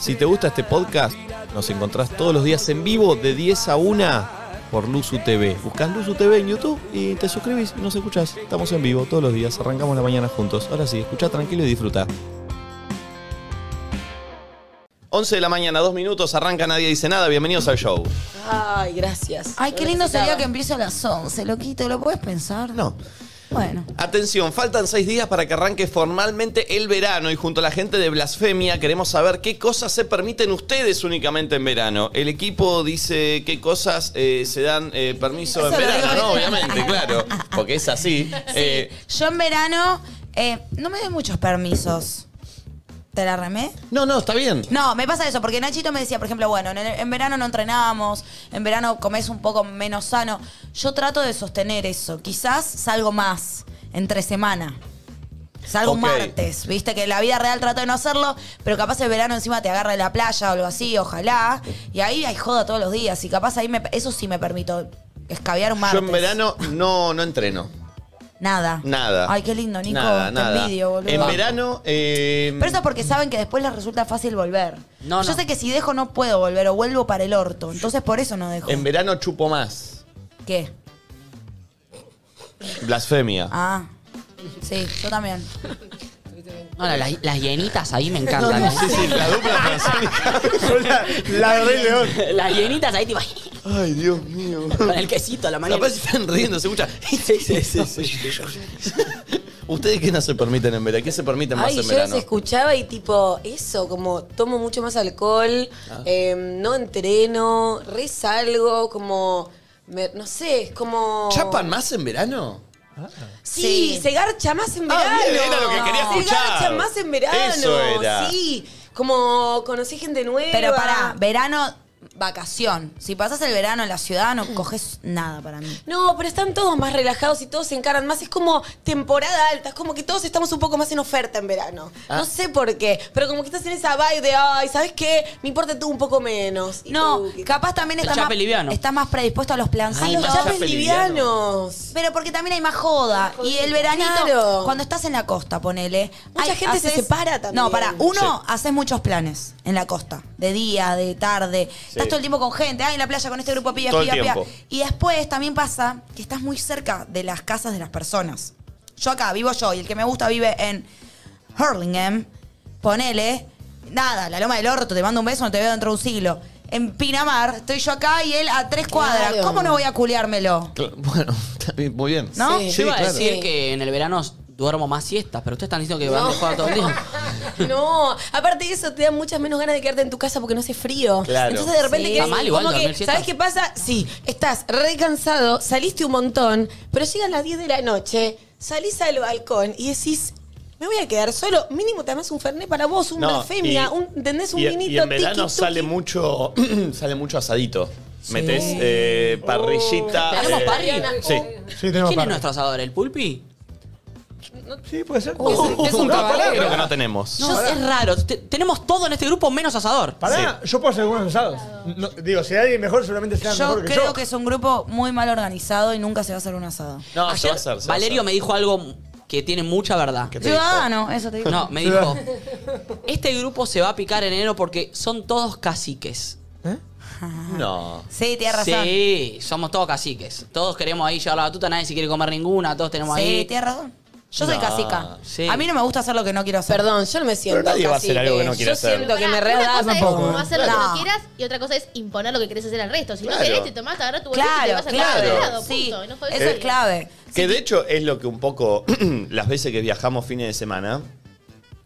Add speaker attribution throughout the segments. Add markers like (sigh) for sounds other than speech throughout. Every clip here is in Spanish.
Speaker 1: Si te gusta este podcast, nos encontrás todos los días en vivo de 10 a 1 por Luzu TV. Buscás Luzu TV en YouTube y te suscribís y nos escuchás. Estamos en vivo todos los días, arrancamos la mañana juntos. Ahora sí, escuchá tranquilo y disfruta. 11 de la mañana, 2 minutos, arranca Nadie Dice Nada. Bienvenidos al show.
Speaker 2: Ay, gracias.
Speaker 3: Ay,
Speaker 2: Lo
Speaker 3: qué lindo
Speaker 2: necesitaba.
Speaker 3: sería que empiece a las 11, loquito. ¿Lo puedes pensar?
Speaker 1: No.
Speaker 3: Bueno.
Speaker 1: Atención, faltan seis días para que arranque formalmente el verano y junto a la gente de Blasfemia queremos saber qué cosas se permiten ustedes únicamente en verano. El equipo dice qué cosas eh, se dan eh, permiso
Speaker 2: Eso
Speaker 1: en
Speaker 2: lo
Speaker 1: verano,
Speaker 2: digo
Speaker 1: ¿no?
Speaker 2: yo.
Speaker 1: Obviamente, claro, porque es así. Eh,
Speaker 3: Yo en verano eh, no me doy muchos permisos. ¿Te la remé?
Speaker 1: no, no, está bien.
Speaker 3: No, me pasa eso, porque Nachito me decía, por ejemplo, bueno, en, en verano no entrenábamos, en verano comés un poco menos sano. Yo trato de sostener eso. Quizás salgo más entre semana. Salgo un
Speaker 1: Ok.
Speaker 3: martes, viste que en la vida real trato de no hacerlo, pero capaz el verano encima te agarra en la playa o algo así, ojalá. Y ahí hay joda todos los días y capaz ahí me, eso sí me permito escabear un martes.
Speaker 1: Yo en verano no, no entreno.
Speaker 3: Nada.
Speaker 1: Nada.
Speaker 3: Ay, qué lindo, Nico.
Speaker 1: Nada,
Speaker 3: te
Speaker 1: nada.
Speaker 3: envidio, boludo.
Speaker 1: En verano. eh,
Speaker 3: Pero eso es porque saben que después les resulta fácil volver.
Speaker 2: No,
Speaker 3: Yo
Speaker 2: no.
Speaker 3: sé que si dejo no puedo volver o vuelvo para el orto. Entonces por eso no dejo.
Speaker 1: en verano chupo más.
Speaker 3: ¿Qué? (laughs)
Speaker 1: Blasfemia.
Speaker 3: Ah. Sí, yo
Speaker 4: (laughs)
Speaker 3: también.
Speaker 2: No, no, las, las hienitas ahí me encantan. ¿eh?
Speaker 1: No, sí, sí, la
Speaker 2: (laughs)
Speaker 1: dupla francesa. Con la, la de Rey León.
Speaker 2: las hienitas ahí, tipo,
Speaker 1: Ay, Dios mío.
Speaker 2: con el quesito a la mañana.
Speaker 1: Capaz se están riendo, se escucha.
Speaker 2: (laughs) Sí, sí, sí,
Speaker 1: (laughs)
Speaker 2: sí.
Speaker 1: ¿Ustedes qué no se permiten en verano? ¿Qué se permiten más
Speaker 4: Ay,
Speaker 1: en
Speaker 4: yo los
Speaker 1: verano?
Speaker 4: escuchaba y tipo, eso, como tomo mucho más alcohol,
Speaker 1: Ah.
Speaker 4: eh, no entreno, resalgo, como, me- no sé, es como...
Speaker 1: ¿Chapan más en verano?
Speaker 4: Sí,
Speaker 3: Sí.
Speaker 4: se garcha más en verano.
Speaker 1: Ah, bien, era lo que quería escuchar.
Speaker 4: Se garcha más en verano.
Speaker 1: Eso era.
Speaker 4: Sí, como conocí gente nueva.
Speaker 3: Pero pará, verano, vacación. Si pasas el verano en la ciudad no coges nada para mí.
Speaker 4: No, pero están todos más relajados y todos se encaran más. Es como temporada alta, es como que todos estamos un poco más en oferta en verano. No sé por qué, pero como que estás en esa vibe de, ay, ¿sabes qué? Me importa tú un poco menos. Y
Speaker 3: No,
Speaker 4: tú, que-
Speaker 3: capaz también estás
Speaker 2: chape
Speaker 3: más,
Speaker 2: liviano.
Speaker 3: estás más predispuesto a los
Speaker 4: Ah, los
Speaker 3: plancitos.
Speaker 2: no.
Speaker 4: chapes
Speaker 1: Chape
Speaker 4: livianos.
Speaker 3: Pero porque también hay más joda. Y el veranito,
Speaker 4: Claro.
Speaker 3: cuando estás en la costa, ponele.
Speaker 4: Mucha
Speaker 3: hay-
Speaker 4: gente se separa también.
Speaker 3: No, para, uno,
Speaker 1: Sí.
Speaker 3: haces muchos planes en la costa. De día, de tarde. Estás todo el tiempo con gente. Ah, en la playa con este grupo de pibas,
Speaker 1: Todo el
Speaker 3: pibas, pibas.
Speaker 1: tiempo.
Speaker 3: Y después también pasa que estás muy cerca de las casas de las personas. Yo acá vivo yo y el que me gusta vive en Hurlingham. Ponele. Nada, la loma del orto, te mando un beso, no te veo dentro de un siglo. En Pinamar, estoy yo acá y él a tres cuadras.
Speaker 4: Claro.
Speaker 3: ¿Cómo no voy a culiármelo?
Speaker 1: Cla- Bueno, está bien, muy bien.
Speaker 3: ¿No?
Speaker 4: Sí.
Speaker 1: Sí,
Speaker 2: Yo iba a
Speaker 1: claro.
Speaker 2: decir
Speaker 4: Sí.
Speaker 2: que en el verano duermo más siestas, pero ustedes están diciendo que van de joda todo el día.
Speaker 4: (laughs) No, aparte de eso, te dan muchas menos ganas de quedarte en tu casa porque no hace frío.
Speaker 1: Claro.
Speaker 4: Entonces de repente
Speaker 2: Sí.
Speaker 4: querés-
Speaker 2: Está mal igual
Speaker 4: como
Speaker 2: dormir
Speaker 4: que,
Speaker 2: siesta.
Speaker 4: ¿sabes qué pasa? Sí, estás re cansado, saliste un montón, pero llegan las 10 de la noche, salís al balcón y decís, me voy a quedar solo, mínimo te amas un fernet para vos, un
Speaker 1: No,
Speaker 4: blasfemia,
Speaker 1: y-
Speaker 4: un, ¿entendés? Un
Speaker 1: y,
Speaker 4: vinito,
Speaker 1: y en verano
Speaker 4: tiki-tuki.
Speaker 1: sale mucho (clears throat) sale mucho asadito. Metes eh, parrillita.
Speaker 3: Oh,
Speaker 2: ¿Tenemos
Speaker 1: eh,
Speaker 2: parrilla?
Speaker 1: Sí.
Speaker 2: ¿Quién es nuestro asador? ¿El pulpi?
Speaker 5: Sí, puede ser.
Speaker 2: Oh,
Speaker 5: Oh,
Speaker 2: es un
Speaker 1: No, pará,
Speaker 2: caballero.
Speaker 1: Uh, Creo que no tenemos.
Speaker 2: No, es raro. Te- tenemos todo en este grupo menos asador.
Speaker 5: Pará, yo puedo hacer algunos asados. No, digo, si hay alguien mejor, seguramente será
Speaker 3: Yo
Speaker 5: mejor que
Speaker 3: creo
Speaker 5: yo.
Speaker 3: que es un grupo muy mal organizado y nunca se va a hacer un asado.
Speaker 1: No, se
Speaker 2: Ayer
Speaker 1: va a hacer. se va a
Speaker 2: Valerio
Speaker 1: hacer.
Speaker 2: me dijo algo que tiene mucha verdad.
Speaker 1: ¿Qué te dijo?
Speaker 3: Ciudadano, eso te digo.
Speaker 2: No, me dijo, este grupo se va a picar en enero porque son todos caciques.
Speaker 1: No.
Speaker 3: Sí, tienes razón. Sí,
Speaker 2: Sí, somos todos caciques. Todos queremos ahí llevar la batuta, nadie se quiere comer ninguna, todos tenemos ahí.
Speaker 3: tienes razón. Yo soy
Speaker 1: No,
Speaker 3: cacica.
Speaker 2: sí.
Speaker 3: A mí no me gusta hacer lo que no quiero hacer.
Speaker 4: Perdón, yo no me siento
Speaker 1: Pero nadie va a
Speaker 4: así,
Speaker 1: hacer algo que no quiere
Speaker 4: Yo
Speaker 1: hacer.
Speaker 4: siento que me ¿eh?
Speaker 6: Pará, una
Speaker 4: redas
Speaker 6: cosa
Speaker 4: un
Speaker 6: es
Speaker 4: poco.
Speaker 6: no hacer lo que
Speaker 3: No.
Speaker 6: no quieras y otra cosa es imponer lo que querés hacer al resto. Si
Speaker 1: Claro.
Speaker 6: no querés, te tomás, agarrás tu bolsita y te
Speaker 3: Claro,
Speaker 6: vas a
Speaker 3: claro.
Speaker 6: comer helado, punto.
Speaker 3: sí,
Speaker 6: y no jodés
Speaker 3: eso
Speaker 6: a
Speaker 3: es
Speaker 1: Eh,
Speaker 2: eh,
Speaker 6: nadie.
Speaker 3: clave.
Speaker 1: Que de hecho es lo que un poco (clears throat) las veces que viajamos fines de semana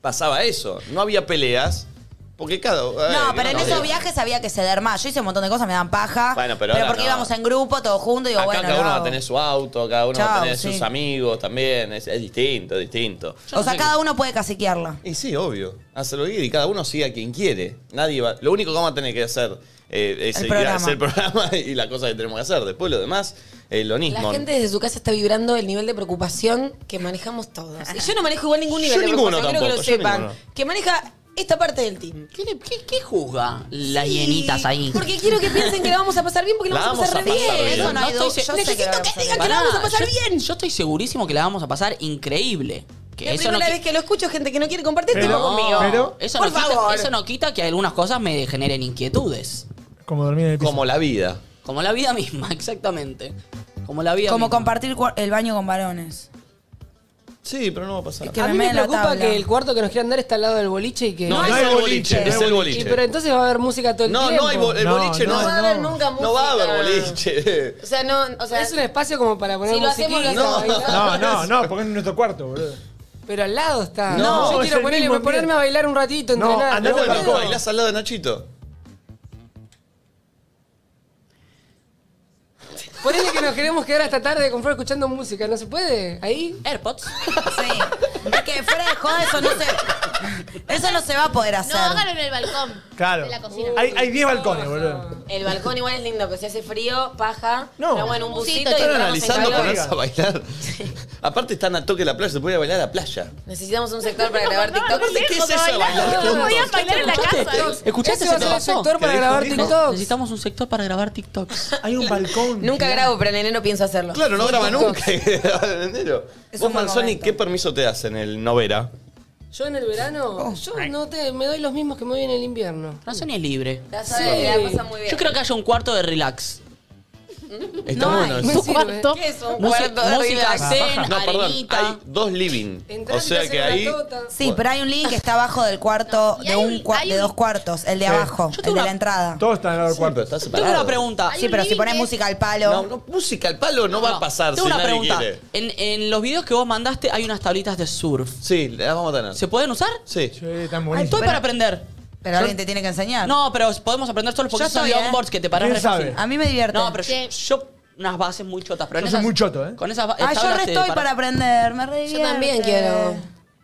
Speaker 1: pasaba eso. No había peleas porque cada. eh,
Speaker 3: No, pero en esos viajes había que ceder más. Yo hice un montón de cosas, me dan paja.
Speaker 1: Bueno, pero ahora
Speaker 3: porque
Speaker 1: no.
Speaker 3: íbamos en grupo, todos juntos, digo,
Speaker 1: Acá
Speaker 3: bueno,
Speaker 1: cada
Speaker 3: lo
Speaker 1: uno va a
Speaker 3: hago.
Speaker 1: tener su auto, cada uno va a
Speaker 3: Chau,
Speaker 1: tener
Speaker 3: sí.
Speaker 1: sus amigos también. Es, es distinto, es distinto.
Speaker 3: O sea, cada uno puede caciquearla.
Speaker 1: Y sí, obvio. Hacerlo ir y cada uno sigue a quien quiere. Nadie va. Lo único que vamos a tener que hacer eh, es
Speaker 3: El
Speaker 1: ir a
Speaker 3: programa.
Speaker 1: hacer el programa (laughs) y la cosa que tenemos que hacer. Después lo demás, eh, lo
Speaker 4: La
Speaker 1: mismo.
Speaker 4: gente desde su casa está vibrando el nivel de preocupación que manejamos todos. Y yo no manejo igual ningún
Speaker 1: Yo
Speaker 4: nivel de
Speaker 1: ninguno
Speaker 4: preocupación, quiero
Speaker 1: tampoco, yo
Speaker 4: que lo sepan.
Speaker 1: ninguno.
Speaker 4: Que maneja esta parte del team.
Speaker 2: ¿Qué, le- qué- qué juzga las
Speaker 4: Y-
Speaker 2: hienitas ahí?
Speaker 4: Porque quiero que piensen que la vamos a pasar bien porque la, vamos, a pasar, re bien.
Speaker 1: bien.
Speaker 3: Eso no hay
Speaker 2: No
Speaker 3: duda.
Speaker 2: estoy-
Speaker 3: Yo sé que
Speaker 4: Necesito
Speaker 3: lo
Speaker 4: que
Speaker 3: vamos a hacer.
Speaker 4: digan que la vamos a pasar
Speaker 2: yo,
Speaker 4: bien.
Speaker 2: yo estoy segurísimo que la vamos a pasar increíble. Que
Speaker 4: La
Speaker 2: eso no
Speaker 4: primera
Speaker 2: qui-
Speaker 4: vez que lo escucho, gente que no quiere compartir
Speaker 5: Pero-
Speaker 4: todo conmigo.
Speaker 5: pero-
Speaker 2: eso,
Speaker 4: Por
Speaker 2: no quita,
Speaker 4: favor.
Speaker 2: eso no quita que algunas cosas me generen inquietudes.
Speaker 5: Como dormir en el piso.
Speaker 1: Como la vida.
Speaker 2: Como la vida (laughs) misma, exactamente. Como la vida
Speaker 3: Como
Speaker 2: misma.
Speaker 3: compartir cua- el baño con varones.
Speaker 1: Sí, pero no va a pasar.
Speaker 3: Es que
Speaker 7: a
Speaker 3: me
Speaker 7: mí me
Speaker 3: meen la
Speaker 7: preocupa
Speaker 3: tabla.
Speaker 7: que el cuarto que nos quieran dar está al lado del boliche y que.
Speaker 1: No, no hay boliche, es el
Speaker 7: Y,
Speaker 1: boliche.
Speaker 7: pero entonces va a haber música todo el
Speaker 1: No,
Speaker 7: tiempo.
Speaker 1: no hay bo- el
Speaker 5: No,
Speaker 1: boliche,
Speaker 5: no,
Speaker 1: no,
Speaker 4: No,
Speaker 1: es-
Speaker 4: va a
Speaker 5: no.
Speaker 4: haber nunca música.
Speaker 1: no va a haber boliche.
Speaker 4: O sea, no, o sea,
Speaker 7: Es un espacio como para poner
Speaker 4: Si lo hacemos,
Speaker 7: musiquita,
Speaker 1: (laughs)
Speaker 4: lo hacemos.
Speaker 7: bailar.
Speaker 5: No, no, no, porque es en nuestro cuarto, boludo.
Speaker 7: Pero al lado está.
Speaker 5: No, es
Speaker 7: yo quiero
Speaker 5: el
Speaker 7: ponerle-
Speaker 5: mismo
Speaker 7: ponerme
Speaker 5: ambiente.
Speaker 7: a bailar un ratito,
Speaker 5: No,
Speaker 7: entrenar.
Speaker 5: andate
Speaker 1: Andá
Speaker 5: al
Speaker 7: boludo.
Speaker 1: Nico,
Speaker 5: balcón.
Speaker 1: bailás al lado de Nachito.
Speaker 7: Ponele que nos queremos quedar hasta tarde con Flor escuchando música, ¿no se puede? Ahí.
Speaker 2: AirPots.
Speaker 3: Sí. Es que fuera de joda eso no se. Eso no se va a poder hacer.
Speaker 6: No, hágalo en el balcón.
Speaker 5: Claro.
Speaker 6: De la cocina.
Speaker 5: Hay hay 10 balcones, boludo.
Speaker 4: el balcón igual es lindo, pero si hace frío, paja,
Speaker 5: No.
Speaker 4: no. en un
Speaker 6: Busito,
Speaker 4: busito y
Speaker 6: están
Speaker 4: entramos
Speaker 1: Están
Speaker 4: en
Speaker 1: analizando
Speaker 4: calor.
Speaker 1: ponerse a bailar. Aparte están al toque de la playa, se puede bailar a la playa.
Speaker 4: Necesitamos un sector para grabar TikTok.
Speaker 1: Aparte, ¿qué es eso de bailar
Speaker 6: No
Speaker 1: juntos?
Speaker 6: podías bailar en la casa.
Speaker 2: ¿Escuchaste
Speaker 7: Ese va a ser
Speaker 2: ese
Speaker 7: el
Speaker 2: pedazo?
Speaker 7: sector para
Speaker 5: ¿Qué dijo?
Speaker 7: grabar
Speaker 5: ¿Dijo?
Speaker 7: TikToks.
Speaker 2: Necesitamos un sector para grabar TikToks.
Speaker 5: Hay un balcón.
Speaker 4: Nunca grabo, pero en enero pienso hacerlo.
Speaker 1: Claro, no (laughs) graba nunca. en enero.
Speaker 3: Es
Speaker 1: Vos,
Speaker 3: un buen
Speaker 1: Manzoni,
Speaker 3: momento.
Speaker 1: ¿qué permiso te hacen el Novera?
Speaker 7: Yo en el
Speaker 3: Oh.
Speaker 7: verano, yo no te, me doy los mismos que me doy en el invierno.
Speaker 2: Razón es libre.
Speaker 4: La soledad, la pasa muy bien.
Speaker 2: Yo creo que haya un cuarto de relax. ¿Mm?
Speaker 1: Está
Speaker 7: No
Speaker 1: bueno.
Speaker 7: hay.
Speaker 1: eso.
Speaker 7: Me
Speaker 6: Tu
Speaker 7: sirve.
Speaker 6: cuarto.
Speaker 4: ¿Qué es un
Speaker 2: Música-
Speaker 4: cuarto de
Speaker 2: música
Speaker 4: relax?
Speaker 2: zen,
Speaker 1: No, perdón, hay
Speaker 2: arenita.
Speaker 1: dos living.
Speaker 7: Entrás y
Speaker 1: o
Speaker 7: te
Speaker 1: sea
Speaker 7: hacen
Speaker 1: que
Speaker 7: una
Speaker 1: ahí...
Speaker 7: tota.
Speaker 3: Sí, pero hay un link que está abajo del cuarto,
Speaker 6: Y
Speaker 3: de
Speaker 6: hay
Speaker 3: un
Speaker 6: un-
Speaker 3: cua-
Speaker 6: hay
Speaker 3: de
Speaker 6: un-
Speaker 3: dos cuartos, el de
Speaker 5: Sí.
Speaker 3: abajo, el
Speaker 2: Yo tengo
Speaker 3: de la
Speaker 2: una-
Speaker 3: entrada.
Speaker 5: Todo está en el lado del
Speaker 1: Sí, pero
Speaker 5: cuarto.
Speaker 1: está
Speaker 2: Tengo una
Speaker 1: separado.
Speaker 2: pregunta.
Speaker 6: Hay
Speaker 3: Sí,
Speaker 6: un
Speaker 3: pero si
Speaker 6: límite.
Speaker 3: pones música al palo.
Speaker 1: No, no, música al palo no, va a pasar
Speaker 2: Tengo
Speaker 1: si
Speaker 2: una
Speaker 1: nadie
Speaker 2: pregunta.
Speaker 1: quiere.
Speaker 2: En, en los videos que vos mandaste hay unas tablitas de surf.
Speaker 1: Sí, la vamos a tener.
Speaker 2: ¿Se pueden usar?
Speaker 5: Sí,
Speaker 1: Sí.
Speaker 5: están
Speaker 2: Estoy
Speaker 5: buenísimos.
Speaker 2: para aprender.
Speaker 3: Pero alguien te tiene que enseñar.
Speaker 2: No, pero podemos aprender solo porque
Speaker 3: Yo
Speaker 2: son
Speaker 3: estoy, ¿eh?
Speaker 2: longboards que te paran
Speaker 5: ¿Quién
Speaker 2: re fácil.
Speaker 5: sabe?
Speaker 3: A mí me divierte.
Speaker 2: No, pero yo,
Speaker 6: Sí.
Speaker 2: yo unas bases muy chotas. Pero
Speaker 5: Yo
Speaker 2: en
Speaker 5: soy
Speaker 2: esas-
Speaker 5: muy choto, ¿eh?
Speaker 2: Con esas ba-
Speaker 3: Ah, yo
Speaker 2: tablas
Speaker 3: re
Speaker 2: te
Speaker 3: estoy
Speaker 2: paras.
Speaker 3: para aprender, me re
Speaker 4: Yo también
Speaker 3: divierte.
Speaker 4: quiero.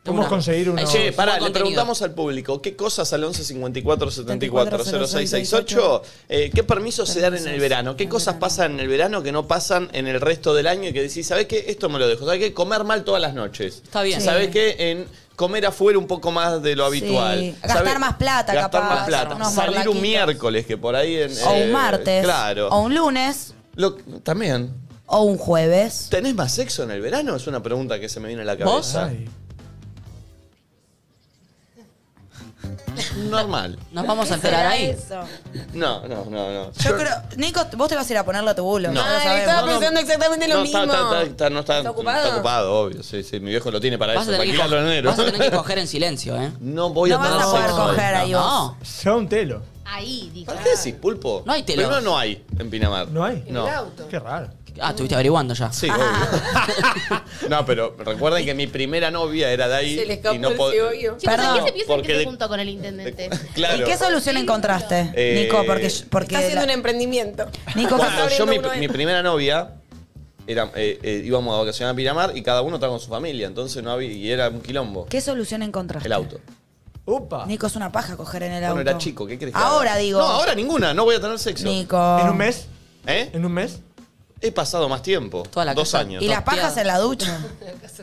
Speaker 5: Podemos
Speaker 2: Una.
Speaker 5: conseguir uno.
Speaker 2: Ay,
Speaker 1: Che,
Speaker 2: Suma
Speaker 1: pará, le
Speaker 2: contenido.
Speaker 1: preguntamos al público qué cosas al 11 54 74 06 68 eh, qué permisos se dan en el verano, qué cosas pasan en el verano que no pasan en el resto del año y que decís, ¿sabés qué? Esto me lo dejo. ¿Sabés qué? Comer mal todas las noches.
Speaker 2: Está bien.
Speaker 1: ¿Sabés qué? En comer afuera un poco más de lo habitual.
Speaker 3: Gastar
Speaker 1: ¿Sabés?
Speaker 3: más plata,
Speaker 1: Gastar
Speaker 3: capaz,
Speaker 1: más plata.
Speaker 3: unos
Speaker 1: Salir un
Speaker 3: morlaquitos.
Speaker 1: miércoles que por ahí en.
Speaker 3: O
Speaker 1: eh,
Speaker 3: un martes.
Speaker 1: Claro.
Speaker 3: O un lunes.
Speaker 1: Lo- también.
Speaker 3: O un jueves.
Speaker 1: ¿Tenés más sexo en el verano? Es una pregunta que se me viene a la
Speaker 2: ¿Vos?
Speaker 1: cabeza.
Speaker 5: Ay.
Speaker 1: (laughs) Normal.
Speaker 2: Nos vamos a enterar ahí.
Speaker 1: No, no, no, no.
Speaker 3: Yo creo. Nico, vos te vas a ir a ponerlo a tu bulo.
Speaker 1: No.
Speaker 3: ya lo
Speaker 4: Ay,
Speaker 3: sabemos.
Speaker 4: estaba
Speaker 1: no.
Speaker 4: pensando exactamente lo
Speaker 1: no,
Speaker 4: mismo.
Speaker 1: Está, está- está- no está,
Speaker 4: ¿Está ocupado?
Speaker 1: está ocupado, obvio. Sí, sí, mi viejo lo tiene para
Speaker 2: Vas
Speaker 1: eso.
Speaker 2: a,
Speaker 1: Para
Speaker 2: tener que
Speaker 1: alquilarlo en
Speaker 2: co-
Speaker 1: enero.
Speaker 2: vas a tener que coger en silencio, ¿eh?
Speaker 1: No voy
Speaker 3: No
Speaker 1: a tener
Speaker 3: vas a poder
Speaker 1: sexo.
Speaker 3: coger ahí vos.
Speaker 2: No.
Speaker 5: Lleva un telo.
Speaker 6: Ahí, dijo.
Speaker 1: ¿Para (laughs) qué decís pulpo?
Speaker 2: No hay telos.
Speaker 1: Primero no hay en Pinamar.
Speaker 5: ¿No hay?
Speaker 1: No.
Speaker 5: Qué raro.
Speaker 2: Ah, estuviste averiguando ya.
Speaker 1: Sí, obvio. (laughs) no, pero recuerden que mi primera novia era de ahí.
Speaker 4: Se le escapó
Speaker 1: y no
Speaker 4: el
Speaker 1: pod-
Speaker 4: cibollo.
Speaker 6: Chicos, ¿a
Speaker 3: Perdón,
Speaker 6: qué se piensa
Speaker 1: porque
Speaker 6: que
Speaker 1: de-
Speaker 6: se juntó con el intendente?
Speaker 1: Claro.
Speaker 3: ¿Y qué solución encontraste,
Speaker 1: Eh,
Speaker 3: Nico? Porque. porque
Speaker 4: Está haciendo
Speaker 3: la-
Speaker 4: un emprendimiento.
Speaker 3: Nico,
Speaker 1: Cuando yo, mi,
Speaker 4: abriendo uno de-
Speaker 1: mi primera novia, era, eh, eh, íbamos a vacacionar a Pinamar y cada uno estaba con su familia, entonces no había, y era un quilombo.
Speaker 3: ¿qué solución encontraste?
Speaker 1: El auto.
Speaker 5: Upa.
Speaker 3: Nico, es una paja coger en el auto.
Speaker 1: Bueno, era chico, ¿qué crees que haga?
Speaker 3: Ahora digo.
Speaker 1: No, ahora ninguna, no voy a tener sexo.
Speaker 3: Nico.
Speaker 5: ¿En un mes?
Speaker 1: ¿Eh?
Speaker 5: ¿En un mes?
Speaker 1: He pasado más tiempo.
Speaker 2: Toda la
Speaker 1: dos
Speaker 2: casa-
Speaker 1: años.
Speaker 3: ¿Y las pajas en la
Speaker 1: (laughs)
Speaker 3: ducha?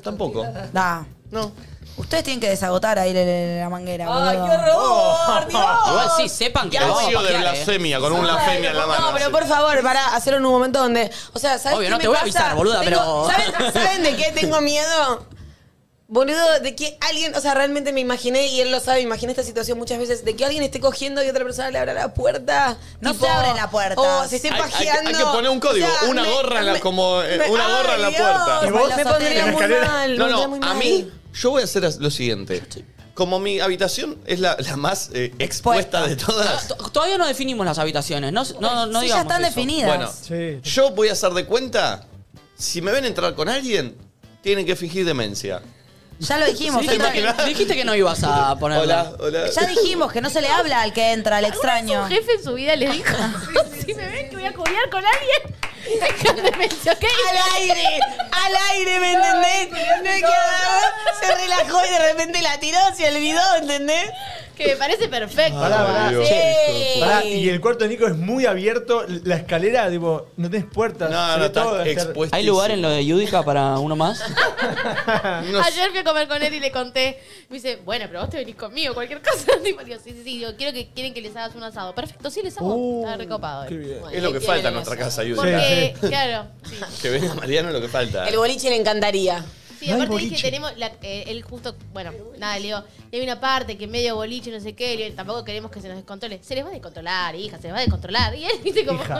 Speaker 1: Tampoco.
Speaker 3: Da.
Speaker 1: No.
Speaker 3: Ustedes tienen que desagotar ahí la, la- la manguera.
Speaker 4: ¡Ay,
Speaker 3: boludo.
Speaker 4: qué horror! Dios.
Speaker 2: Igual Oh, sí, sepan que la vamos a
Speaker 1: Vacío de
Speaker 2: pajear, ¿eh?
Speaker 1: blasfemia, con un blasfemia en la mano.
Speaker 4: No, pero
Speaker 1: así.
Speaker 4: por favor, para hacerlo en un momento donde. O sea, ¿sabes
Speaker 2: Obvio,
Speaker 4: qué
Speaker 2: no
Speaker 4: me
Speaker 2: te voy a
Speaker 4: pasa?
Speaker 2: avisar, boluda,
Speaker 4: Tengo-
Speaker 2: pero-
Speaker 4: ¿saben, saben de qué tengo miedo? Boludo, de que alguien, o sea, realmente me imaginé, y él lo sabe, imaginé esta situación muchas veces, de que alguien esté cogiendo y otra persona le abra la puerta.
Speaker 3: No se abre la puerta.
Speaker 4: O Oh, se esté
Speaker 1: Hay- hay que-
Speaker 4: pajeando.
Speaker 1: hay que poner un código, una gorra en la- como, eh, una gorra en la puerta.
Speaker 5: ¿Y
Speaker 4: ¿Y
Speaker 5: vos?
Speaker 4: Me pondría
Speaker 5: ¿En la
Speaker 4: muy
Speaker 5: escalera?
Speaker 4: mal. me
Speaker 1: No,
Speaker 4: pondría muy
Speaker 1: no, a
Speaker 4: mal.
Speaker 1: mí yo voy a hacer lo siguiente. Como mi habitación es la, la más eh, expuesta de todas,
Speaker 2: T- Todavía no definimos las habitaciones, no, no, no
Speaker 3: Sí, ya
Speaker 2: digamos
Speaker 3: están
Speaker 2: eso.
Speaker 3: definidas.
Speaker 1: Bueno.
Speaker 5: Sí.
Speaker 1: yo voy a hacer de cuenta, si me ven entrar con alguien, tienen que fingir demencia.
Speaker 3: Ya lo dijimos.
Speaker 2: Dijiste
Speaker 3: ya-
Speaker 2: que, dijiste que no ibas a
Speaker 1: Hola,
Speaker 2: ponerla.
Speaker 1: hola.
Speaker 3: Ya dijimos que no se le habla al que entra, al extraño.
Speaker 6: Un jefe en su vida le
Speaker 4: (laughs)
Speaker 6: dijo: (laughs) Si me ven que voy a culiar con alguien, déjame mencionar, ¿ok?
Speaker 4: Al aire, al aire, ¿me entendés? Me quedó- se relajó y de repente la tiró, se olvidó, ¿entendés?
Speaker 6: Que me parece perfecto.
Speaker 5: Pará, pará.
Speaker 1: Dios.
Speaker 4: Sí.
Speaker 5: Pará, y el cuarto de Nico es muy abierto. La escalera, tipo, no tenés puertas.
Speaker 1: No,
Speaker 5: se
Speaker 1: no,
Speaker 5: ve todo,
Speaker 1: está
Speaker 5: está-
Speaker 1: expuesto.
Speaker 2: ¿Hay lugar en lo de Yudica para
Speaker 1: (laughs)
Speaker 2: uno más?
Speaker 6: Ayer fui a comer con él y le conté. Me dice, bueno, pero vos te venís conmigo, cualquier cosa. (laughs) Digo, sí, sí, sí, digo, quiero que quieren que les hagas un asado. Perfecto, sí, les hago.
Speaker 5: Uh,
Speaker 6: Está recopado.
Speaker 5: qué
Speaker 6: él.
Speaker 5: bien.
Speaker 1: Es lo que
Speaker 4: ¿Qué
Speaker 1: falta en
Speaker 4: quieren
Speaker 1: nuestra
Speaker 5: (laughs)
Speaker 4: hacer?
Speaker 1: casa, Yudica.
Speaker 6: Porque,
Speaker 5: Sí, sí.
Speaker 6: (laughs) claro, sí.
Speaker 1: Que venga Mariano es lo que falta.
Speaker 4: El boliche le encantaría.
Speaker 6: Sí, aparte dije, tenemos la- eh, él justo, bueno, nada, le digo, y hay una parte que medio boliche, no sé qué, le digo, tampoco queremos que se nos descontrole. Se les va a descontrolar, hija, se les va a descontrolar. Y él (laughs) dice como,
Speaker 5: Hija.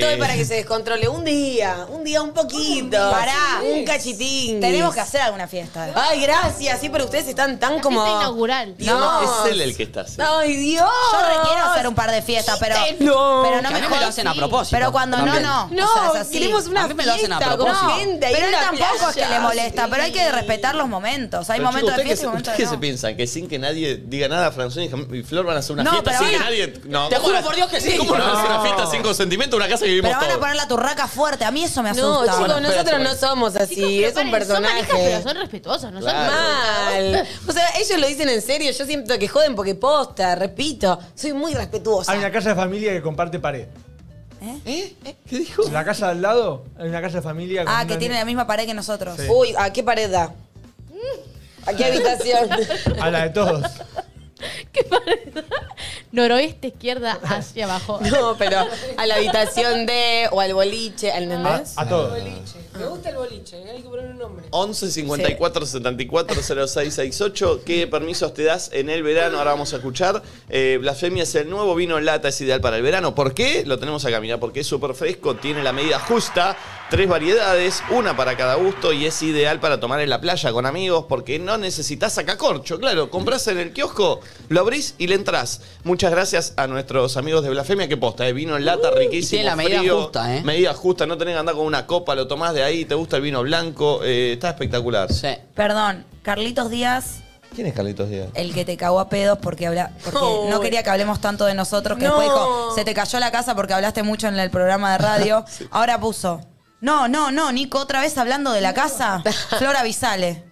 Speaker 4: Todo
Speaker 1: Eh,
Speaker 4: para que se descontrole un día, un día un poquito.
Speaker 3: Pará.
Speaker 4: un cachitín.
Speaker 3: Tenemos que hacer alguna fiesta.
Speaker 4: Ay, gracias, sí, pero ustedes están tan
Speaker 6: La
Speaker 4: como.
Speaker 6: fiesta inaugural.
Speaker 1: no,
Speaker 4: Dios.
Speaker 1: es él el que está así.
Speaker 4: Ay, Dios.
Speaker 3: Yo requiero hacer un par de fiestas, pero,
Speaker 4: No.
Speaker 3: pero no
Speaker 2: Que a
Speaker 3: me,
Speaker 2: mí me lo
Speaker 3: jodas.
Speaker 2: hacen a propósito.
Speaker 3: Pero cuando
Speaker 2: también.
Speaker 3: no, no.
Speaker 4: No,
Speaker 3: O sea, es así.
Speaker 4: queremos una
Speaker 2: A mí me lo hacen a
Speaker 4: fiesta con
Speaker 2: propósito.
Speaker 4: gente y
Speaker 3: Pero él
Speaker 4: una
Speaker 3: tampoco es
Speaker 4: playa.
Speaker 3: que le molesta, pero hay que respetar los momentos. Hay
Speaker 1: Pero,
Speaker 3: momentos
Speaker 1: chicos,
Speaker 3: de fiesta y
Speaker 1: ¿ustedes
Speaker 3: momentos
Speaker 1: qué
Speaker 3: de
Speaker 1: se
Speaker 3: no.
Speaker 1: piensan? ¿Que sin que nadie diga nada, Franzón y Jam- y Flor van a hacer una
Speaker 3: No,
Speaker 1: fiesta
Speaker 3: pero
Speaker 1: sin que
Speaker 3: van a-
Speaker 1: nadie...? No,
Speaker 2: Te
Speaker 1: ¿cómo
Speaker 2: juro
Speaker 1: van a-
Speaker 2: por Dios que sí.
Speaker 1: ¿Cómo no van a hacer una fiesta sin consentimiento en una casa que vivimos
Speaker 3: Pero van a
Speaker 1: todos?
Speaker 3: poner la turraca fuerte. A mí eso me
Speaker 4: No,
Speaker 3: asusta.
Speaker 4: chicos,
Speaker 1: Bueno, espérate,
Speaker 4: nosotros
Speaker 1: bueno.
Speaker 4: no somos así,
Speaker 6: Chicos, pero
Speaker 4: es un
Speaker 6: paren, Son manijas,
Speaker 4: personaje.
Speaker 6: pero son respetuosos, no
Speaker 1: Claro.
Speaker 6: son (laughs)
Speaker 4: Mal. O sea, ellos lo dicen en serio, yo siento que joden porque posta, repito, soy muy respetuosa.
Speaker 5: Hay una casa de familia que comparte pared.
Speaker 1: ¿Eh? ¿Qué dijo?
Speaker 5: En la casa de al lado hay una casa de familia. con
Speaker 3: Ah,
Speaker 5: una-
Speaker 3: que tiene la misma pared que nosotros.
Speaker 5: Sí.
Speaker 4: Uy, ¿a qué pared da? ¿A qué habitación?
Speaker 5: A
Speaker 2: (laughs)
Speaker 5: la de todos.
Speaker 6: Noroeste, izquierda, hacia abajo.
Speaker 4: (laughs) No, pero a la habitación de o al boliche, ¿al
Speaker 5: A,
Speaker 4: ¿entendés?
Speaker 5: a todos.
Speaker 7: boliche. Me gusta el boliche, hay que poner un nombre.
Speaker 1: 11 54 74 06 68. ¿Qué permisos te das en el verano? Ahora vamos a escuchar. Eh, Blasfemia es el nuevo vino en lata, es ideal para el verano. ¿Por qué? Lo tenemos acá, mirá, porque es súper fresco, tiene la medida justa, tres variedades, una para cada gusto y es ideal para tomar en la playa con amigos porque no necesitas sacacorcho. Claro, compras en el kiosco, lo abrís y le entrás. Muchas gracias a nuestros amigos de Blasfemia que posta, eh, vino en lata, riquísimo.
Speaker 2: tiene la medida
Speaker 1: frío,
Speaker 2: justa, eh.
Speaker 1: Medida justa, no tenés que andar con una copa, lo tomás de ahí, te gusta el vino blanco, eh, está espectacular.
Speaker 2: Sí.
Speaker 3: (laughs) Perdón, Carlitos Díaz,
Speaker 1: ¿Quién es Carlitos Díaz?
Speaker 2: Eh,
Speaker 3: el que te cagó a pedos porque habla, porque
Speaker 4: Uy.
Speaker 3: no quería que hablemos tanto de nosotros, que
Speaker 4: No.
Speaker 3: después dijo, se te cayó la casa porque hablaste mucho en el programa de
Speaker 4: (laughs)
Speaker 3: radio. Ahora puso, no, no, no, Nico, otra vez hablando de la
Speaker 4: (laughs)
Speaker 3: casa. Flor avisale.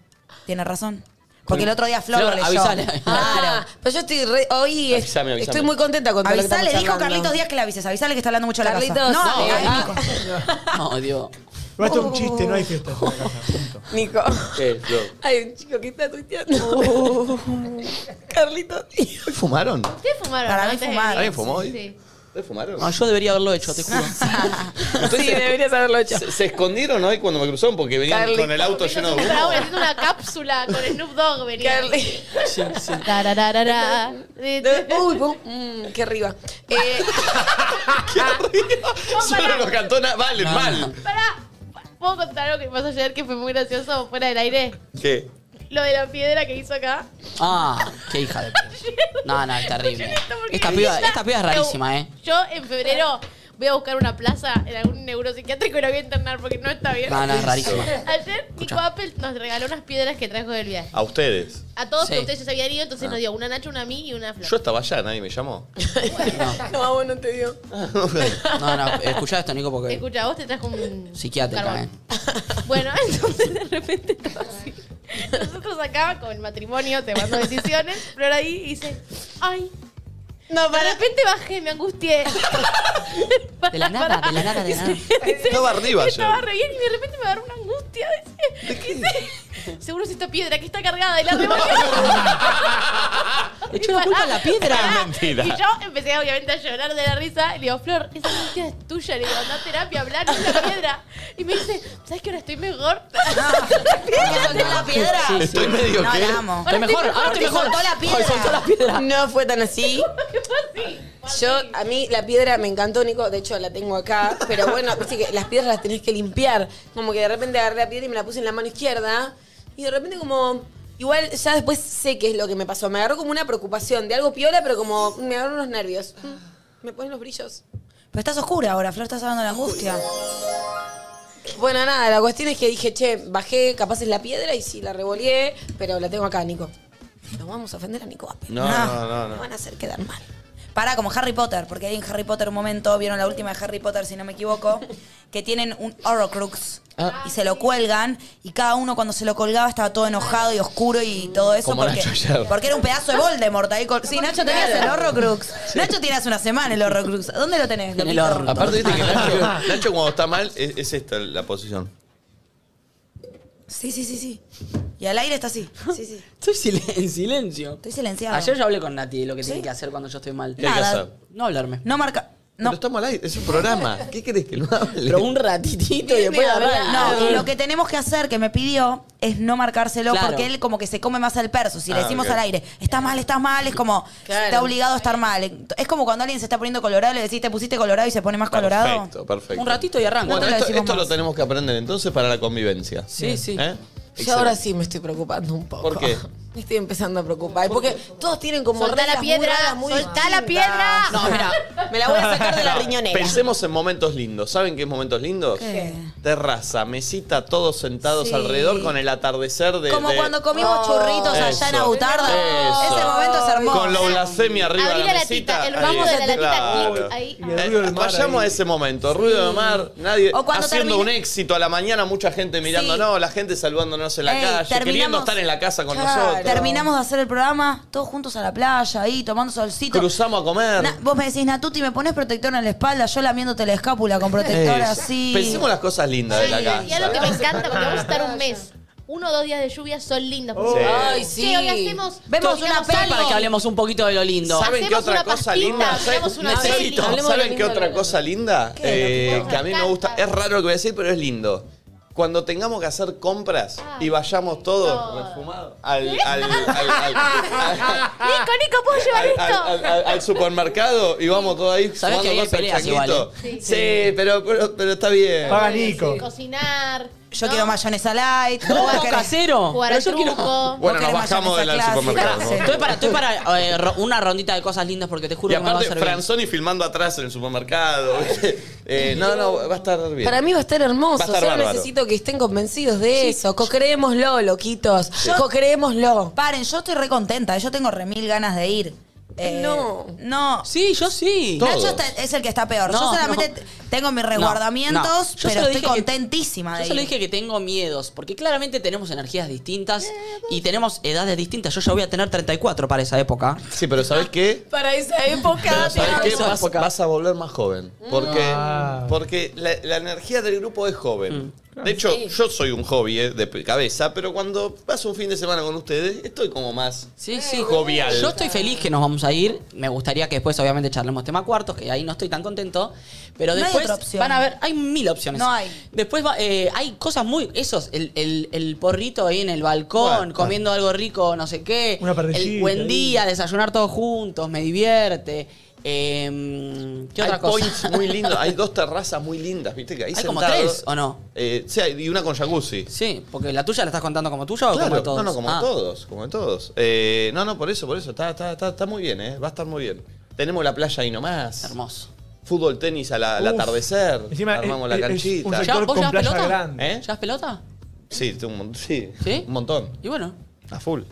Speaker 3: Tiene razón. Porque el otro día Flor,
Speaker 2: Flor,
Speaker 3: lo leyó. (laughs)
Speaker 2: avisale.
Speaker 4: Ah,
Speaker 3: Claro.
Speaker 4: pero yo estoy re- hoy es-
Speaker 1: Avísame, avísame.
Speaker 4: estoy muy contenta con todo lo que
Speaker 3: Avisale,
Speaker 4: estamos
Speaker 3: dijo
Speaker 4: charlando.
Speaker 3: Carlitos Díaz que le avises. Avisale que está hablando mucho de la casa.
Speaker 4: Carlitos,
Speaker 3: No,
Speaker 4: no,
Speaker 3: eh,
Speaker 4: ah.
Speaker 3: Nico.
Speaker 2: No, Dios.
Speaker 5: Pero esto es un chiste, no hay fiesta en la casa. punto.
Speaker 4: Nico.
Speaker 1: ¿Qué, Flor?
Speaker 4: Hay un chico que
Speaker 2: (laughs)
Speaker 4: está tuiteando. (laughs) Carlitos Díaz.
Speaker 1: ¿Hoy fumaron?
Speaker 6: Ustedes fumaron.
Speaker 3: Para
Speaker 6: ¿no?
Speaker 3: mí
Speaker 6: Antes de
Speaker 3: fumaron.
Speaker 6: venir.
Speaker 1: ¿Alguien fumó hoy?
Speaker 6: Sí.
Speaker 1: ¿Hoy fumaron?
Speaker 2: No, yo debería haberlo hecho,
Speaker 1: (laughs)
Speaker 2: te juro.
Speaker 6: (laughs)
Speaker 1: Ustedes
Speaker 4: Sí,
Speaker 1: se-
Speaker 4: deberías haberlo hecho.
Speaker 1: se, se escondieron hoy cuando me cruzaron porque venían
Speaker 4: Carlitos.
Speaker 1: con el auto lleno de
Speaker 6: Estaba
Speaker 1: humo.
Speaker 6: haciendo una cápsula con Snoop Dogg, venía.
Speaker 4: Carli-
Speaker 2: Sí, sí.
Speaker 6: Tarararara.
Speaker 4: De- Uy, po- mm, qué arriba. Eh,
Speaker 1: ¡Qué arriba! (laughs) Solo nos cantó na- Vale,
Speaker 2: No,
Speaker 1: mal.
Speaker 6: Pará, ¿puedo contar algo que pasó ayer que fue muy gracioso fuera del aire?
Speaker 1: ¿Qué?
Speaker 6: Lo de la piedra que hizo acá.
Speaker 2: Ah, qué hija de puta. No, no, es terrible.
Speaker 6: Esto porque
Speaker 2: Esta piba,
Speaker 6: ella-
Speaker 2: esta piba es rarísima, ¿eh?
Speaker 6: Yo en febrero voy a buscar una plaza en algún neuropsiquiátrico y la voy a internar porque no está bien.
Speaker 2: No, no, es rarísima.
Speaker 6: Ayer Nico Apple nos regaló unas piedras que trajo del viaje.
Speaker 1: A ustedes.
Speaker 6: A todos que
Speaker 2: Sí. Ah.
Speaker 6: ustedes ya se habían ido, entonces nos dio una Nacho, una a mí y una a Flor.
Speaker 1: Yo estaba allá, nadie me llamó.
Speaker 4: (laughs) no, a vos no te dio.
Speaker 2: (laughs) No, no, escuchá esto, Nico, porque
Speaker 6: Escucha, vos te trajo un
Speaker 2: psiquiátrica, ¿eh?
Speaker 6: carbón. Bueno, (laughs) entonces de repente todo así. Nosotros acá con el matrimonio tomando decisiones, pero ahí y dice, ay. No, de repente bajé, me angustié.
Speaker 2: De la nada, de la nada, de la nada.
Speaker 6: (laughs)
Speaker 1: Estaba arriba ayer.
Speaker 6: Estaba re bien y de repente me agarró una angustia. Dice, dice, (laughs) seguro es esta piedra que está cargada
Speaker 1: (laughs)
Speaker 6: y la (laughs) revolvió.
Speaker 2: Le echó la culpa a la piedra.
Speaker 6: Es mentira. Y yo empecé obviamente a llorar de la risa. Y le digo, Flor, esa angustia es tuya. Le digo, anda a terapia, hablar con la piedra. Y me dice, ¿sabes que ahora estoy mejor? (laughs)
Speaker 3: ¿Te soltó la piedra?
Speaker 1: Estoy medio
Speaker 3: No,
Speaker 1: que-
Speaker 3: la amo.
Speaker 2: Estoy mejor, ahora estoy
Speaker 3: Te
Speaker 2: mejor.
Speaker 3: soltó la piedra.
Speaker 2: Ay, soltó (laughs) la piedra.
Speaker 4: No fue tan así.
Speaker 6: ¿Qué fue así?
Speaker 4: Yo, a mí la piedra me encantó, Nico. De hecho, la tengo acá. Pero bueno, viste que las piedras las tenés que limpiar. Como que de repente agarré la piedra y me la puse en la mano izquierda. Y de repente, como. Igual ya después sé qué es lo que me pasó. Me agarró como una preocupación de algo piola, pero como me agarró unos nervios. Mm, Me ponen los brillos.
Speaker 3: Pero estás oscura ahora, Flor, estás hablando de la angustia.
Speaker 4: Bueno, nada, la cuestión es que dije, che, bajé, capaz es la piedra y sí, la revolé, pero la tengo acá, Nico. No vamos a ofender a Nico Apple.
Speaker 1: No, no, no,
Speaker 4: Me
Speaker 1: no.
Speaker 4: van a hacer quedar mal.
Speaker 3: Pará, como Harry Potter, porque hay en Harry Potter un momento, vieron la última de Harry Potter, si no me
Speaker 4: (laughs)
Speaker 3: equivoco, que tienen un Horrocrux
Speaker 1: Ah,
Speaker 3: y se lo cuelgan y cada uno cuando se lo colgaba estaba todo enojado y oscuro y todo eso
Speaker 1: Como
Speaker 3: porque,
Speaker 1: Nacho ayer.
Speaker 3: porque era un pedazo de Voldemort ahí col- Sí, Nacho tenías el Horrocrux. Nacho tenías una semana el Horrocrux. ¿Dónde lo tenés?
Speaker 2: En el
Speaker 3: Lopito?
Speaker 2: horno.
Speaker 1: Aparte, viste que
Speaker 2: (laughs)
Speaker 1: Nacho, Nacho cuando está mal, es, es esta la posición.
Speaker 3: Sí, sí, sí, sí. Y al aire está así. Sí, sí.
Speaker 2: Estoy silen- en silencio.
Speaker 3: Estoy silenciado.
Speaker 2: Ayer yo hablé con Nati de lo que tiene
Speaker 3: ¿Sí?
Speaker 2: que hacer cuando yo estoy mal.
Speaker 1: ¿Qué hay que
Speaker 3: Nada.
Speaker 1: hacer?
Speaker 2: No hablarme.
Speaker 3: No marca.
Speaker 1: No.
Speaker 3: No.
Speaker 1: Pero estamos al aire, es un programa. ¿Qué querés que lo hable?
Speaker 2: Pero un ratitito y después agarrar.
Speaker 3: No, lo que tenemos que hacer, que me pidió, es no marcárselo
Speaker 2: Claro.
Speaker 3: porque él como que se come más el perso. Si
Speaker 1: Ah,
Speaker 3: le decimos
Speaker 1: ok.
Speaker 3: al aire, estás mal, estás mal, es como,
Speaker 4: Claro.
Speaker 3: está obligado a estar mal. Es como cuando alguien se está poniendo colorado, le decís, te pusiste colorado y se pone más colorado.
Speaker 1: Perfecto, perfecto.
Speaker 2: Un ratito y arranco.
Speaker 1: Bueno,
Speaker 3: No te lo
Speaker 1: esto,
Speaker 3: decimos
Speaker 1: esto
Speaker 3: más.
Speaker 1: lo tenemos que aprender entonces para la convivencia.
Speaker 2: Sí, sí.
Speaker 1: ¿Eh?
Speaker 4: Yo ahora sí me estoy preocupando un poco.
Speaker 1: ¿Por qué?
Speaker 4: (laughs) Me estoy empezando a preocupar. Porque todos tienen como
Speaker 6: Soltá la
Speaker 4: reglas muy
Speaker 6: piedra,
Speaker 4: raras, muy
Speaker 6: soltá la
Speaker 4: distintas.
Speaker 6: piedra.
Speaker 4: No, mira, (laughs) me la voy a
Speaker 1: (laughs)
Speaker 4: sacar de la riñonera.
Speaker 1: Pensemos en momentos lindos. ¿Saben qué es momentos lindos?
Speaker 3: ¿Qué?
Speaker 1: Terraza, mesita, todos sentados
Speaker 3: Sí.
Speaker 1: alrededor con el atardecer de.
Speaker 3: Como
Speaker 1: Eh, de-
Speaker 3: cuando
Speaker 2: Oh.
Speaker 3: comimos churritos allá en
Speaker 1: Eso, Eh,
Speaker 3: Abutarda.
Speaker 1: eso.
Speaker 3: Ese momento es hermoso.
Speaker 1: Con la blasfemia arriba
Speaker 6: Abrir
Speaker 1: de la
Speaker 6: la
Speaker 1: mesita.
Speaker 6: latita, el ramo de la latita,
Speaker 1: Claro. Eh,
Speaker 6: clic, ahí.
Speaker 5: Y el ruido del mar
Speaker 1: Vayamos
Speaker 5: ahí.
Speaker 1: a ese momento, ruido de mar, nadie
Speaker 3: O cuando
Speaker 1: haciendo
Speaker 3: termina-
Speaker 1: un éxito a la mañana, mucha gente mirándonos, la gente saludándonos en la
Speaker 3: Ey,
Speaker 1: calle, queriendo
Speaker 3: terminamos-
Speaker 1: estar en la casa con
Speaker 4: Claro.
Speaker 1: nosotros.
Speaker 3: Terminamos de hacer el programa, todos juntos a la playa, ahí, tomando solcito.
Speaker 1: Cruzamos a comer.
Speaker 3: Na- vos me decís, Natuti, me pones protector en la espalda, yo lamiéndote la escápula con protector
Speaker 1: Eso.
Speaker 3: así.
Speaker 1: Eh, Pensemos las cosas lindas de la
Speaker 6: Y algo que me
Speaker 1: casa.
Speaker 6: encanta, porque vamos a estar un mes. Uno o dos días de lluvia son lindos.
Speaker 5: Oh.
Speaker 1: Ay,
Speaker 7: sí.
Speaker 6: Che, hoy hacemos.
Speaker 3: Vemos
Speaker 6: cocinamos
Speaker 3: una peli.
Speaker 6: algo.
Speaker 2: Para que hablemos un poquito de lo lindo.
Speaker 6: Sabe-
Speaker 1: ¿Saben qué
Speaker 6: Hacemos
Speaker 1: otra
Speaker 6: una
Speaker 1: cosa
Speaker 6: pastita,
Speaker 1: linda?
Speaker 6: hacemos una
Speaker 1: Necesito.
Speaker 7: peli. Hablemos de
Speaker 1: ¿Saben
Speaker 7: lo
Speaker 1: qué
Speaker 7: lindo,
Speaker 1: otra
Speaker 7: hablemos de
Speaker 1: cosa linda? Eh,
Speaker 6: lindo.
Speaker 1: que a mí me
Speaker 6: Me
Speaker 1: gusta.
Speaker 6: encanta.
Speaker 1: Es raro lo que voy a decir, pero es lindo. Cuando tengamos que hacer compras y vayamos todos refumados al, al- al- al- al-
Speaker 6: Nico, Nico, ¿puedo llevar
Speaker 1: al-
Speaker 6: esto?
Speaker 1: al- al- al supermercado y vamos todos ahí
Speaker 2: Sabés que
Speaker 1: sumando
Speaker 2: hay
Speaker 1: cosas al
Speaker 2: peleas
Speaker 1: changuito.
Speaker 2: igual, ¿eh?
Speaker 1: Sí, pero, pero, pero está bien.
Speaker 5: Paga Nico.
Speaker 6: Cocinar.
Speaker 3: Yo
Speaker 6: ¿no?
Speaker 3: quiero mayonesa light. vos
Speaker 2: ¿Cómo
Speaker 3: querés-
Speaker 2: casero?
Speaker 6: Jugar
Speaker 2: Pero
Speaker 6: al
Speaker 2: yo quiero-
Speaker 6: truco.
Speaker 1: Bueno, nos
Speaker 3: queremos
Speaker 1: bajamos
Speaker 3: esa
Speaker 1: del
Speaker 3: clase.
Speaker 1: supermercado.
Speaker 3: Clase.
Speaker 1: ¿no?
Speaker 2: Estoy para, estoy para eh, ro- una rondita de cosas lindas porque te juro
Speaker 1: Y
Speaker 2: que me va a
Speaker 1: aparte,
Speaker 2: servir.
Speaker 1: Franzoni filmando atrás en el supermercado. (laughs) Eh, no, no, va a estar bien.
Speaker 4: Para mí va a estar hermoso.
Speaker 1: Va a estar
Speaker 4: Solo
Speaker 1: bárbaro.
Speaker 4: necesito que estén convencidos de eso. Cocreémoslo, loquitos. Cocreémoslo.
Speaker 3: Paren, yo estoy re contenta, yo tengo re mil ganas de ir.
Speaker 4: No.
Speaker 3: Eh, No.
Speaker 2: Sí, yo sí.
Speaker 1: No,
Speaker 3: Nacho
Speaker 1: Todos.
Speaker 3: está- es el que está peor.
Speaker 2: No,
Speaker 3: yo solamente
Speaker 2: no.
Speaker 3: t- tengo mis
Speaker 2: No, no.
Speaker 3: resguardamientos,
Speaker 2: Yo se
Speaker 3: pero
Speaker 2: lo
Speaker 3: estoy
Speaker 2: dije que-
Speaker 3: contentísima
Speaker 2: Yo
Speaker 3: de
Speaker 2: solo
Speaker 3: ir.
Speaker 2: dije que tengo miedos, porque claramente tenemos energías distintas y tenemos edades distintas. Yo ya voy a tener 34 para esa época.
Speaker 1: Sí, pero ¿sabes qué?
Speaker 4: Para esa época.
Speaker 1: Pero ¿sabes qué?
Speaker 2: esa
Speaker 1: Vas,
Speaker 2: época.
Speaker 1: vas a volver más joven. Porque,
Speaker 5: Ah.
Speaker 1: porque la, la energía del grupo es
Speaker 2: Mm.
Speaker 1: joven. De hecho, yo soy un hobby eh, de cabeza, pero cuando paso un fin de semana con ustedes, estoy como más.
Speaker 2: Sí, sí.
Speaker 1: Jovial.
Speaker 2: Yo estoy feliz que nos vamos a ir. Me gustaría que después, obviamente, charlemos tema cuartos, que ahí no estoy tan contento. Pero
Speaker 3: No hay
Speaker 2: después
Speaker 3: otra opción.
Speaker 2: van a ver, hay mil opciones.
Speaker 3: No hay.
Speaker 2: Después va- eh, hay cosas muy. Esos, el, el- el porrito ahí en el balcón,
Speaker 1: Bueno,
Speaker 2: comiendo algo rico, no sé qué.
Speaker 5: Una parrillita
Speaker 2: El buen
Speaker 5: ahí.
Speaker 2: día, desayunar todos juntos, me divierte. Em, ¿Qué
Speaker 1: hay
Speaker 2: otra cosa? (laughs)
Speaker 1: points muy lindos, hay dos terrazas muy lindas, ¿viste? Que ahí
Speaker 2: Hay como
Speaker 1: sentados-
Speaker 2: tres, ¿o no?
Speaker 1: Eh, sí, hay- y una con jacuzzi.
Speaker 2: Sí, porque la tuya la estás contando como tuya o
Speaker 1: Claro,
Speaker 2: como de todos.
Speaker 1: No, no, como
Speaker 2: Ah.
Speaker 1: todos, como todos. Eh, no, no, por eso, por eso. Está, está, está, está muy bien, ¿eh? Va a estar muy bien. Tenemos la playa ahí nomás.
Speaker 2: Hermoso.
Speaker 1: Fútbol, tenis a la- al
Speaker 5: Uf.
Speaker 1: atardecer.
Speaker 5: Encima,
Speaker 1: Armamos
Speaker 5: eh,
Speaker 1: la
Speaker 5: eh, es
Speaker 1: canchita.
Speaker 5: un
Speaker 2: ¿Ya,
Speaker 5: Sector
Speaker 2: ¿Vos
Speaker 5: con
Speaker 2: llevas
Speaker 5: playa
Speaker 2: pelota?
Speaker 5: grande.
Speaker 1: ¿Eh?
Speaker 2: ¿Llevas pelota?
Speaker 1: Sí, tengo un, mon- sí,
Speaker 2: ¿Sí?
Speaker 1: un montón.
Speaker 2: Y bueno.
Speaker 1: A full.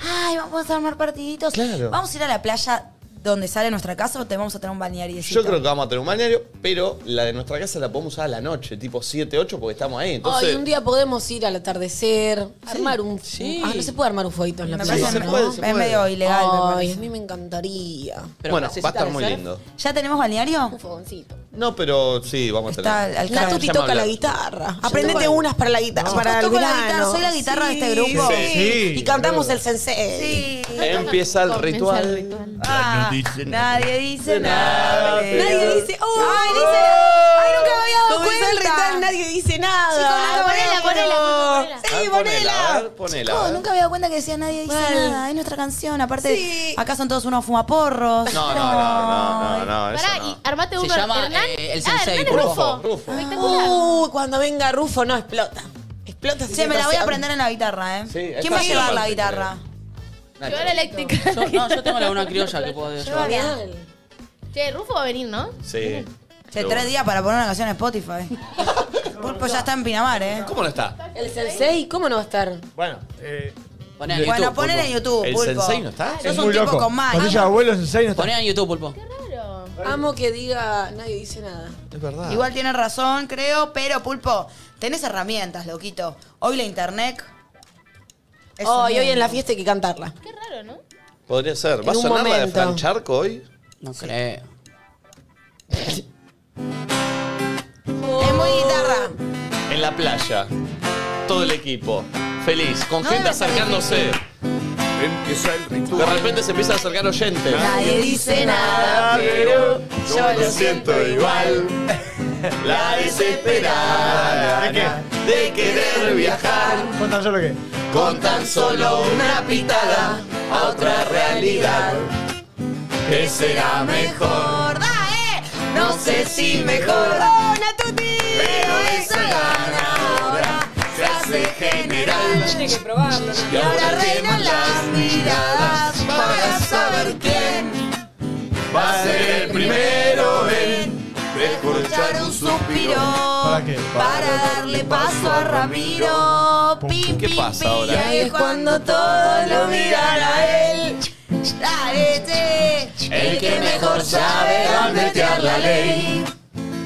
Speaker 3: Ay, vamos a armar partiditos.
Speaker 1: Claro.
Speaker 3: Vamos a ir a la playa donde sale nuestra casa o te vamos a tener un balneario.
Speaker 1: Yo creo que vamos a tener un balneario, pero la de nuestra casa la podemos usar a la noche, tipo 7, 8, porque estamos ahí. Entonces,
Speaker 4: Ay, un día podemos ir al atardecer, armar un.
Speaker 2: Sí.
Speaker 4: Ah, no se puede armar un fueguito en la
Speaker 3: Me
Speaker 1: Sí,
Speaker 4: playa,
Speaker 3: parece
Speaker 1: se
Speaker 4: ¿no?
Speaker 3: me-
Speaker 1: puede, se
Speaker 3: es
Speaker 1: puede.
Speaker 3: medio ilegal. me
Speaker 4: Ay,
Speaker 3: parece.
Speaker 4: a mí me encantaría.
Speaker 2: pero
Speaker 1: bueno, va
Speaker 2: necesitas
Speaker 1: a estar muy
Speaker 2: hacer-
Speaker 1: lindo.
Speaker 3: ¿Ya tenemos balneario?
Speaker 4: Un fogoncito.
Speaker 1: No, pero sí, vamos a
Speaker 3: Está al-
Speaker 1: tener.
Speaker 3: al
Speaker 1: Ya
Speaker 3: cabo.
Speaker 1: me-
Speaker 4: Natuti
Speaker 1: ya me
Speaker 4: toca la
Speaker 1: hablaron.
Speaker 4: guitarra.
Speaker 3: Yo toco
Speaker 4: Aprendete
Speaker 3: la-
Speaker 4: unas para la guitarra. Para el
Speaker 3: toco la guitarra,
Speaker 4: verano.
Speaker 3: soy la guitarra de este
Speaker 4: Sí,
Speaker 3: grupo.
Speaker 4: sí.
Speaker 5: Sí,
Speaker 4: y cantamos
Speaker 5: claro.
Speaker 4: el sensei.
Speaker 3: Sí.
Speaker 1: Empieza el
Speaker 6: Comienza
Speaker 1: ritual.
Speaker 6: el ritual.
Speaker 3: Ah, nadie dice nada.
Speaker 4: Nadie dice, "Oh".
Speaker 3: ay, dice, ay, nunca me había dado
Speaker 4: Como dice
Speaker 3: cuenta.
Speaker 4: el ritual, nadie dice
Speaker 3: Chicos,
Speaker 4: nada.
Speaker 3: no
Speaker 6: Ponela, ponela, ponela.
Speaker 1: A ver,
Speaker 3: Sí,
Speaker 1: Ah, ponela, a
Speaker 3: ponela.
Speaker 1: ver, ponela, a
Speaker 3: Chicos,
Speaker 1: ver.
Speaker 3: nunca me había dado cuenta que decía nadie dice
Speaker 4: Mal.
Speaker 3: nada. Es nuestra canción. Aparte,
Speaker 4: Sí.
Speaker 3: acá son todos unos fumaporros.
Speaker 1: No, no, no, no, no, no, eso
Speaker 6: Pará,
Speaker 1: no.
Speaker 6: y armate
Speaker 2: Se
Speaker 6: uno.
Speaker 2: llama,
Speaker 6: Hernán.
Speaker 2: eh, el
Speaker 6: Ah,
Speaker 2: sensei,
Speaker 6: Hernán es
Speaker 1: Rufo,
Speaker 6: Rufo.
Speaker 1: Rufo.
Speaker 6: Espectacular.
Speaker 4: Uh, cuando venga Rufo, no, explota. Explota. esa
Speaker 3: Che, me la voy a
Speaker 4: situación.
Speaker 3: aprender en la guitarra, ¿eh?
Speaker 1: Sí, esa
Speaker 3: ¿Quién va a
Speaker 1: es
Speaker 3: llevar
Speaker 1: la
Speaker 3: la
Speaker 1: parte,
Speaker 3: guitarra?
Speaker 6: Yo la eléctrica.
Speaker 2: Yo, no, yo tengo
Speaker 6: (laughs)
Speaker 2: la una criolla que puedo llevar.
Speaker 4: Genial.
Speaker 6: Che, Rufo va a venir, ¿no?
Speaker 1: Sí.
Speaker 3: Che, tres
Speaker 1: Pero bueno.
Speaker 3: días para poner una canción en
Speaker 1: (laughs)
Speaker 3: Spotify. Pulpo ya está en Pinamar, ¿eh?
Speaker 1: ¿Cómo no está?
Speaker 4: El sensei, ¿cómo no va a estar?
Speaker 5: Bueno, eh,
Speaker 2: Poné en YouTube.
Speaker 3: Bueno, ponela en
Speaker 2: Pulpo.
Speaker 3: YouTube,
Speaker 1: ¿El
Speaker 3: Pulpo.
Speaker 1: sensei no está?
Speaker 3: Sos
Speaker 5: es
Speaker 3: un
Speaker 5: muy
Speaker 3: tipo
Speaker 5: loco.
Speaker 3: con maña.
Speaker 5: Cuando ella abuelo en Sensei no está.
Speaker 2: Poné en YouTube, Pulpo.
Speaker 6: Claro.
Speaker 4: Amo que diga, nadie dice nada.
Speaker 1: Es verdad.
Speaker 3: Ah. Igual tiene razón, creo, pero Pulpo, tenés herramientas, loquito. Hoy la internet. es un
Speaker 4: Hoy, hoy
Speaker 3: mundo.
Speaker 4: en la fiesta hay que cantarla.
Speaker 6: Qué raro, ¿no?
Speaker 1: Podría ser. ¿Va a
Speaker 4: En un
Speaker 1: sonar la de
Speaker 4: momento.
Speaker 1: Fran Charco hoy?
Speaker 2: No creo.
Speaker 3: Es muy guitarra.
Speaker 1: En la playa. Todo el equipo. Feliz, con
Speaker 3: No
Speaker 1: gente
Speaker 3: debe ser
Speaker 1: acercándose.
Speaker 8: Empieza el
Speaker 1: De
Speaker 8: ritual.
Speaker 1: repente se empieza a acercar oyentes.
Speaker 3: Nadie dice nada, pero yo lo siento igual.
Speaker 1: La desesperada de querer viajar
Speaker 5: Con tan solo que.
Speaker 1: con tan solo una pitada a otra realidad que será mejor.
Speaker 3: ¡Dale!
Speaker 1: No sé si mejor,
Speaker 3: ¡Una tuti!
Speaker 1: pero esa gana ahora se hace general.
Speaker 7: Tiene que probarlo. ¿no?
Speaker 1: Y ahora reinan las miradas para saber quién va a ser el primero en
Speaker 3: Escuchar
Speaker 8: Descorchar
Speaker 3: un suspiro
Speaker 5: ¿Para qué?
Speaker 3: para darle paso a Ramiro. Pim,
Speaker 1: ¿Qué
Speaker 3: pim,
Speaker 1: pasa
Speaker 3: pim.
Speaker 1: ahora?
Speaker 3: Y ahí es cuando todos lo miran a él. Dale, che. El que mejor sabe gambetear la ley.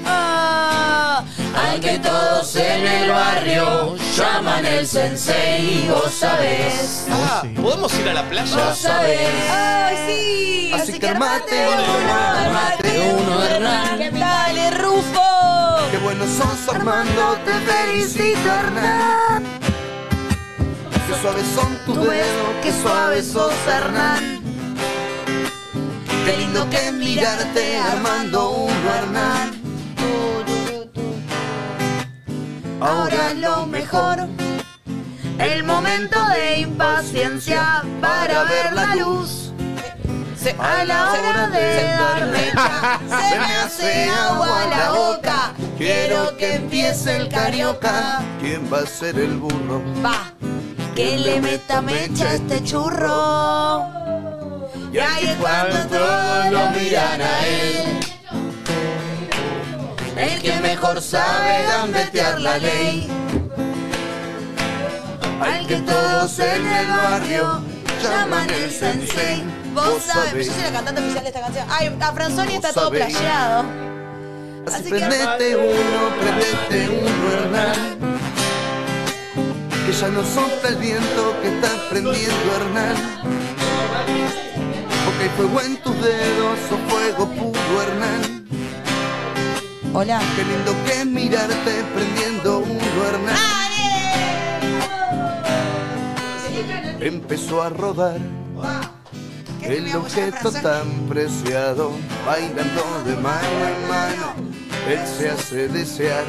Speaker 3: Ah, al que todos en el barrio llaman el sensei. Vos sabés,
Speaker 1: Ah, ¿Podemos ir a la playa?
Speaker 3: vos sabés. ¡Ay, sí! Así, que armate uno, armate uno, Hernán. Dale, Rufo.
Speaker 8: Qué buenos sos Armando,
Speaker 3: te felicito, Hernán.
Speaker 8: qué suaves son tus
Speaker 3: Tú ves
Speaker 8: dedos,
Speaker 3: que suave sos, Hernán. Qué lindo que es mirarte, armando uno, Hernán. Ahora lo mejor. El momento de impaciencia para ver la luz. Se- a la hora de dar mecha, se me hace agua la boca. Quiero que empiece el carioca.
Speaker 8: ¿Quién va a ser el burro?
Speaker 3: Va, que le meta mecha a este churro. Y ahí es cuando todos lo miran a él. El que mejor sabe gambetear la ley. Al que todos en el barrio llaman el sensei. Vos sabés, yo soy la cantante oficial de esta canción. Ay, a Franzoni está
Speaker 8: Vos
Speaker 3: todo
Speaker 8: sabés.
Speaker 3: playado.
Speaker 8: Así
Speaker 3: Así que-
Speaker 8: prendete uno, prendete uno, Hernán. Que ya no sopla el viento que estás prendiendo, Hernán. Porque hay fuego en tus dedos, o fuego puro, Hernán.
Speaker 3: Hola.
Speaker 8: Qué lindo que es mirarte prendiendo uno, Hernán. Empezó a rodar el objeto tan preciado, bailando de mano en mano. Él se hace desear,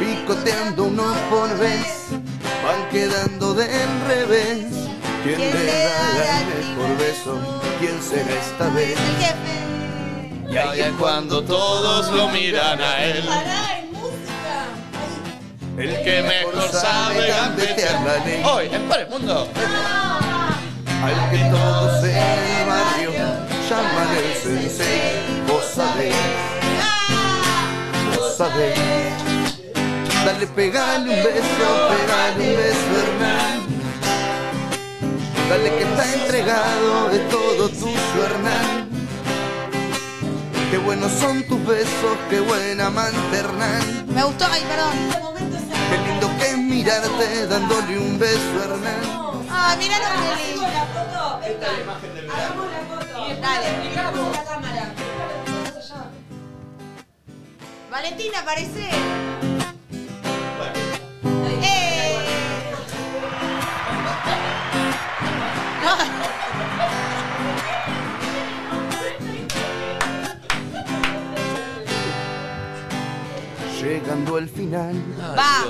Speaker 8: picoteando uno por vez, van quedando del revés. ¿Quién le dará el mejor beso? ¿Quién será esta vez?
Speaker 1: Y ahí es cuando todos lo miran a él. El que mejor sabe gambetear la ley. Hoy, en todo el mundo.
Speaker 8: Al que todos en el barrio llaman el sensei, vos sabés, vos sabés. Dale, pegale un beso, pegale un beso, Hernán. Dale que está entregado de todo tuyo, Hernán. Qué buenos son tus besos, qué buen amante, Hernán.
Speaker 3: Me gustó, ay, perdón.
Speaker 8: Qué lindo que es mirarte dándole un beso, Hernán.
Speaker 3: Ay, mirá Ah, lo que lindo. Valentina, aparece. ¡Eh!
Speaker 8: Llegando al final.
Speaker 3: Va.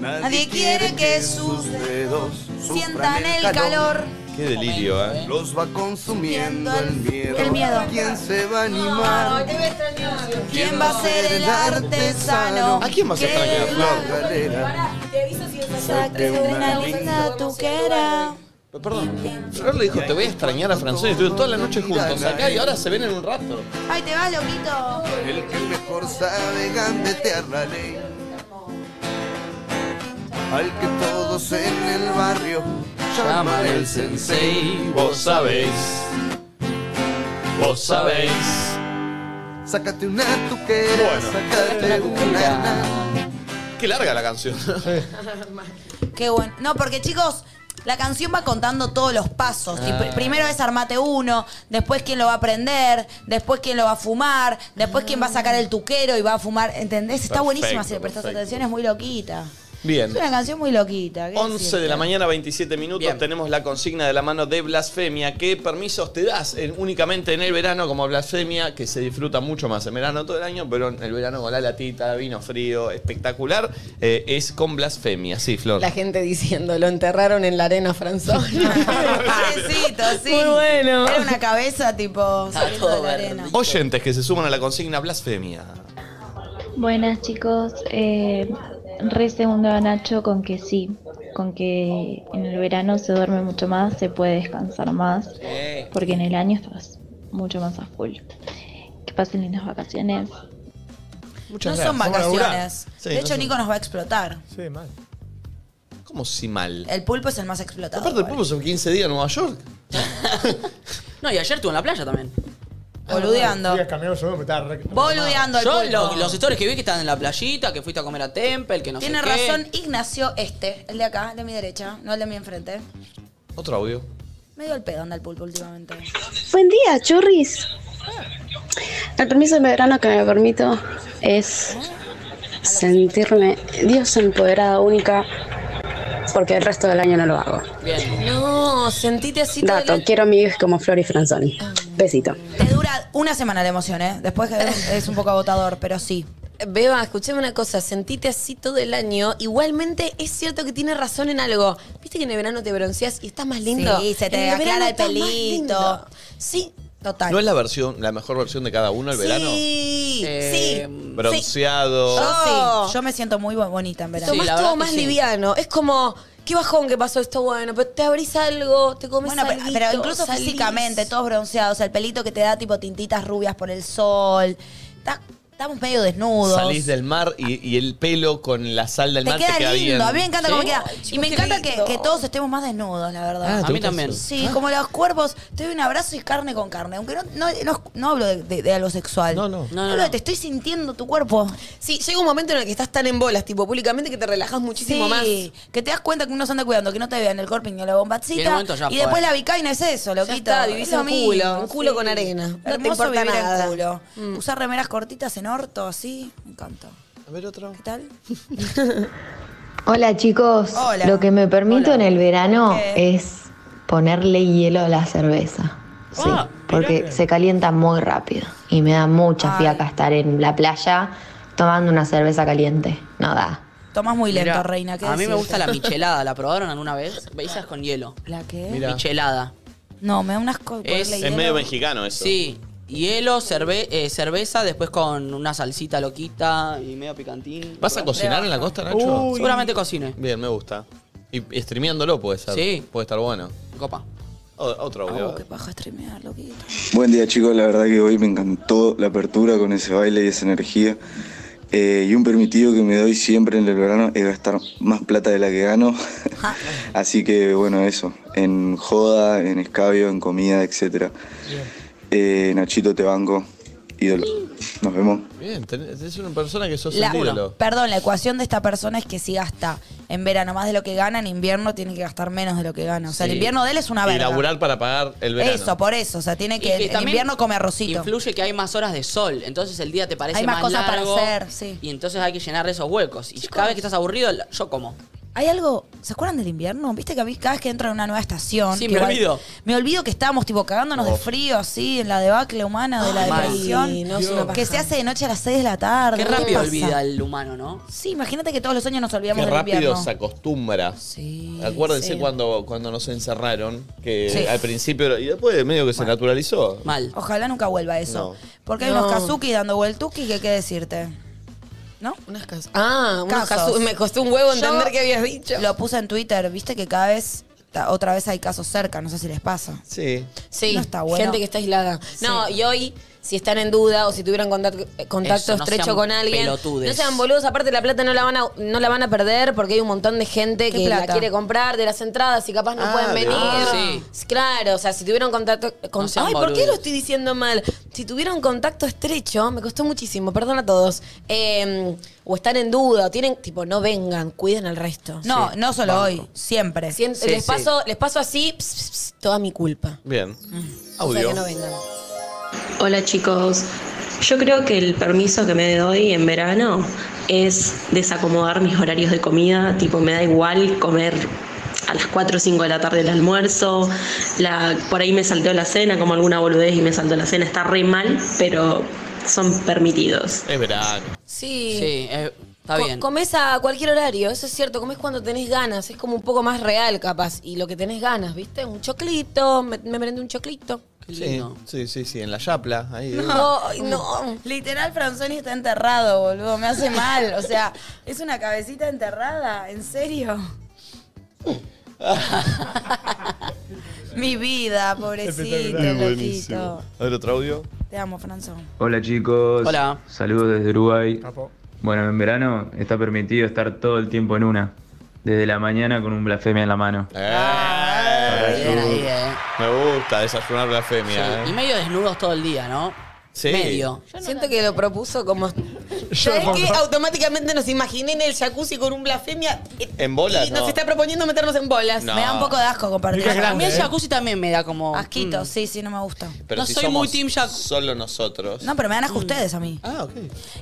Speaker 8: Nadie quiere que sus dedos
Speaker 3: Sientan el calor.
Speaker 1: Qué delirio, ¿eh?
Speaker 8: Los va consumiendo el miedo.
Speaker 3: El miedo.
Speaker 8: ¿Quién se va a animar?
Speaker 3: ¿Quién va a ser el artesano?
Speaker 1: ¿A quién vas a extrañar,
Speaker 8: Flor
Speaker 1: Flor?
Speaker 8: Galera.
Speaker 4: Te aviso si empezás
Speaker 8: Saque una lista.
Speaker 3: tuquera.
Speaker 1: Perdón. Flor le dijo, te voy a extrañar a Franzoni. Estuvieron toda la noche juntos acá y ahora se ven en un rato.
Speaker 3: Ay, te vas,
Speaker 8: (laughs)
Speaker 3: loquito.
Speaker 8: El que mejor sabe gambetear la ley. Al que todos en el barrio llaman el sensei.
Speaker 1: Vos sabéis. Vos sabéis.
Speaker 8: Sácate una tuquera,
Speaker 1: Bueno.
Speaker 8: sácate una.
Speaker 1: Qué larga la canción.
Speaker 3: Qué bueno. No, porque chicos, la canción va contando todos los pasos.
Speaker 8: Ah.
Speaker 3: Y pr- primero es armate uno, después quién lo va a prender, después quién lo va a fumar, después quién va a sacar el tuquero y va a fumar. ¿Entendés? Está buenísima si le prestas
Speaker 1: perfecto.
Speaker 3: atención, es muy loquita.
Speaker 1: Bien.
Speaker 3: Es una canción muy loquita. ¿qué
Speaker 1: 11 de
Speaker 3: decirte?
Speaker 1: la mañana, 27 minutos,
Speaker 2: Bien.
Speaker 1: tenemos la consigna de la mano de blasfemia. ¿Qué permisos te das en- únicamente en el verano como blasfemia, que se disfruta mucho más en verano todo el año, pero en el verano con la latita, vino frío, espectacular, eh, es con blasfemia, sí, Flor.
Speaker 4: La gente diciendo, lo enterraron en la arena franzona. (laughs)
Speaker 3: Pobrecito, sí.
Speaker 4: Muy bueno.
Speaker 3: Era una cabeza tipo
Speaker 2: Está
Speaker 3: saliendo de
Speaker 2: todo
Speaker 3: la
Speaker 2: verde.
Speaker 3: arena.
Speaker 1: Oyentes que se suman a la consigna blasfemia.
Speaker 9: Buenas chicos, eh, re segundo a Nacho con que sí, con que en el verano se duerme mucho más, se puede descansar más, porque en el año estás mucho más a full. Que pasen lindas vacaciones.
Speaker 3: no
Speaker 1: Muchas gracias.
Speaker 3: son
Speaker 5: Vamos a laburar.
Speaker 3: vacaciones.
Speaker 1: Sí,
Speaker 3: de
Speaker 1: no
Speaker 3: hecho,
Speaker 1: son-
Speaker 3: Nico nos va a explotar.
Speaker 5: Sí, mal.
Speaker 1: Como si mal.
Speaker 3: El pulpo es el más explotado.
Speaker 1: Aparte,
Speaker 3: Eh,
Speaker 1: el
Speaker 3: igual.
Speaker 1: pueblo son 15 días en Nueva York.
Speaker 2: No, y ayer estuve en la playa también.
Speaker 3: Ah, Boludeando.
Speaker 5: Voy a cambiar los sonidos, pero estaba re-
Speaker 3: Boludeando al
Speaker 2: Yo,
Speaker 3: pulpo.
Speaker 2: lo- los stories que vi que estaban en la playita, que fuiste a comer a Temple, que no
Speaker 3: Tiene
Speaker 2: sé qué.
Speaker 3: razón Ignacio este, el de acá, el de mi derecha, no el de mi enfrente.
Speaker 1: Otro audio.
Speaker 3: Medio el pedo anda el pulpo últimamente.
Speaker 9: Buen día, churris.
Speaker 6: Ah.
Speaker 9: El permiso de verano que me permito es
Speaker 6: Ah.
Speaker 9: sentirme Dios empoderada única, porque el resto del año no lo hago.
Speaker 2: Bien.
Speaker 4: No, sentite así todo el
Speaker 9: Dato,
Speaker 4: año.
Speaker 9: quiero amigos como Flor y Franzoni. Besito.
Speaker 3: Te dura una semana la emoción, ¿eh? Después que es un poco agotador, pero sí.
Speaker 4: Beba, escuchame una cosa, sentite así todo el año. Igualmente es cierto que tiene razón en algo. Viste que en el verano te bronceas y estás más lindo.
Speaker 3: Sí, se te
Speaker 4: En
Speaker 3: aclara
Speaker 4: verano
Speaker 3: el
Speaker 4: estás más
Speaker 3: pelito.
Speaker 4: lindo. Sí.
Speaker 3: Total.
Speaker 1: ¿No es la versión, la mejor versión de cada uno el verano?
Speaker 4: Sí,
Speaker 2: Eh,
Speaker 4: sí.
Speaker 1: Bronceado.
Speaker 3: Yo
Speaker 4: Oh.
Speaker 3: sí, yo me siento muy bo- bonita en verano.
Speaker 2: Sí,
Speaker 4: Tomás
Speaker 2: la verdad
Speaker 4: todo
Speaker 2: que
Speaker 4: más
Speaker 2: sí.
Speaker 4: liviano. Es como, qué bajón que pasó esto bueno, pero te abrís algo, te comes
Speaker 3: Bueno, pero,
Speaker 4: alguito,
Speaker 3: pero incluso
Speaker 4: salís.
Speaker 3: físicamente, todos bronceados, el pelito que te da tipo tintitas rubias por el sol. Está- estamos medio desnudos.
Speaker 1: Salís del mar y, y el pelo con la sal del
Speaker 3: te
Speaker 1: mar
Speaker 3: queda
Speaker 1: te queda
Speaker 3: lindo,
Speaker 1: bien.
Speaker 3: a mí me encanta cómo
Speaker 2: Sí.
Speaker 3: queda.
Speaker 4: Ay,
Speaker 3: y
Speaker 4: chicos,
Speaker 3: me
Speaker 4: qué
Speaker 3: encanta que,
Speaker 4: lindo. Ah,
Speaker 3: que todos estemos más desnudos, la
Speaker 1: Ah,
Speaker 3: verdad.
Speaker 2: A mí también.
Speaker 3: Sí, como los cuervos, te doy un abrazo y carne con carne. Aunque no, no, no- no hablo de, de- de algo sexual.
Speaker 1: No, no.
Speaker 2: No, no,
Speaker 3: Hablo de
Speaker 2: no.
Speaker 3: te estoy sintiendo tu cuerpo.
Speaker 4: Sí, llega un momento en el que estás tan en bolas, tipo públicamente, que te relajas muchísimo más.
Speaker 3: Sí, que te das cuenta que uno se anda cuidando, que no te vean el corpiño o la
Speaker 2: Y en un
Speaker 3: bombacita.
Speaker 2: momento ya
Speaker 3: Y, después
Speaker 2: fue.
Speaker 3: la bicaina es eso,
Speaker 4: Ya
Speaker 3: loquito.
Speaker 4: está, vivís
Speaker 3: Es lo
Speaker 4: en culo,
Speaker 3: mismo,
Speaker 4: en culo con arena. No te
Speaker 3: Hermoso
Speaker 4: importa
Speaker 3: vivir en
Speaker 4: nada. Mm.
Speaker 3: culo. Usar remeras cortitas en orto, así, me encanta.
Speaker 1: A ver otro.
Speaker 3: ¿Qué tal? (laughs)
Speaker 9: Hola chicos,
Speaker 3: Hola.
Speaker 9: lo que me permito
Speaker 3: Hola.
Speaker 9: en el verano
Speaker 3: ¿Qué?
Speaker 9: es ponerle hielo a la cerveza. Sí,
Speaker 6: Ah,
Speaker 9: porque se calienta muy rápido y me da mucha
Speaker 3: Ay.
Speaker 9: fiaca estar en la playa tomando una cerveza caliente. No da.
Speaker 3: Tomás muy lento,
Speaker 2: Mirá,
Speaker 3: reina. ¿qué
Speaker 2: a mí me
Speaker 3: decirte?
Speaker 2: gusta la michelada. ¿La probaron alguna vez? Esas con hielo.
Speaker 3: ¿La qué?
Speaker 1: Mira.
Speaker 2: Michelada.
Speaker 3: No, me da unas cosas.
Speaker 2: Es-
Speaker 1: Es medio mexicano eso.
Speaker 2: Sí. Hielo, cerve- eh, cerveza, después con una salsita loquita y medio picantín.
Speaker 1: ¿Vas a cocinar en la costa, Nacho?
Speaker 5: Uy.
Speaker 2: Seguramente cocine.
Speaker 1: Bien, me gusta. Y y streameándolo puede ser.
Speaker 2: Sí.
Speaker 1: Puede estar bueno.
Speaker 2: Copa.
Speaker 1: O- otro audio.
Speaker 3: que baja streamear, loquito.
Speaker 10: Buen día chicos, la verdad que hoy me encantó la apertura con ese baile y esa energía. Eh, y un permitido que me doy siempre en el verano es gastar más plata de la que gano. (laughs) Así que bueno, eso, en joda, en escabio, en comida, etc. Eh, Nachito, te banco, ídolo. Nos vemos.
Speaker 1: Bien, tenés- es una persona que sos
Speaker 3: La-
Speaker 1: un ídolo.
Speaker 3: perdón, la ecuación de esta persona es que si gasta en verano más de lo que gana, en invierno tiene que gastar menos de lo que gana. O sea, el
Speaker 1: Sí.
Speaker 3: invierno de él es una
Speaker 1: Y
Speaker 3: verga.
Speaker 1: laburar para pagar el verano.
Speaker 3: Eso, por eso. O sea, tiene que.
Speaker 2: Y que
Speaker 3: en
Speaker 2: también
Speaker 3: invierno come arrocito.
Speaker 2: Influye que hay más horas de sol, entonces el día te parece
Speaker 3: Hay más cosas para
Speaker 2: largo,
Speaker 3: hacer, sí.
Speaker 2: Y entonces hay que llenar esos huecos. Y cada vez que estás aburrido, la- yo como.
Speaker 3: Hay algo. ¿Se acuerdan del invierno? Viste que a mí cada vez que entro en una nueva estación.
Speaker 2: Sí,
Speaker 3: que
Speaker 2: me olvido.
Speaker 3: Me olvido que estábamos tipo cagándonos
Speaker 1: Oh.
Speaker 3: de frío así en la debacle humana de la
Speaker 2: Ay, mal.
Speaker 3: depresión.
Speaker 4: Sí, no, es una
Speaker 3: que
Speaker 4: paja.
Speaker 3: se hace de noche a las 6 de la tarde.
Speaker 2: Qué
Speaker 3: ¿Qué
Speaker 2: rápido
Speaker 3: pasa?
Speaker 2: olvida el humano, ¿no?
Speaker 3: Sí, imagínate que todos los años nos olvidamos
Speaker 1: Qué
Speaker 3: del
Speaker 1: rápido
Speaker 3: invierno.
Speaker 1: se acostumbra.
Speaker 3: Sí,
Speaker 1: Acuérdense
Speaker 3: sí.
Speaker 1: cuando, cuando nos encerraron, que
Speaker 3: Sí.
Speaker 1: al principio y después medio que se naturalizó.
Speaker 2: Mal.
Speaker 3: Ojalá nunca vuelva eso.
Speaker 1: No.
Speaker 3: Porque hay
Speaker 4: No.
Speaker 3: unos kazuki dando vueltuki que qué decirte. ¿No?
Speaker 4: Unas casas. Ah, unas
Speaker 3: Casos.
Speaker 4: casu- Me costó un huevo
Speaker 3: Yo
Speaker 4: entender qué habías dicho.
Speaker 3: Lo puse en Twitter, viste que cada vez, ta- otra vez hay casos cerca, no sé si les pasa.
Speaker 1: Sí.
Speaker 4: Sí,
Speaker 3: No está bueno.
Speaker 4: gente que está aislada. No, y hoy, si están en duda o si tuvieron contacto, eh, contacto
Speaker 2: Eso, no
Speaker 4: estrecho
Speaker 2: sean
Speaker 4: con alguien,
Speaker 2: pelotudes.
Speaker 4: no sean boludos. Aparte, la plata no la van a, no la van a perder porque hay un montón de gente
Speaker 3: ¿Qué
Speaker 4: que la
Speaker 3: plata?
Speaker 4: quiere comprar de las entradas y capaz no
Speaker 1: Ah,
Speaker 4: pueden
Speaker 1: de
Speaker 4: venir.
Speaker 2: verdad. Ah,
Speaker 4: Claro, o sea, si tuvieron contacto... Con,
Speaker 2: No sean
Speaker 4: Ay, ¿por qué
Speaker 2: boludos.
Speaker 4: lo estoy diciendo mal? Si tuvieron contacto estrecho, me costó muchísimo, perdón a todos. eh, o están en duda, o tienen... Tipo, no vengan, cuiden al resto.
Speaker 3: No, no solo hoy, siempre.
Speaker 4: Sien-
Speaker 2: Sí,
Speaker 4: les,
Speaker 2: sí.
Speaker 4: Paso, les paso así ps, ps, ps, toda mi culpa.
Speaker 1: Bien.
Speaker 3: Mm.
Speaker 4: O sea,
Speaker 1: Audio.
Speaker 4: que no vengan.
Speaker 9: Hola chicos, yo creo que el permiso que me doy en verano
Speaker 11: es desacomodar mis horarios de comida, tipo me da igual comer a las 4 o 5 de la tarde el almuerzo, la, por ahí me saltó la cena, como alguna boludez y me saltó la cena, está re mal, pero son permitidos.
Speaker 2: Es verano.
Speaker 4: Sí.
Speaker 2: Sí, eh, está
Speaker 4: Co-
Speaker 2: bien.
Speaker 4: Comes a cualquier horario, eso es cierto. Comes cuando tenés ganas, es como un poco más real, capaz. Y lo que tenés ganas, ¿viste? Un choclito, me, me merendé un choclito.
Speaker 1: Sí, sí, sí, sí, en la yapla. Ahí,
Speaker 3: (laughs)
Speaker 4: Ay, no.
Speaker 3: Literal, Franzoni está enterrado, boludo. Me hace mal. O sea, es una cabecita enterrada. ¿En
Speaker 1: (laughs)
Speaker 3: serio? Mi vida, pobrecito, loquito.
Speaker 1: A ver, otro audio.
Speaker 3: Te amo, Franzón.
Speaker 12: Hola chicos.
Speaker 3: Hola.
Speaker 12: Saludos desde Uruguay.
Speaker 3: Capo.
Speaker 12: Bueno, en verano está permitido estar todo el tiempo en una. Desde la mañana con un blasfemia en la mano.
Speaker 1: Ahora
Speaker 2: bien
Speaker 1: tú.
Speaker 2: ahí, eh.
Speaker 1: Eh, Me gusta desayunar blasfemia.
Speaker 2: Y
Speaker 1: ¿eh?
Speaker 2: medio desnudos todo el día, ¿no?
Speaker 1: Sí.
Speaker 2: Medio.
Speaker 4: Siento que lo propuso como. ¿Sabes
Speaker 1: no.
Speaker 4: qué? Automáticamente nos imaginé en el jacuzzi con un blasfemia y
Speaker 1: ¿En bolas?
Speaker 4: nos está proponiendo meternos en bolas.
Speaker 1: No. Me da un poco
Speaker 3: de asco compartir.
Speaker 2: A mí el jacuzzi también me da como... mm.
Speaker 3: Asquito, sí, sí, no me gusta.
Speaker 1: Pero
Speaker 2: no Mm.
Speaker 1: si
Speaker 2: soy
Speaker 1: somos
Speaker 2: muy team Jack.
Speaker 1: Solo nosotros.
Speaker 3: No, pero me dan asco ustedes a mí.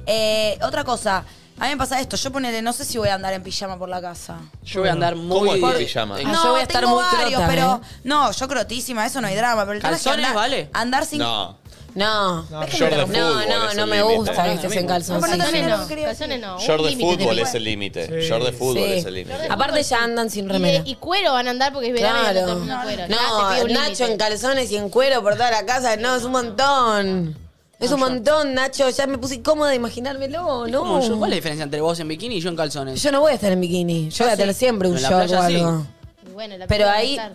Speaker 3: Eh,
Speaker 1: Ah, ok.
Speaker 3: otra cosa. A mí me pasa esto. Yo ponele, no sé si voy a andar en pijama por la casa.
Speaker 2: Yo voy a andar muy... Eh,
Speaker 1: ¿Cómo es tu
Speaker 2: por-
Speaker 1: pijama?
Speaker 2: en-
Speaker 3: No,
Speaker 4: yo voy a estar
Speaker 3: Ah, tengo
Speaker 4: muy
Speaker 3: varios,
Speaker 4: crota,
Speaker 3: pero
Speaker 4: ¿eh?
Speaker 3: no, yo crotísima, eso no hay drama. Pero el tema es que
Speaker 2: ¿Calzones,
Speaker 3: andar-
Speaker 2: vale?
Speaker 3: Andar sin
Speaker 1: No.
Speaker 4: No, no,
Speaker 1: Short de
Speaker 4: no,
Speaker 1: fútbol
Speaker 4: no,
Speaker 1: es
Speaker 4: no,
Speaker 1: el
Speaker 4: me
Speaker 1: límite.
Speaker 4: gusta que estés en calzoncillo.
Speaker 6: Calzones no, calzones no. un
Speaker 1: Short de
Speaker 6: límite
Speaker 1: fútbol
Speaker 6: tenés.
Speaker 1: es el límite. Short de fútbol
Speaker 4: Sí.
Speaker 1: es el límite.
Speaker 4: Aparte ya andan sin
Speaker 6: Y, de-
Speaker 4: remera.
Speaker 6: y cuero van a andar porque es verano y anda todo
Speaker 4: Claro.
Speaker 6: el mundo en cuero. Nada, te pide
Speaker 4: No,
Speaker 6: un límite.
Speaker 4: Nacho en calzones y en cuero por toda la casa, no, es un montón. Es un montón, Nacho, ya me puse incómoda de imaginármelo,
Speaker 2: ¿Cómo?
Speaker 4: ¿no?
Speaker 2: Yo- ¿Cuál es la diferencia entre vos en bikini y yo en calzones?
Speaker 4: Yo no voy a estar en bikini, yo
Speaker 1: Ah,
Speaker 4: voy a
Speaker 2: sí.
Speaker 4: tener siempre un
Speaker 2: Pero en la
Speaker 4: short
Speaker 2: playa
Speaker 4: o
Speaker 2: sí.
Speaker 4: algo.
Speaker 6: Y bueno, la
Speaker 4: Pero
Speaker 6: playa va a
Speaker 4: ahí-
Speaker 6: estar.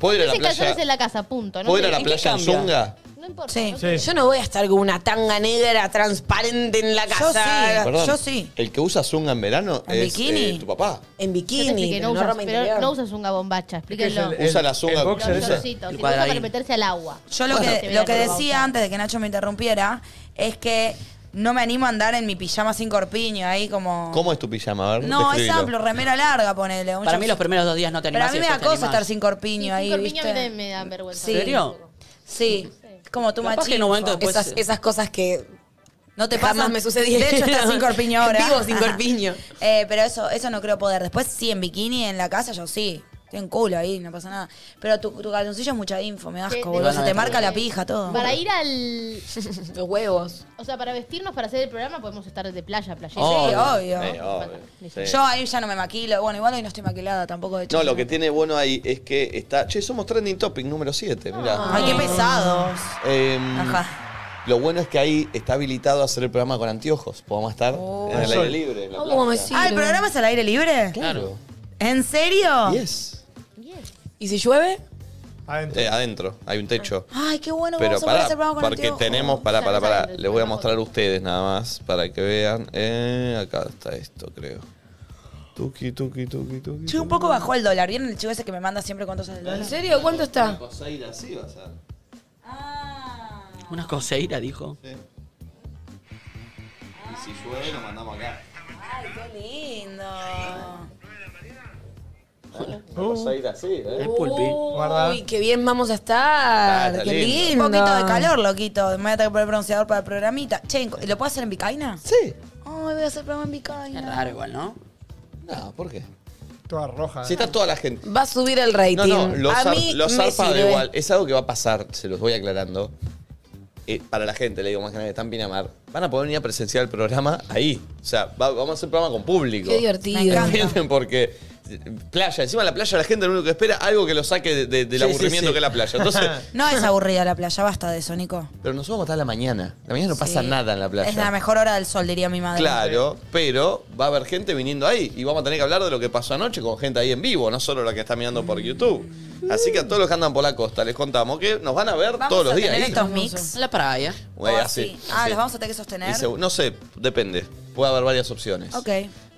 Speaker 1: ¿Puedo ir a la
Speaker 6: Dicen calzones en
Speaker 1: playa?
Speaker 6: la casa, punto. No
Speaker 1: ¿Puedo ir a
Speaker 6: sé,
Speaker 1: la
Speaker 6: qué
Speaker 1: playa en
Speaker 6: cambia?
Speaker 1: Zunga?
Speaker 6: No importa.
Speaker 3: Sí.
Speaker 6: no sé.
Speaker 4: Yo no voy a estar con una tanga negra transparente en la casa.
Speaker 1: Eh, Perdón,
Speaker 3: Ah, yo sí.
Speaker 1: El que usa zunga en verano
Speaker 4: ¿En
Speaker 1: es
Speaker 4: bikini?
Speaker 1: eh, tu papá.
Speaker 4: En
Speaker 6: Yo te
Speaker 4: bikini,
Speaker 6: expliqué, no,
Speaker 4: no,
Speaker 6: usas,
Speaker 4: ropa
Speaker 6: pero
Speaker 4: interior.
Speaker 6: no usas un gabombacha, explíquenlo.
Speaker 1: Usa la zunga.
Speaker 5: el boxer
Speaker 1: usa-
Speaker 5: ese.
Speaker 6: Trocito,
Speaker 2: El
Speaker 6: se lo usa para
Speaker 2: cuadradito.
Speaker 6: meterse al agua.
Speaker 3: Yo lo
Speaker 6: Bueno,
Speaker 3: que,
Speaker 6: te
Speaker 3: lo
Speaker 6: verá
Speaker 3: que
Speaker 6: todo
Speaker 3: decía antes de que Nacho me interrumpiera es que no me animo a andar en mi pijama sin corpiño, ahí como...
Speaker 1: ¿Cómo es tu pijama? A ver,
Speaker 3: No, es
Speaker 1: describilo.
Speaker 3: amplio, remera larga, ponele. un
Speaker 2: Para mí
Speaker 3: shortcito.
Speaker 2: los primeros dos días no te
Speaker 3: Pero
Speaker 2: animás.
Speaker 3: a mí
Speaker 2: y
Speaker 3: me da
Speaker 2: después te
Speaker 3: cosa
Speaker 2: animás.
Speaker 3: estar sin corpiño
Speaker 6: Y
Speaker 3: ahí,
Speaker 6: sin corpiño a mí
Speaker 3: ¿viste?
Speaker 6: también me dan vergüenza.
Speaker 3: Sí.
Speaker 2: ¿En serio?
Speaker 3: Sí, es como tu
Speaker 2: Capaz que
Speaker 3: machismo.
Speaker 2: en un momento después-
Speaker 4: Esas, esas cosas que
Speaker 3: No te pasa.
Speaker 4: jamás me sucedieron.
Speaker 3: De hecho, estás sin corpiño ahora.
Speaker 4: (laughs) Vivo sin corpiño.
Speaker 3: (laughs) Eh, pero eso, eso no creo poder. Después sí, en bikini, en la casa, yo sí. Estoy en culo ahí, no pasa nada. Pero tu, tu calzoncillo es mucha info, me da
Speaker 6: Sí,
Speaker 3: asco,
Speaker 6: sí,
Speaker 3: boludo.
Speaker 2: sí.
Speaker 3: Se te marca la pija, todo.
Speaker 6: Ah, Para ir al.
Speaker 4: (laughs) Los huevos.
Speaker 6: O sea, para vestirnos para hacer el programa podemos estar de playa, playa.
Speaker 3: Sí, obvio.
Speaker 1: Eh, obvio, sí.
Speaker 3: Yo ahí ya no me maquilo. Bueno, igual hoy no estoy maquilada tampoco, de hecho.
Speaker 1: No, lo que tiene bueno ahí es que está. Che, somos trending topic número 7, mirá.
Speaker 3: Ay, qué pesados.
Speaker 1: Em,
Speaker 3: Ajá.
Speaker 1: Lo bueno es que ahí está habilitado a hacer el programa con anteojos. Podemos estar
Speaker 3: Oh.
Speaker 1: en el aire libre. En la
Speaker 4: ¿Cómo me
Speaker 1: playa.
Speaker 4: sirve?
Speaker 3: Ah, ¿el programa es al aire libre?
Speaker 1: Claro.
Speaker 3: ¿En serio?
Speaker 1: Yes.
Speaker 4: ¿Y si llueve?
Speaker 5: Adentro.
Speaker 1: Eh, adentro, hay un techo.
Speaker 3: Ay, qué Ah, bueno que
Speaker 1: Pero
Speaker 3: vamos a poder
Speaker 1: pará,
Speaker 3: hacer programa con
Speaker 1: porque
Speaker 3: anteojos.
Speaker 1: tenemos, pará, pará, pará.
Speaker 6: Sale, sale,
Speaker 1: Les voy a
Speaker 6: sale.
Speaker 1: mostrar a ustedes nada más para que vean. Eh, acá está esto, creo. Tuki, tuki, tuki, tuki.
Speaker 3: Che, un poco bajó el dólar. ¿Vieron el chico ese que me manda siempre cuántos es el
Speaker 4: ¿En
Speaker 3: dólar?
Speaker 4: serio? ¿Cuánto está?
Speaker 1: Vas a ir así, vas a.
Speaker 2: Una coseira, dijo.
Speaker 1: Y si llueve, nos mandamos acá.
Speaker 3: Ay, qué
Speaker 1: Ah,
Speaker 3: lindo.
Speaker 1: Vas a ir así, ¿eh?
Speaker 2: El pulpi.
Speaker 4: Uy, qué bien vamos a estar.
Speaker 1: Ah, está
Speaker 4: qué
Speaker 1: lindo.
Speaker 4: lindo.
Speaker 3: Un poquito de calor, loquito. Me voy a tener que poner bronceador para el programita. Che, ¿lo puedo hacer en Vicaina?
Speaker 1: Sí.
Speaker 3: Ay, voy a hacer programa en
Speaker 2: Es
Speaker 3: Vicaina.
Speaker 2: raro igual, ¿no?
Speaker 1: No, ¿por qué?
Speaker 5: Toda roja. ¿eh?
Speaker 1: Si está toda la gente.
Speaker 4: Va a subir el rating.
Speaker 1: No, no, los,
Speaker 4: a
Speaker 1: zar-
Speaker 4: mí
Speaker 1: los
Speaker 4: me
Speaker 1: zarpa de
Speaker 4: sirve.
Speaker 1: igual. Es algo que va a pasar, se los voy aclarando. Eh, para la gente, le digo más que nada, que están en Pinamar. Van a poder venir a presenciar el programa ahí. O sea, va- vamos a hacer programa con público.
Speaker 4: Qué divertido.
Speaker 3: Me encanta.
Speaker 1: ¿Entienden? Porque playa, encima de la playa la gente lo único que espera algo que lo saque de- de- del
Speaker 2: Sí, sí,
Speaker 1: aburrimiento
Speaker 2: sí.
Speaker 1: que es la playa.
Speaker 4: (laughs)
Speaker 1: Entonces,
Speaker 3: No es aburrida la playa, basta de eso, Nico.
Speaker 1: pero nos vamos a matar la mañana. La mañana no pasa nada en la playa.
Speaker 3: Es la mejor hora del sol, diría mi madre.
Speaker 1: Claro, pero va a haber gente viniendo ahí y vamos a tener que hablar de lo que pasó anoche con gente ahí en vivo, no solo la que está mirando por YouTube. Así que a todos los que andan por la costa les contamos que nos van a ver
Speaker 3: Vamos
Speaker 1: todos los
Speaker 3: a
Speaker 1: días
Speaker 3: tener
Speaker 1: ahí.
Speaker 3: estos mix.
Speaker 2: En la playa.
Speaker 1: Güey,
Speaker 3: O
Speaker 1: así,
Speaker 3: así. Ah,
Speaker 1: así.
Speaker 3: los vamos a tener que
Speaker 1: Y
Speaker 3: sostener.
Speaker 1: segu- no sé, depende. Puede haber varias opciones.
Speaker 3: Ok.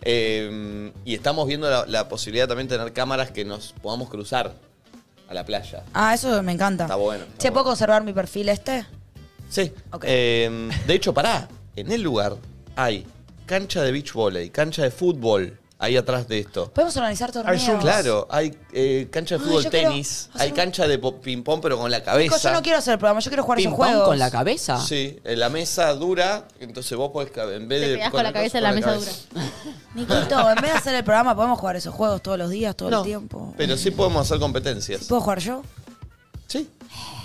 Speaker 1: Eh, y estamos viendo la, la posibilidad de también de tener cámaras que nos podamos cruzar a la playa.
Speaker 3: Ah, eso me encanta.
Speaker 1: Está bueno, está
Speaker 3: che, ¿puedo
Speaker 1: bueno.
Speaker 3: conservar mi perfil este?
Speaker 1: Sí.
Speaker 3: Ok.
Speaker 1: Eh, de hecho, pará. En el lugar hay cancha de beach volley, cancha de fútbol. ahí atrás de esto.
Speaker 3: Podemos organizar torneos.
Speaker 1: Claro, hay eh, cancha de
Speaker 3: Ay,
Speaker 1: fútbol,
Speaker 3: yo quiero
Speaker 1: tenis,
Speaker 3: hacer
Speaker 1: hay
Speaker 3: un-
Speaker 1: cancha de po- ping-pong, pero con la
Speaker 3: Nico,
Speaker 1: cabeza.
Speaker 3: yo no quiero hacer el programa, yo quiero jugar esos
Speaker 1: ¿Ping-pong
Speaker 3: juegos.
Speaker 1: con la
Speaker 2: cabeza?
Speaker 1: Sí, eh, la mesa dura, entonces vos podés, ca- en vez
Speaker 3: Te
Speaker 1: de...
Speaker 3: pegás con la
Speaker 1: el
Speaker 3: cabeza
Speaker 1: coso,
Speaker 3: en la
Speaker 1: con
Speaker 3: mesa
Speaker 1: cabeza. (laughs)
Speaker 3: Niquito, en vez de hacer el programa, podemos jugar esos juegos todos los días, todo el tiempo.
Speaker 1: Pero sí podemos hacer competencias.
Speaker 3: ¿Puedo jugar yo?
Speaker 1: Sí.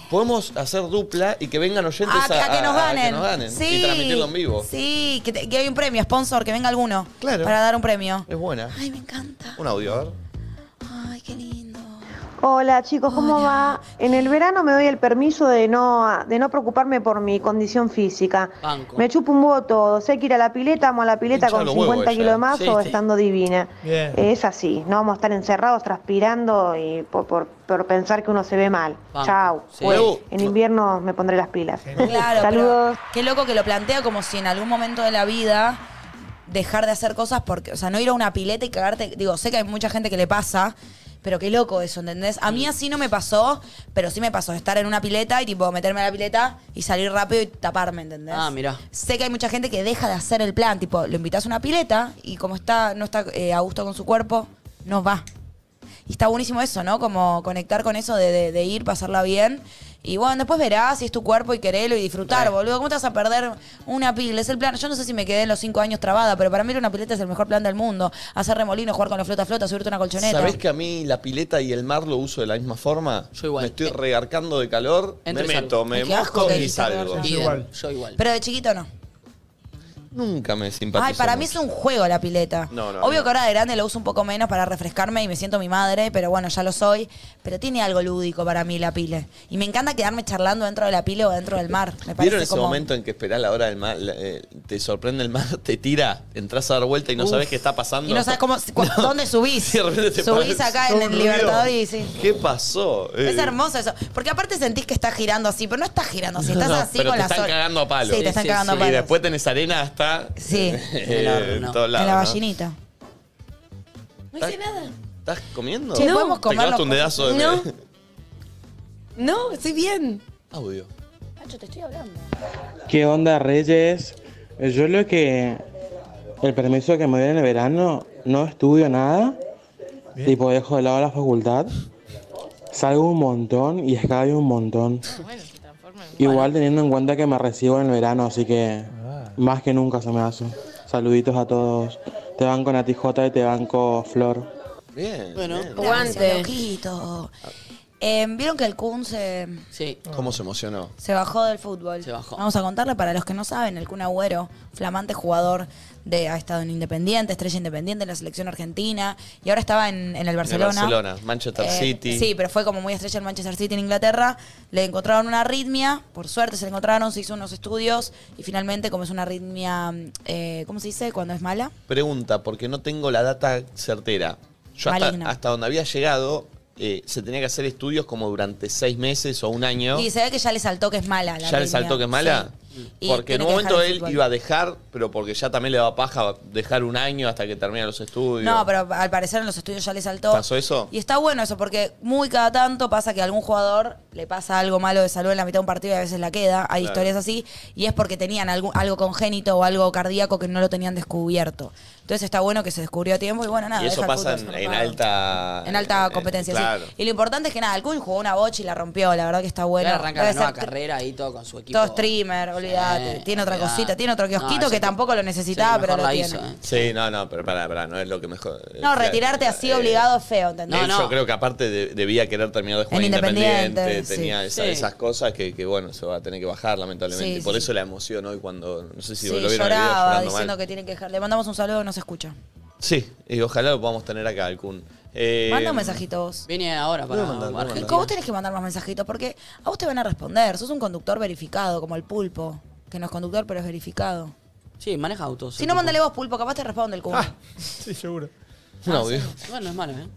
Speaker 1: Podemos hacer dupla y que vengan oyentes
Speaker 3: A,
Speaker 1: a,
Speaker 3: a Ah, que nos
Speaker 1: a- a
Speaker 3: ganen.
Speaker 1: y
Speaker 3: Sí.
Speaker 1: transmitirlo en vivo.
Speaker 3: Sí, que, te- que hay un premio, sponsor, que venga alguno.
Speaker 1: Claro.
Speaker 3: Para dar un premio.
Speaker 1: Es buena.
Speaker 3: Ay, me encanta.
Speaker 1: Un audio, a ver.
Speaker 13: Hola chicos, ¿cómo va? En el verano me doy el permiso de no, de no preocuparme por mi condición física.
Speaker 2: Banco.
Speaker 13: Me chupo un voto, todo. Sé que ir a la pileta, amo a la pileta
Speaker 2: Hincha
Speaker 13: con
Speaker 2: los huevos
Speaker 13: 50
Speaker 2: ella.
Speaker 13: kilos de más
Speaker 2: Sí,
Speaker 13: o
Speaker 2: sí.
Speaker 13: estando divina.
Speaker 2: Bien.
Speaker 13: Es así, no vamos a estar encerrados transpirando y por, por- por pensar que uno se ve mal.
Speaker 3: Banco.
Speaker 13: Chau.
Speaker 3: Sí.
Speaker 13: Pues,
Speaker 3: Huevo.
Speaker 13: en invierno me pondré las pilas.
Speaker 3: Claro, pero
Speaker 13: Saludos.
Speaker 3: qué loco que lo plantea como si en algún momento de la vida dejar de hacer cosas porque, o sea, no ir a una pileta y cagarte. Digo, sé que hay mucha gente que le pasa, pero qué loco eso, ¿entendés? A mí
Speaker 1: Mm.
Speaker 3: así no me pasó, pero sí me pasó estar en una pileta y tipo meterme a la pileta y salir rápido y taparme, ¿entendés?
Speaker 2: Ah, mirá.
Speaker 3: Sé que hay mucha gente que deja de hacer el plan, tipo, lo invitas a una pileta y como está, no está eh, a gusto con su cuerpo, no va. Y está buenísimo eso, ¿no? Como conectar con eso de, de- de ir, pasarla bien. Y bueno, después verás si es tu cuerpo y querelo y disfrutar, boludo. ¿Cómo te vas a perder una pila? Es el plan. Yo no sé si me quedé en los cinco años trabada, pero para mí ir a una pileta es el mejor plan del mundo. Hacer remolino, jugar con la flota flota, subirte a una colchoneta.
Speaker 1: ¿Sabés que a mí la pileta y el mar lo uso de la misma forma? Yo igual. Me estoy regarcando de calor,
Speaker 2: Entro y
Speaker 1: me
Speaker 2: salgo.
Speaker 1: meto, me
Speaker 2: Ay, qué asco
Speaker 1: mojo
Speaker 2: que
Speaker 1: y
Speaker 2: es.
Speaker 1: salgo.
Speaker 2: Yo igual. Yo igual.
Speaker 3: Pero de chiquito no.
Speaker 1: Nunca me simpatizó.
Speaker 3: Ay, para mí es
Speaker 1: mucho.
Speaker 3: un juego la pileta.
Speaker 1: No, no,
Speaker 3: Obvio
Speaker 1: no.
Speaker 3: que ahora de grande lo uso un poco menos para refrescarme y me siento mi madre, pero bueno, ya lo soy. Pero tiene algo lúdico para mí la pile. Y me encanta quedarme charlando dentro de la pile o dentro del mar. Me parece
Speaker 1: ¿Vieron ese
Speaker 3: como-
Speaker 1: momento en que esperás la hora del mar, la- eh, te sorprende el mar, te tira, entras a dar vuelta y no
Speaker 3: Uf.
Speaker 1: sabes qué está pasando?
Speaker 3: Y no sabes cómo,
Speaker 1: (laughs)
Speaker 3: cu- dónde subís.
Speaker 1: Y de repente
Speaker 3: (laughs)
Speaker 1: te
Speaker 3: subís
Speaker 1: parás.
Speaker 3: acá en
Speaker 1: Todo
Speaker 3: el
Speaker 1: ruido.
Speaker 3: Libertador y sí.
Speaker 1: ¿Qué pasó? Eh,
Speaker 3: Es hermoso eso. Porque aparte sentís que estás girando así, pero no estás girando así, estás
Speaker 1: (laughs) no,
Speaker 3: así
Speaker 1: pero
Speaker 3: con
Speaker 1: te
Speaker 3: la
Speaker 1: están
Speaker 3: sol-
Speaker 1: cagando a palos.
Speaker 3: Sí, te están cagando a
Speaker 1: Y
Speaker 3: palos.
Speaker 1: después tenés arena hasta. (laughs)
Speaker 3: Sí.
Speaker 1: en
Speaker 3: En el
Speaker 1: en todos
Speaker 3: en
Speaker 1: lados,
Speaker 3: la
Speaker 1: ¿no?
Speaker 3: ballinita.
Speaker 4: No hice nada.
Speaker 1: ¿Estás comiendo?
Speaker 4: Che, ¿podemos
Speaker 1: ¿Te
Speaker 4: comer
Speaker 1: clavaste
Speaker 4: los
Speaker 1: un dedazo de
Speaker 4: No. No, estoy bien.
Speaker 1: audio?
Speaker 4: Pacho, te estoy hablando.
Speaker 14: ¿Qué onda, Reyes? Pues Yo lo que. El permiso que me dio en el verano, no estudio nada. Tipo, dejo de lado la facultad. Salgo un montón y escabio un montón. Igual teniendo en cuenta que me recibo en el verano, así que. Más que nunca se me hace. Saluditos a todos. Te banco Natijota y te banco Flor.
Speaker 1: Bien.
Speaker 2: Bueno,
Speaker 3: Gracias, loquito. Eh, ¿Vieron que el Kun se,
Speaker 2: Sí.
Speaker 1: ¿Cómo se emocionó?
Speaker 3: se bajó del fútbol?
Speaker 2: Se bajó.
Speaker 3: Vamos a contarle para los que no saben, el Kun Agüero, flamante jugador de ha estado en Independiente, estrella Independiente en la selección argentina y ahora estaba en, en el Barcelona.
Speaker 1: En Barcelona, Manchester
Speaker 3: Eh,
Speaker 1: City.
Speaker 3: Sí, pero fue como muy estrella en Manchester City en Inglaterra. Le encontraron una arritmia, por suerte se le encontraron, se hizo unos estudios y finalmente como es una arritmia, eh, ¿cómo se dice? Cuando es mala.
Speaker 1: Pregunta, porque no tengo la data certera. Yo hasta,
Speaker 3: Maligna.
Speaker 1: hasta donde había llegado, eh, se tenía que hacer estudios como durante seis meses o un año.
Speaker 3: Y se ve que ya le saltó que es mala. La
Speaker 1: ¿Ya le
Speaker 3: arritmia.
Speaker 1: saltó que es mala?
Speaker 3: Y
Speaker 1: Porque en
Speaker 3: tiene
Speaker 1: un
Speaker 3: que
Speaker 1: momento
Speaker 3: dejar el
Speaker 1: él
Speaker 3: fútbol.
Speaker 1: iba a dejar, pero porque ya también le daba paja dejar un año hasta que termine los estudios.
Speaker 3: No, pero al parecer en los estudios ya le saltó.
Speaker 1: ¿Pasó eso?
Speaker 3: Y está bueno eso, porque muy cada tanto pasa que a algún jugador le pasa algo malo de salud en la mitad de un partido y a veces la queda. Hay
Speaker 1: Claro.
Speaker 3: historias así. Y es porque tenían algo, algo congénito o algo cardíaco que no lo tenían descubierto. Entonces está bueno que se descubrió a tiempo y bueno, nada.
Speaker 1: y
Speaker 3: deja
Speaker 1: eso
Speaker 3: el
Speaker 1: pasa
Speaker 3: fútbol
Speaker 1: en, en
Speaker 3: formado.
Speaker 1: alta...
Speaker 3: En alta competencia,
Speaker 1: eh, claro.
Speaker 3: sí. Y lo importante es que nada, el Kun jugó una bocha y la rompió, la verdad que está bueno.
Speaker 2: Ahora arranca
Speaker 3: Debe
Speaker 2: la nueva
Speaker 3: ser
Speaker 2: carrera ahí todo con su equipo.
Speaker 3: Todo streamer, olvídate. tiene otra
Speaker 2: olvidate.
Speaker 3: cosita, tiene otro kiosquito
Speaker 2: No, ese
Speaker 3: que tampoco lo necesitaba,
Speaker 2: sí,
Speaker 3: pero
Speaker 2: mejor
Speaker 3: lo
Speaker 2: la
Speaker 3: tiene.
Speaker 2: hizo, ¿eh?
Speaker 1: Sí, no, no, pero pará, pará, no es lo que mejor... eh,
Speaker 3: No, retirarte así obligado es feo, ¿entendés?
Speaker 1: Él Yo creo que aparte de- debía querer terminar de jugar
Speaker 3: En
Speaker 1: independiente,
Speaker 3: Independiente, sí.
Speaker 1: tenía esa-
Speaker 3: Sí.
Speaker 1: esas cosas que, que, bueno, se va a tener que bajar lamentablemente.
Speaker 3: Sí,
Speaker 1: y por
Speaker 3: sí,
Speaker 1: eso la emoción hoy cuando, no sé si
Speaker 3: Sí,
Speaker 1: lo vieron en el video
Speaker 3: lloraba
Speaker 1: llorando
Speaker 3: diciendo
Speaker 1: mal.
Speaker 3: que tiene que dejar. Le mandamos un saludo, no se escucha.
Speaker 1: Sí, y ojalá lo podamos tener acá, algún. Eh,
Speaker 3: Manda un mensajito vos.
Speaker 2: Vine ahora
Speaker 1: para Voy a mandar, voy a Argentina. mandar.
Speaker 3: Nico, vos tenés que mandar más mensajitos porque a vos te van a responder. Sos un conductor verificado, como el pulpo. Que no es conductor, pero es verificado.
Speaker 2: Sí, maneja autos.
Speaker 3: Si no, mandale vos pulpo, capaz te responde el cubo.
Speaker 1: Ah, (laughs)
Speaker 5: Sí, seguro.
Speaker 1: Un audio.
Speaker 2: Bueno, es malo, ¿eh?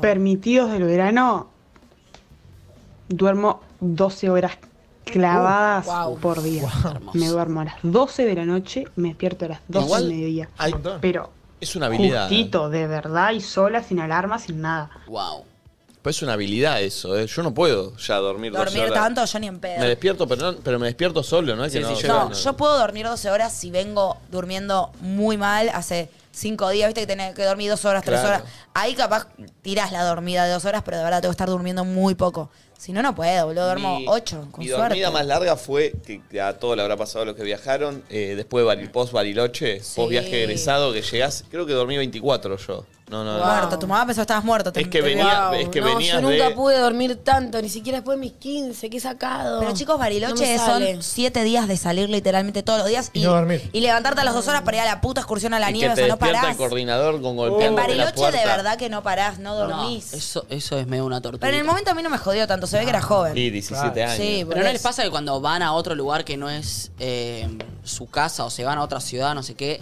Speaker 15: Permitidos del verano, duermo 12 horas clavadas
Speaker 2: Uh, wow.
Speaker 15: por día.
Speaker 1: Wow.
Speaker 15: Me duermo a las 12 de la noche, me despierto a las 12
Speaker 1: Igual
Speaker 15: del mediodía.
Speaker 1: hay-
Speaker 15: Pero
Speaker 1: Es una habilidad. ¿eh?
Speaker 15: justito, de verdad y sola, sin alarma, sin nada.
Speaker 2: Wow.
Speaker 1: Pero Pues es una habilidad eso, ¿eh? Yo no puedo ya dormir, doce
Speaker 3: Dormir
Speaker 1: horas.
Speaker 3: tanto, yo ni en pedo.
Speaker 1: Me despierto, pero, no- pero me despierto solo, ¿no? Es que no,
Speaker 3: no, yo puedo dormir 12 horas si vengo durmiendo muy mal hace cinco días, viste que tenés que dormir dos horas, tres
Speaker 16: Claro.
Speaker 3: horas. Ahí capaz tirás la dormida de dos horas, pero de verdad tengo que estar durmiendo muy poco. Si no, no puedo, boludo. Duermo
Speaker 1: Mi-
Speaker 3: ocho, con
Speaker 1: Mi
Speaker 3: suerte.
Speaker 1: dormida más larga fue, que a todos le habrá pasado a los que viajaron, eh, después de Baril- post Bariloche, post viaje egresado, que llegás, creo que dormí 24 yo. No, no, no.
Speaker 3: Muerto, tu mamá pensó que estabas muerto.
Speaker 1: Es que venía, es que
Speaker 7: no,
Speaker 1: venías
Speaker 7: yo nunca
Speaker 1: de...
Speaker 7: pude dormir tanto, ni siquiera después de mis 15, que he sacado.
Speaker 3: Pero chicos, Bariloche son siete días de salir literalmente todos los días y,
Speaker 1: Y no dormir.
Speaker 3: y levantarte a las dos horas para ir a la puta excursión a la
Speaker 1: y
Speaker 3: nieve,
Speaker 1: que
Speaker 3: o
Speaker 1: te
Speaker 3: sea, no
Speaker 1: despierta
Speaker 3: parás.
Speaker 1: el coordinador con
Speaker 3: En
Speaker 1: golpeando la
Speaker 3: Bariloche
Speaker 1: puerta.
Speaker 3: de verdad que no parás, no dormís.
Speaker 2: Eso, eso es medio una tortura.
Speaker 3: Pero en el momento a mí no me jodió tanto, se ve que era joven.
Speaker 1: Y 17 años.
Speaker 3: Sí, por
Speaker 2: Pero no
Speaker 3: eso.
Speaker 2: les pasa que cuando van a otro lugar que no es eh, su casa o se van a otra ciudad, no sé qué,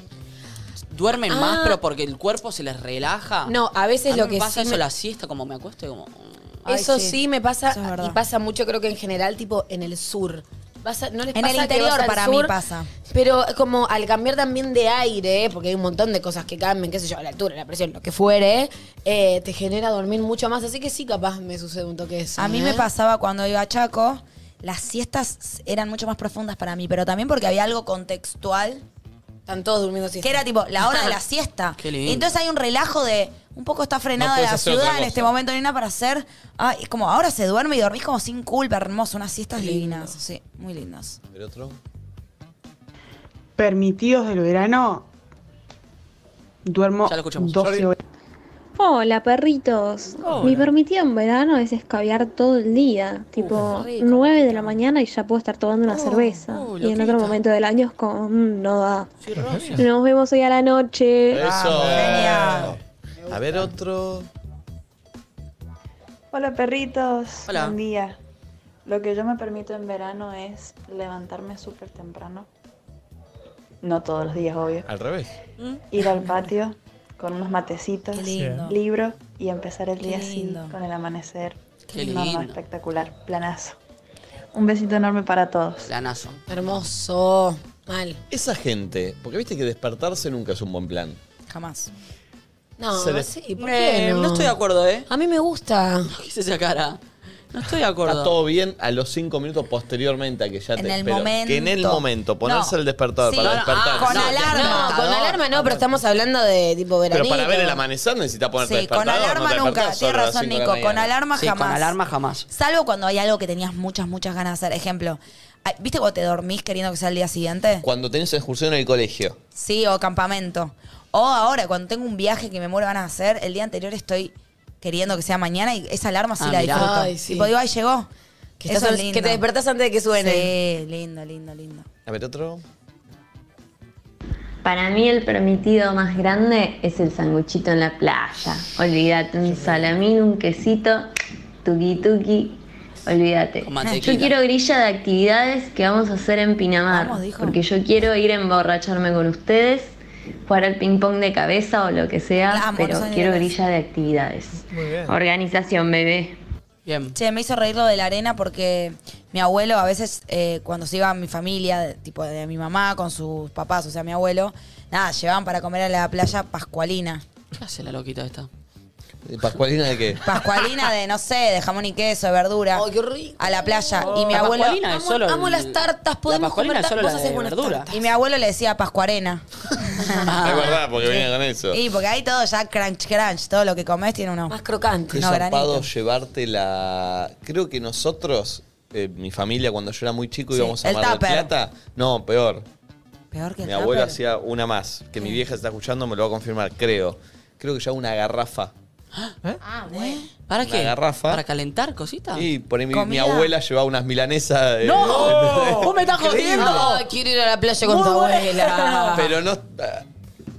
Speaker 2: duermen
Speaker 4: Ah.
Speaker 2: más, pero porque el cuerpo se les relaja.
Speaker 4: No, a veces
Speaker 2: mí
Speaker 4: lo
Speaker 2: me
Speaker 4: que
Speaker 2: pasa
Speaker 4: sí
Speaker 2: eso
Speaker 4: me-
Speaker 2: la siesta, como me acuesto y como. mm,
Speaker 4: Eso
Speaker 2: ay,
Speaker 4: sí. me pasa y pasa mucho, creo que en general, tipo en el sur. Vas a- no les
Speaker 3: En
Speaker 4: pasa
Speaker 3: el
Speaker 4: que vas
Speaker 3: interior
Speaker 4: al
Speaker 3: para
Speaker 4: sur,
Speaker 3: mí pasa.
Speaker 4: Pero como al cambiar también de aire, porque hay un montón de cosas que cambian, qué sé yo, la altura, la presión, lo que fuere, eh, te genera dormir mucho más. Así que sí, capaz me sucede un toque eso.
Speaker 3: A mí
Speaker 4: ¿eh?
Speaker 3: me pasaba cuando iba a Chaco, las siestas eran mucho más profundas para mí, pero también porque había algo contextual.
Speaker 4: Están todos durmiendo siesta.
Speaker 3: Que era tipo la hora de
Speaker 2: (laughs)
Speaker 4: (laughs)
Speaker 3: la siesta.
Speaker 4: Qué lindo.
Speaker 3: Entonces hay un relajo de un poco está
Speaker 4: No
Speaker 3: frenada
Speaker 4: podés
Speaker 3: la
Speaker 4: hacer otra
Speaker 3: ciudad en
Speaker 4: cosa.
Speaker 3: este momento, no hay nada para hacer. Ah, es como ahora se duerme y dormís como sin culpa, hermoso, unas siestas divinas. Sí, muy lindas.
Speaker 1: ¿El otro?
Speaker 15: Permitidos del verano, duermo 12 horas.
Speaker 17: Hola perritos. Mi permitido en verano es escabiar todo el día,
Speaker 1: Uh,
Speaker 17: tipo 9 de la mañana y ya puedo estar tomando
Speaker 1: Oh,
Speaker 17: una cerveza. y en otro momento del año es como, mm, no da. Nos vemos hoy a la noche.
Speaker 1: Eso. A ver otro.
Speaker 18: Hola perritos,
Speaker 1: Hola.
Speaker 18: buen día. Lo que yo me permito en verano es levantarme súper temprano, no todos los días obvio,
Speaker 1: Al revés.
Speaker 18: ir al patio con unos matecitos,
Speaker 3: Qué lindo.
Speaker 18: libro y empezar el
Speaker 3: Qué
Speaker 18: día así
Speaker 3: lindo.
Speaker 18: con el amanecer.
Speaker 2: Qué
Speaker 18: No, no,
Speaker 2: lindo.
Speaker 18: espectacular, planazo. Un besito enorme para todos.
Speaker 2: Planazo.
Speaker 4: Hermoso. Mal.
Speaker 1: Esa gente, porque viste que despertarse nunca es un buen plan.
Speaker 3: Jamás.
Speaker 4: No,
Speaker 1: Se le-
Speaker 4: sí, ¿por
Speaker 2: Eh,
Speaker 4: qué
Speaker 2: no estoy de acuerdo, ¿eh?
Speaker 4: A mí
Speaker 2: (laughs)
Speaker 4: me gusta.
Speaker 2: ¿Qué es esa cara? No estoy de acuerdo.
Speaker 1: Está todo bien a los cinco minutos posteriormente a que ya
Speaker 4: En
Speaker 1: te
Speaker 4: el
Speaker 1: pero Que en el
Speaker 4: momento.
Speaker 1: momento, ponerse el despertador
Speaker 4: Sí.
Speaker 1: para
Speaker 4: No, no, ah,
Speaker 1: despertar.
Speaker 4: con alarma. No, con alarma no, pero estamos hablando de tipo verano.
Speaker 1: Pero para ver el amanecer necesitas ponerte
Speaker 3: Sí, con
Speaker 1: despertador.
Speaker 3: alarma
Speaker 1: no te
Speaker 3: nunca.
Speaker 1: despertás solo
Speaker 3: Tienes
Speaker 1: a las
Speaker 3: razón,
Speaker 1: cinco de
Speaker 3: Nico.
Speaker 1: la
Speaker 3: Con
Speaker 1: mañana.
Speaker 3: alarma
Speaker 2: Sí,
Speaker 3: jamás.
Speaker 2: con alarma jamás.
Speaker 3: Salvo cuando hay algo que tenías muchas, muchas ganas de hacer. Ejemplo, ay, ¿viste cuando te dormís queriendo que sea el día siguiente?
Speaker 1: Cuando tenés excursión en el colegio.
Speaker 3: Sí, o campamento. O ahora, cuando tengo un viaje que me muero ganas de hacer, el día anterior estoy queriendo que sea mañana y esa alarma sí
Speaker 4: Ah,
Speaker 3: la
Speaker 4: mirá.
Speaker 3: disfruto.
Speaker 4: Ay, sí.
Speaker 3: Tipo, digo, ay, llegó.
Speaker 4: Que estás- que te despertás antes de que suene.
Speaker 3: Sí, lindo, lindo, lindo.
Speaker 1: A ver, otro.
Speaker 19: Para mí el permitido más grande es el sanguchito en la playa. Olvídate, un salamín, un quesito, tuki tuki. Olvídate.
Speaker 2: mantequilla.
Speaker 19: Yo quiero grilla de actividades que vamos a hacer en Pinamar.
Speaker 2: Vamos, dijo.
Speaker 19: porque yo quiero ir a emborracharme con ustedes, jugar al ping-pong de cabeza o lo que sea,
Speaker 3: Vamos,
Speaker 19: pero
Speaker 3: señoras.
Speaker 19: quiero grilla de actividades. Organización, bebé.
Speaker 2: Bien.
Speaker 3: Che, me hizo reír lo de la arena porque mi abuelo a veces eh, cuando se iba a mi familia, de- tipo de mi mamá con sus papás, o sea, mi abuelo, nada, llevaban para comer a la playa pascualina.
Speaker 2: ¿Qué hace la loquita esta?
Speaker 1: Eh, ¿Pascualina de qué?
Speaker 3: Pascualina de, no sé, de jamón y queso, de verdura. A la playa. y mi
Speaker 2: La
Speaker 3: abuelo.
Speaker 2: pascualina es Amo- solo amo el- las
Speaker 4: tartas,
Speaker 2: podemos pascualina comer es solo tartas, la vos de hacés buenas verdura. Ah, tartas.
Speaker 3: Y mi abuelo le decía pascuarena.
Speaker 1: es verdad, porque venía con eso.
Speaker 3: Y porque ahí todo ya crunch, crunch. Todo lo que comes tiene uno. Más
Speaker 4: crocante.
Speaker 1: Qué
Speaker 3: No,
Speaker 1: zarpado
Speaker 3: granito.
Speaker 1: llevarte la. Creo que nosotros, eh, mi familia, cuando yo era muy chico,
Speaker 3: Sí,
Speaker 1: íbamos a
Speaker 3: el
Speaker 1: Mar del
Speaker 3: tupper.
Speaker 1: Plata. No, peor.
Speaker 3: Peor que el
Speaker 1: Mi abuelo
Speaker 3: tupper.
Speaker 1: hacía una más, que mi vieja está escuchando, me lo va a confirmar, creo. Creo que ya una garrafa.
Speaker 2: Ah, bueno. ¿Para
Speaker 1: Una
Speaker 2: qué?
Speaker 1: garrafa.
Speaker 2: ¿Para calentar cositas?
Speaker 1: Y por ahí mi, mi
Speaker 2: Ah. Comida.
Speaker 1: abuela llevaba unas milanesas. eh,
Speaker 2: ¡No! ¡Vos Oh, me estás
Speaker 4: jodiendo! Ah, quiero ir a la playa con
Speaker 2: Muy
Speaker 4: tu
Speaker 2: bueno.
Speaker 4: abuela.
Speaker 1: (laughs)
Speaker 2: (laughs)
Speaker 1: Pero no. ah,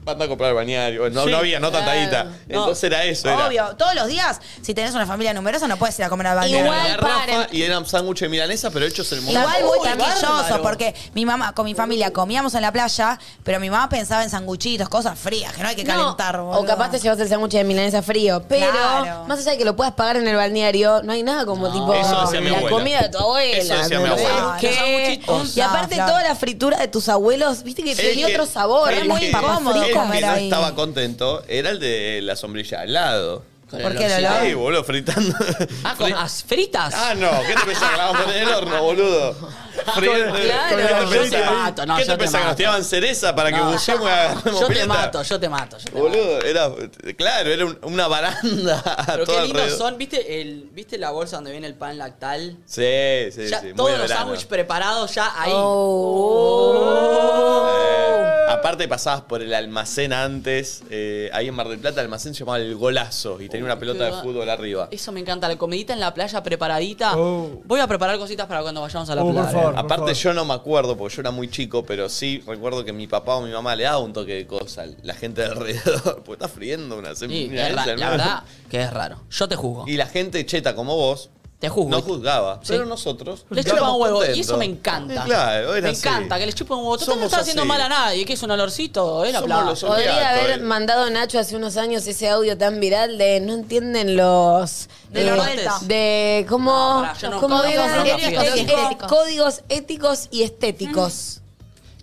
Speaker 1: Anda a comprar el bañario. No,
Speaker 2: Sí,
Speaker 1: no había, no tanta
Speaker 2: claro.
Speaker 1: guita. Entonces era eso. Era.
Speaker 3: Obvio, todos los días, si tenés una familia numerosa, no puedes ir a comer al balneario.
Speaker 1: Era la garrafa y eran sándwiches de milanesa, pero hechos en el momento.
Speaker 3: Igual muy
Speaker 1: ¡Uy,
Speaker 3: taquilloso,
Speaker 1: bárbaro!
Speaker 3: porque mi mamá, con mi familia comíamos en la playa, pero mi mamá pensaba en sanguchitos, cosas frías, que no hay que
Speaker 4: No,
Speaker 3: calentar, boludo.
Speaker 4: O capaz te llevas el sándwich de milanesa frío. Pero
Speaker 3: Claro.
Speaker 4: más allá de que lo puedas pagar en el balneario, no hay nada como tipo
Speaker 1: Eso decía mi
Speaker 4: la
Speaker 1: abuela.
Speaker 4: comida de tu abuela.
Speaker 1: Eso decía mi
Speaker 4: ¿entendés?
Speaker 2: Ah,
Speaker 1: abuela.
Speaker 4: ¿Qué?
Speaker 1: sanguchitos.
Speaker 4: Y aparte
Speaker 3: Ah,
Speaker 4: toda la fritura de tus abuelos, viste que
Speaker 1: El
Speaker 4: tenía
Speaker 1: que-
Speaker 4: otro sabor.
Speaker 1: el
Speaker 4: Era muy
Speaker 1: que-
Speaker 4: incómodo
Speaker 1: El que
Speaker 4: comer
Speaker 1: no
Speaker 4: ahí.
Speaker 1: estaba contento era el de la sombrilla al lado.
Speaker 2: Con el
Speaker 3: ¿Por qué el
Speaker 2: olorcito.
Speaker 1: Sí, boludo, fritando.
Speaker 2: Ah, con as- fritas.
Speaker 1: Ah, no, ¿qué te pensás que
Speaker 2: (laughs)
Speaker 1: la vamos a poner en el horno, boludo? Friendo-
Speaker 2: Claro,
Speaker 1: con la
Speaker 2: yo
Speaker 1: pelita.
Speaker 2: te mato, no,
Speaker 1: ¿Qué
Speaker 2: yo
Speaker 1: te pensás
Speaker 2: te
Speaker 1: que
Speaker 2: mato.
Speaker 1: nos tiraban cereza para que
Speaker 2: No.
Speaker 1: buceemos y agarremos
Speaker 2: Yo te
Speaker 1: pileta?
Speaker 2: mato, yo te mato. yo te mato.
Speaker 1: Boludo, era. Claro, era un- una baranda. (laughs) a
Speaker 2: Pero
Speaker 1: todo
Speaker 2: qué lindos
Speaker 1: alrededor.
Speaker 2: son, ¿viste, el, ¿viste la bolsa donde viene el pan lactal?
Speaker 1: Sí, sí,
Speaker 2: ya
Speaker 1: sí. muy de
Speaker 2: todos los
Speaker 1: verano.
Speaker 2: sándwiches preparados ya ahí. Oh.
Speaker 1: Eh, aparte pasabas por el almacén antes, eh, ahí en Mar del Plata el almacén se llamaba El Golazo y tenía una pelota de
Speaker 2: va-
Speaker 1: fútbol arriba.
Speaker 2: Eso me encanta, la comidita en la playa preparadita. Voy a preparar cositas para cuando vayamos a la playa.
Speaker 1: Eh, Aparte yo no me acuerdo porque yo era muy chico, pero sí recuerdo que mi papá o mi mamá le daba un toque de cosa, la gente de alrededor, (laughs) porque está friendo una
Speaker 2: Sí,
Speaker 1: semilla.
Speaker 2: es ra- la verdad que es raro. Yo te juzgo.
Speaker 1: Y la gente cheta como vos.
Speaker 2: Te juzgo.
Speaker 1: No juzgaba.
Speaker 2: Sí.
Speaker 1: Pero nosotros.
Speaker 2: Les
Speaker 1: estábamos
Speaker 2: chupan huevo y
Speaker 1: contentos.
Speaker 2: eso me encanta.
Speaker 1: Y claro, era
Speaker 2: me
Speaker 1: así.
Speaker 2: encanta que les chupen huevo. Total,
Speaker 1: Somos
Speaker 2: no está haciendo
Speaker 1: así.
Speaker 2: mal a nadie, que es un olorcito, es la
Speaker 1: Somos
Speaker 2: plata.
Speaker 1: los eh.
Speaker 4: Podría haber mandado Nacho hace unos años ese audio tan viral de no entienden los
Speaker 2: De
Speaker 4: eh,
Speaker 2: los martes.
Speaker 4: de cómo,
Speaker 2: No, pará, yo no-
Speaker 4: cómo
Speaker 2: no,
Speaker 4: digo,
Speaker 2: no, no,
Speaker 4: los
Speaker 2: no, estéticos.
Speaker 4: códigos estéticos. códigos éticos y estéticos.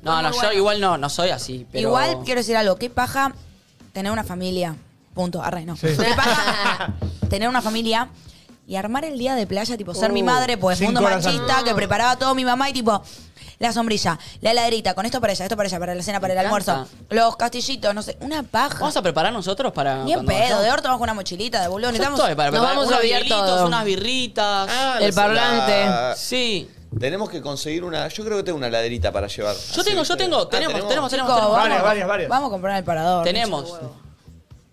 Speaker 2: No, no,
Speaker 3: Muy
Speaker 2: yo
Speaker 3: bueno.
Speaker 2: igual no, no soy así. Mm. Pero...
Speaker 3: Igual quiero decir algo, qué paja tener una familia. Punto, arre, no. Qué
Speaker 2: (laughs)
Speaker 3: paja tener una familia y armar el día de playa, tipo, ser
Speaker 4: Uh,
Speaker 3: mi madre, pues
Speaker 4: cinco
Speaker 3: mundo
Speaker 4: horas
Speaker 3: machista,
Speaker 4: antes.
Speaker 2: Ah.
Speaker 3: que preparaba todo mi mamá y tipo. La sombrilla, la heladerita, con esto para ella, esto para ella, para la cena, para el almuerzo, los castillitos, no sé, una paja.
Speaker 2: Vamos a preparar nosotros para.
Speaker 3: Ni en
Speaker 2: cuando
Speaker 3: pedo,
Speaker 2: vayamos?
Speaker 3: de orto vamos con una mochilita de boludo.
Speaker 2: Yo
Speaker 3: Necesitamos.
Speaker 2: estoy para
Speaker 3: Nos
Speaker 2: preparar
Speaker 3: vamos
Speaker 2: unos
Speaker 3: a olvidar
Speaker 2: hielitos,
Speaker 3: todo.
Speaker 2: unas birritas.
Speaker 1: Ah,
Speaker 2: el
Speaker 1: la-
Speaker 2: parlante.
Speaker 1: la-
Speaker 2: Sí.
Speaker 1: Tenemos que conseguir una. Yo creo que tengo una laderita para llevar.
Speaker 2: Yo tengo, yo
Speaker 1: ah,
Speaker 2: tengo. Tenemos, tenemos, tenemos,
Speaker 3: Chicos,
Speaker 2: tenemos.
Speaker 3: vamos, Vamos a comprar el parador.
Speaker 2: Tenemos.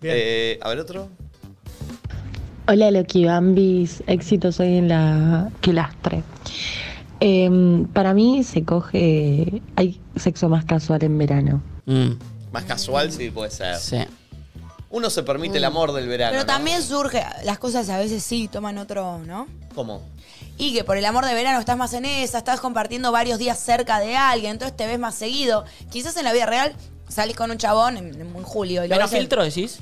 Speaker 1: Eh, a ver otro.
Speaker 16: Hola Loki Bambis, éxitos hoy en la Quilastre. Em, para mí se coge, hay sexo más casual en verano.
Speaker 1: Más casual sí puede ser.
Speaker 2: Mm. Sí.
Speaker 1: Uno se permite el amor del verano.
Speaker 3: Mm. Pero
Speaker 1: ¿no?
Speaker 3: también surge, las cosas a veces sí toman otro, ¿no?
Speaker 1: ¿Cómo?
Speaker 3: Y que por el amor de verano estás más en esa, estás compartiendo varios días cerca de alguien, entonces te ves más seguido. Quizás en la vida real salís con un chabón en, en julio. Y lo
Speaker 2: ¿Era
Speaker 3: ves en-
Speaker 2: filtro, decís?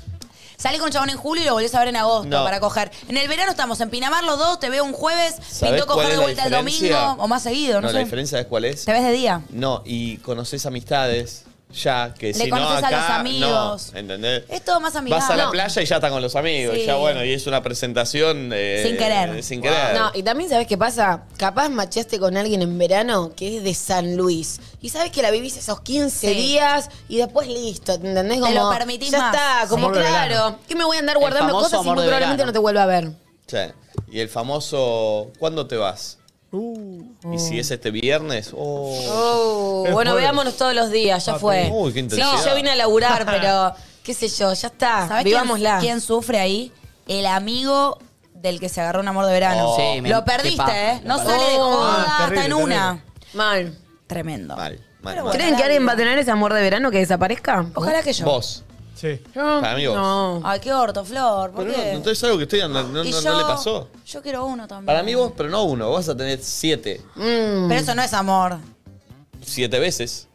Speaker 3: salís con un chabón en julio y lo volvés a ver en agosto
Speaker 2: No.
Speaker 3: para coger. En el verano estamos en Pinamar los dos, te veo un jueves,
Speaker 1: ¿Sabés
Speaker 3: pintó coger
Speaker 1: cuál
Speaker 3: de
Speaker 1: es la
Speaker 3: vuelta el domingo
Speaker 1: diferencia?
Speaker 3: o más seguido, no,
Speaker 1: la
Speaker 3: sé.
Speaker 1: diferencia es cuál es.
Speaker 3: Te ves de día.
Speaker 1: No, y conoces amistades ya que
Speaker 3: Le
Speaker 1: si no
Speaker 3: conoces
Speaker 1: acá
Speaker 3: a los amigos.
Speaker 1: no, ¿entendés?
Speaker 3: Es todo más amigable.
Speaker 1: Vas a la
Speaker 3: No.
Speaker 1: playa y ya está con los amigos,
Speaker 4: Sí.
Speaker 1: ya bueno, y es una presentación eh,
Speaker 4: Sin querer.
Speaker 1: sin querer.
Speaker 4: No, y también sabes qué pasa, capaz machaste con alguien en verano que es de San Luis y sabes que la vivís esos 15
Speaker 3: Sí.
Speaker 4: días y después listo, ¿te ¿entendés?
Speaker 3: Te
Speaker 4: Como,
Speaker 3: lo permitís
Speaker 4: ya
Speaker 3: más.
Speaker 4: está, como
Speaker 1: Amor de
Speaker 4: claro,
Speaker 1: verano.
Speaker 4: que me voy a andar
Speaker 2: El
Speaker 4: guardando
Speaker 2: famoso
Speaker 4: cosas y muy
Speaker 2: amor de
Speaker 4: probablemente
Speaker 2: verano.
Speaker 4: no te vuelva a ver.
Speaker 1: Sí. Y el famoso ¿cuándo te vas? Y si es este viernes,
Speaker 4: Oh,
Speaker 1: Es
Speaker 4: bueno,
Speaker 1: jueves.
Speaker 4: veámonos todos los días, ya fue.
Speaker 1: Uy, qué
Speaker 4: sí,
Speaker 1: intensidad.
Speaker 4: yo vine
Speaker 3: (laughs)
Speaker 1: (laughs)
Speaker 4: a laburar, pero qué sé yo, ya está.
Speaker 3: ¿Sabés quién,
Speaker 4: Vivámosla.
Speaker 3: quién sufre ahí? El amigo del que se agarró un amor de verano.
Speaker 4: Oh. Sí, me-
Speaker 3: Lo
Speaker 4: qué paja.
Speaker 3: perdiste, ¿eh? No
Speaker 4: Oh.
Speaker 3: sale de joda,
Speaker 4: Ah, terrible,
Speaker 3: hasta en una.
Speaker 4: Mal.
Speaker 3: Tremendo.
Speaker 1: Mal, mal,
Speaker 3: Pero
Speaker 1: mal.
Speaker 4: ¿Creen que alguien va a tener ese amor de verano que desaparezca?
Speaker 3: Ojalá que yo.
Speaker 1: Vos. Sí. Para mí vos.
Speaker 4: No.
Speaker 3: Ay, qué orto, Flor. ¿Por
Speaker 1: Pero no,
Speaker 3: qué?
Speaker 1: entonces es algo que estoy andando, no,
Speaker 3: Y
Speaker 1: no- no
Speaker 3: yo-
Speaker 1: le pasó.
Speaker 3: Yo quiero uno también.
Speaker 1: Para mí vos, pero no uno, vas a tener siete.
Speaker 3: Pero eso no es amor.
Speaker 1: Siete veces.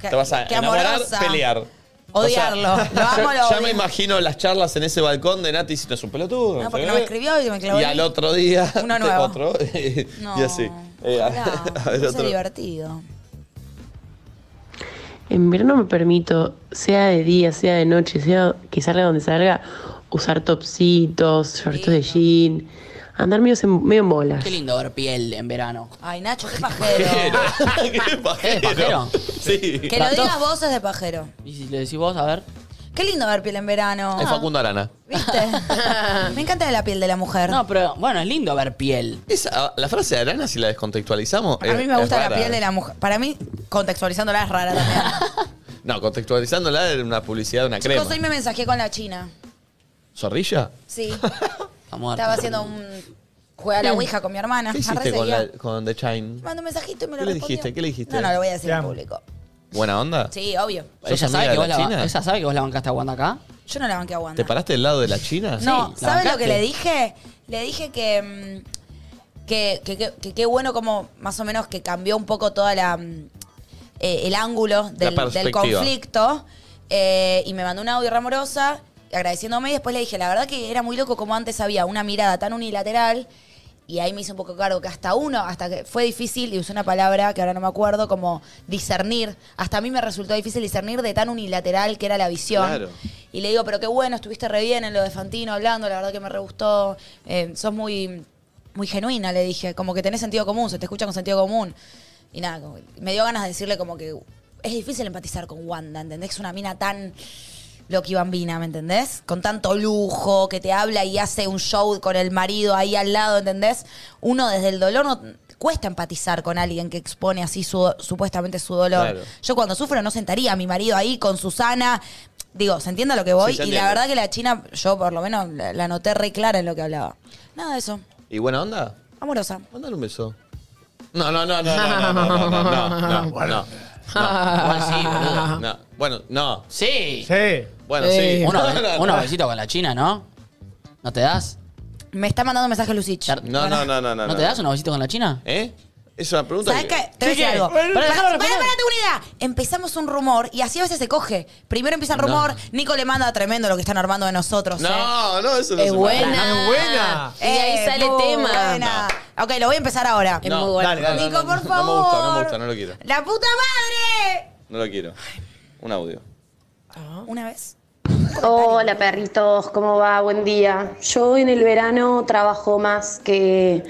Speaker 3: Qué-
Speaker 1: Te vas a
Speaker 3: qué
Speaker 1: enamorar,
Speaker 3: amorosa.
Speaker 1: pelear. (laughs)
Speaker 3: Odiarlo. Lo amo, lo
Speaker 1: ya, ya
Speaker 3: odio.
Speaker 1: me imagino las charlas en ese balcón de Nati si no es un pelotudo.
Speaker 3: No, porque
Speaker 1: sé
Speaker 3: no me
Speaker 1: qué.
Speaker 3: escribió y me clavó.
Speaker 1: ¿eh? Y
Speaker 3: el-
Speaker 1: al otro día.
Speaker 3: Uno
Speaker 1: (laughs) te-
Speaker 3: nuevo.
Speaker 1: Otro. y-
Speaker 3: No,
Speaker 1: y así. Eh, (laughs) a- a ver
Speaker 3: Eso
Speaker 1: otro.
Speaker 3: es divertido.
Speaker 16: En verano me permito, sea de día, sea de noche, sea que salga donde salga, usar topsitos, shorts de jean, andar medio, en- medio en bolas.
Speaker 2: Qué lindo ver piel en verano.
Speaker 3: Ay, Nacho, qué pajero.
Speaker 1: (laughs) ¿Qué pajero?
Speaker 2: pajero?
Speaker 1: Sí.
Speaker 3: que lo digas vos es de pajero.
Speaker 2: Y si le decís vos, a ver.
Speaker 3: Qué lindo ver piel en verano.
Speaker 2: Es Facundo
Speaker 1: Arana.
Speaker 3: ¿Viste? (laughs) me encanta la piel de la mujer.
Speaker 2: No, pero bueno, es lindo ver piel.
Speaker 1: Esa- la frase de Arana, si la descontextualizamos.
Speaker 3: A mí me gusta la piel de la mujer. Para mí, contextualizándola es rara también.
Speaker 1: No, contextualizándola era una publicidad de una crema.
Speaker 3: Chicos, hoy me mensajé con la china.
Speaker 1: ¿Zorrilla?
Speaker 3: Sí.
Speaker 1: Está
Speaker 3: Estaba haciendo un. Juega a la Ouija con mi hermana.
Speaker 1: ¿Qué
Speaker 3: Arre,
Speaker 1: hiciste con,
Speaker 3: seguía.
Speaker 1: la- con The Chain?
Speaker 3: Mando un mensajito y me lo
Speaker 1: ¿Qué le
Speaker 3: respondió.
Speaker 1: dijiste? ¿Qué le dijiste?
Speaker 3: No, no, lo voy a decir
Speaker 1: Te
Speaker 3: en
Speaker 1: amo.
Speaker 3: público.
Speaker 1: ¿Buena onda?
Speaker 3: Sí, obvio.
Speaker 2: ¿Ella
Speaker 1: ¿Sos amiga
Speaker 2: sabe, que
Speaker 1: de
Speaker 2: vos
Speaker 1: la
Speaker 2: la,
Speaker 1: China?
Speaker 2: ella sabe que vos la bancaste a Wanda acá.
Speaker 3: Yo no la banqué a Wanda.
Speaker 1: ¿Te paraste del lado de la China?
Speaker 3: No,
Speaker 2: Sí, la
Speaker 3: ¿sabes lo
Speaker 2: bancaste.
Speaker 3: que le dije? Le dije que. mm, que que- que- que qué bueno, como más o menos que cambió un poco toda la. mm, eh, el ángulo del, del
Speaker 20: perspectiva.
Speaker 3: conflicto. eh, y me mandó un audio ramorosa agradeciéndome. Y después le dije, la verdad que era muy loco como antes había una mirada tan unilateral. Y ahí me hice un poco cargo que hasta uno, hasta que fue difícil, y usé una palabra que ahora no me acuerdo, como discernir. Hasta a mí me resultó difícil discernir de tan unilateral que era la visión.
Speaker 20: Claro.
Speaker 3: Y le digo, pero qué bueno, estuviste re bien en lo de Fantino hablando, la verdad que me re gustó. Eh, sos muy, muy genuina, le dije. Como que tenés sentido común, se te escucha con sentido común. Y nada, como que me dio ganas de decirle como que es difícil empatizar con Wanda, ¿entendés? Que es una mina tan loquibambina, ¿me entendés? Con tanto lujo, que te habla y hace un show con el marido ahí al lado, ¿entendés? Uno desde el dolor no cuesta empatizar con alguien que expone así su- supuestamente su dolor.
Speaker 20: Claro.
Speaker 3: Yo cuando sufro no sentaría a mi marido ahí con Susana. Digo, ¿se entiende a lo que voy?
Speaker 1: Sí, se
Speaker 3: y la
Speaker 1: entiende.
Speaker 3: verdad que la China, yo por lo menos la, la noté re clara en lo que hablaba. Nada de eso.
Speaker 1: ¿Y buena onda?
Speaker 3: Amorosa.
Speaker 1: Mándale un beso. No, no, no, no, no, no, no, no, no, no, no, no. (laughs)
Speaker 2: Igual sí, boludo.
Speaker 1: No. Bueno, no.
Speaker 2: Sí.
Speaker 5: Sí.
Speaker 1: Bueno, sí.
Speaker 2: Eh, Uno-
Speaker 1: (laughs) No, no, no.
Speaker 2: Unos besitos con la China, ¿no? ¿No te das?
Speaker 3: Me está mandando mensajes Lucich.
Speaker 1: No, no, no, no, no.
Speaker 2: ¿No te das unos besitos con la China?
Speaker 1: ¿Eh? Es una pregunta
Speaker 3: ¿Sabes
Speaker 1: que-
Speaker 3: qué? Te voy a decir
Speaker 2: Sí,
Speaker 3: algo.
Speaker 2: bueno,
Speaker 3: Pará,
Speaker 2: déjalo
Speaker 3: pará, pará, tengo una idea. Empezamos un rumor y así a veces se coge. Primero empieza el rumor, Nico le manda tremendo lo que están armando de nosotros.
Speaker 1: No,
Speaker 3: ¿eh?
Speaker 1: no, eso no
Speaker 3: Es
Speaker 1: se puede.
Speaker 3: buena.
Speaker 1: Ah,
Speaker 3: Eh,
Speaker 1: Es buena.
Speaker 3: Y de ahí sale tema. Ok, lo voy a empezar ahora.
Speaker 1: No, dale, dale,
Speaker 3: Nico,
Speaker 1: no, no,
Speaker 3: por
Speaker 1: No me gusta, no me
Speaker 3: favor.
Speaker 1: gusta, no lo quiero.
Speaker 3: ¡La puta madre!
Speaker 1: No lo quiero. Un audio.
Speaker 3: Una vez.
Speaker 21: Hola perritos, ¿cómo va? Buen día. Yo en el verano trabajo más que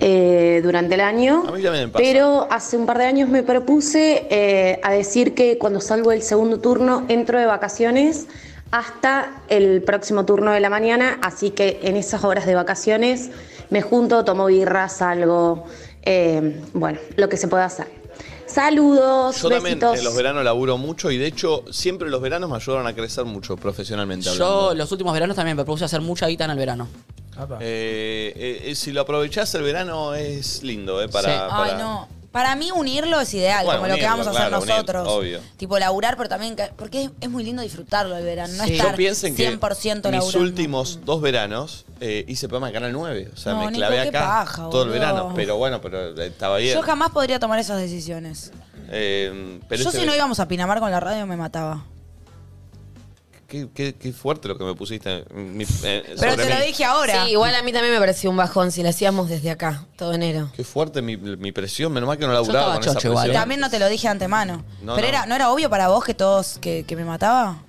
Speaker 21: eh, durante el año,
Speaker 1: A mí también me pasa.
Speaker 21: pero hace un par de años me propuse eh, a decir que cuando salgo del segundo turno entro de vacaciones hasta el próximo turno de la mañana, así que en esas horas de vacaciones me junto, tomo birra, salgo, eh, bueno, lo que se pueda hacer. Saludos,
Speaker 1: Yo también
Speaker 21: besitos.
Speaker 1: en los veranos laburo mucho y de hecho siempre los veranos me ayudaron a crecer mucho profesionalmente hablando.
Speaker 2: Yo los últimos veranos también me propuse hacer mucha guita en el verano.
Speaker 1: Eh, eh, eh, si lo aprovechás el verano es lindo, ¿eh? Para,
Speaker 2: Sí. Ay,
Speaker 1: para-
Speaker 3: Ay, no. Para mí unirlo es ideal,
Speaker 1: Bueno,
Speaker 3: como lo que
Speaker 1: unirlo,
Speaker 3: vamos a hacer
Speaker 1: claro, unirlo,
Speaker 3: nosotros.
Speaker 1: obvio.
Speaker 3: Tipo laburar, pero también que- porque es, es muy lindo disfrutarlo el verano, no
Speaker 1: Sí.
Speaker 3: estar
Speaker 1: Yo piensen que
Speaker 3: 100%
Speaker 1: mis
Speaker 3: laburando.
Speaker 1: últimos dos veranos eh, hice programa en Canal 9. O sea,
Speaker 3: No,
Speaker 1: me
Speaker 3: Nico,
Speaker 1: clavé
Speaker 3: qué
Speaker 1: acá
Speaker 3: paja,
Speaker 1: todo el
Speaker 3: boludo.
Speaker 1: verano. Pero bueno, pero estaba bien.
Speaker 3: Yo jamás podría tomar esas decisiones.
Speaker 1: Eh, pero
Speaker 3: Yo
Speaker 1: este-
Speaker 3: si no íbamos a Pinamar con la radio me mataba.
Speaker 1: qué, qué- qué fuerte lo que me pusiste. mi- eh, sobre
Speaker 4: Pero te lo
Speaker 1: mí.
Speaker 4: dije ahora.
Speaker 1: Sí,
Speaker 4: igual a mí también me pareció un bajón si lo hacíamos desde acá, todo enero.
Speaker 1: Qué fuerte mi, mi presión. Menos mal que no laburaba con esa presión.
Speaker 3: Y También no te lo dije antemano.
Speaker 1: No,
Speaker 3: pero
Speaker 1: no.
Speaker 3: Era, no era obvio para vos que todos que, que me mataba.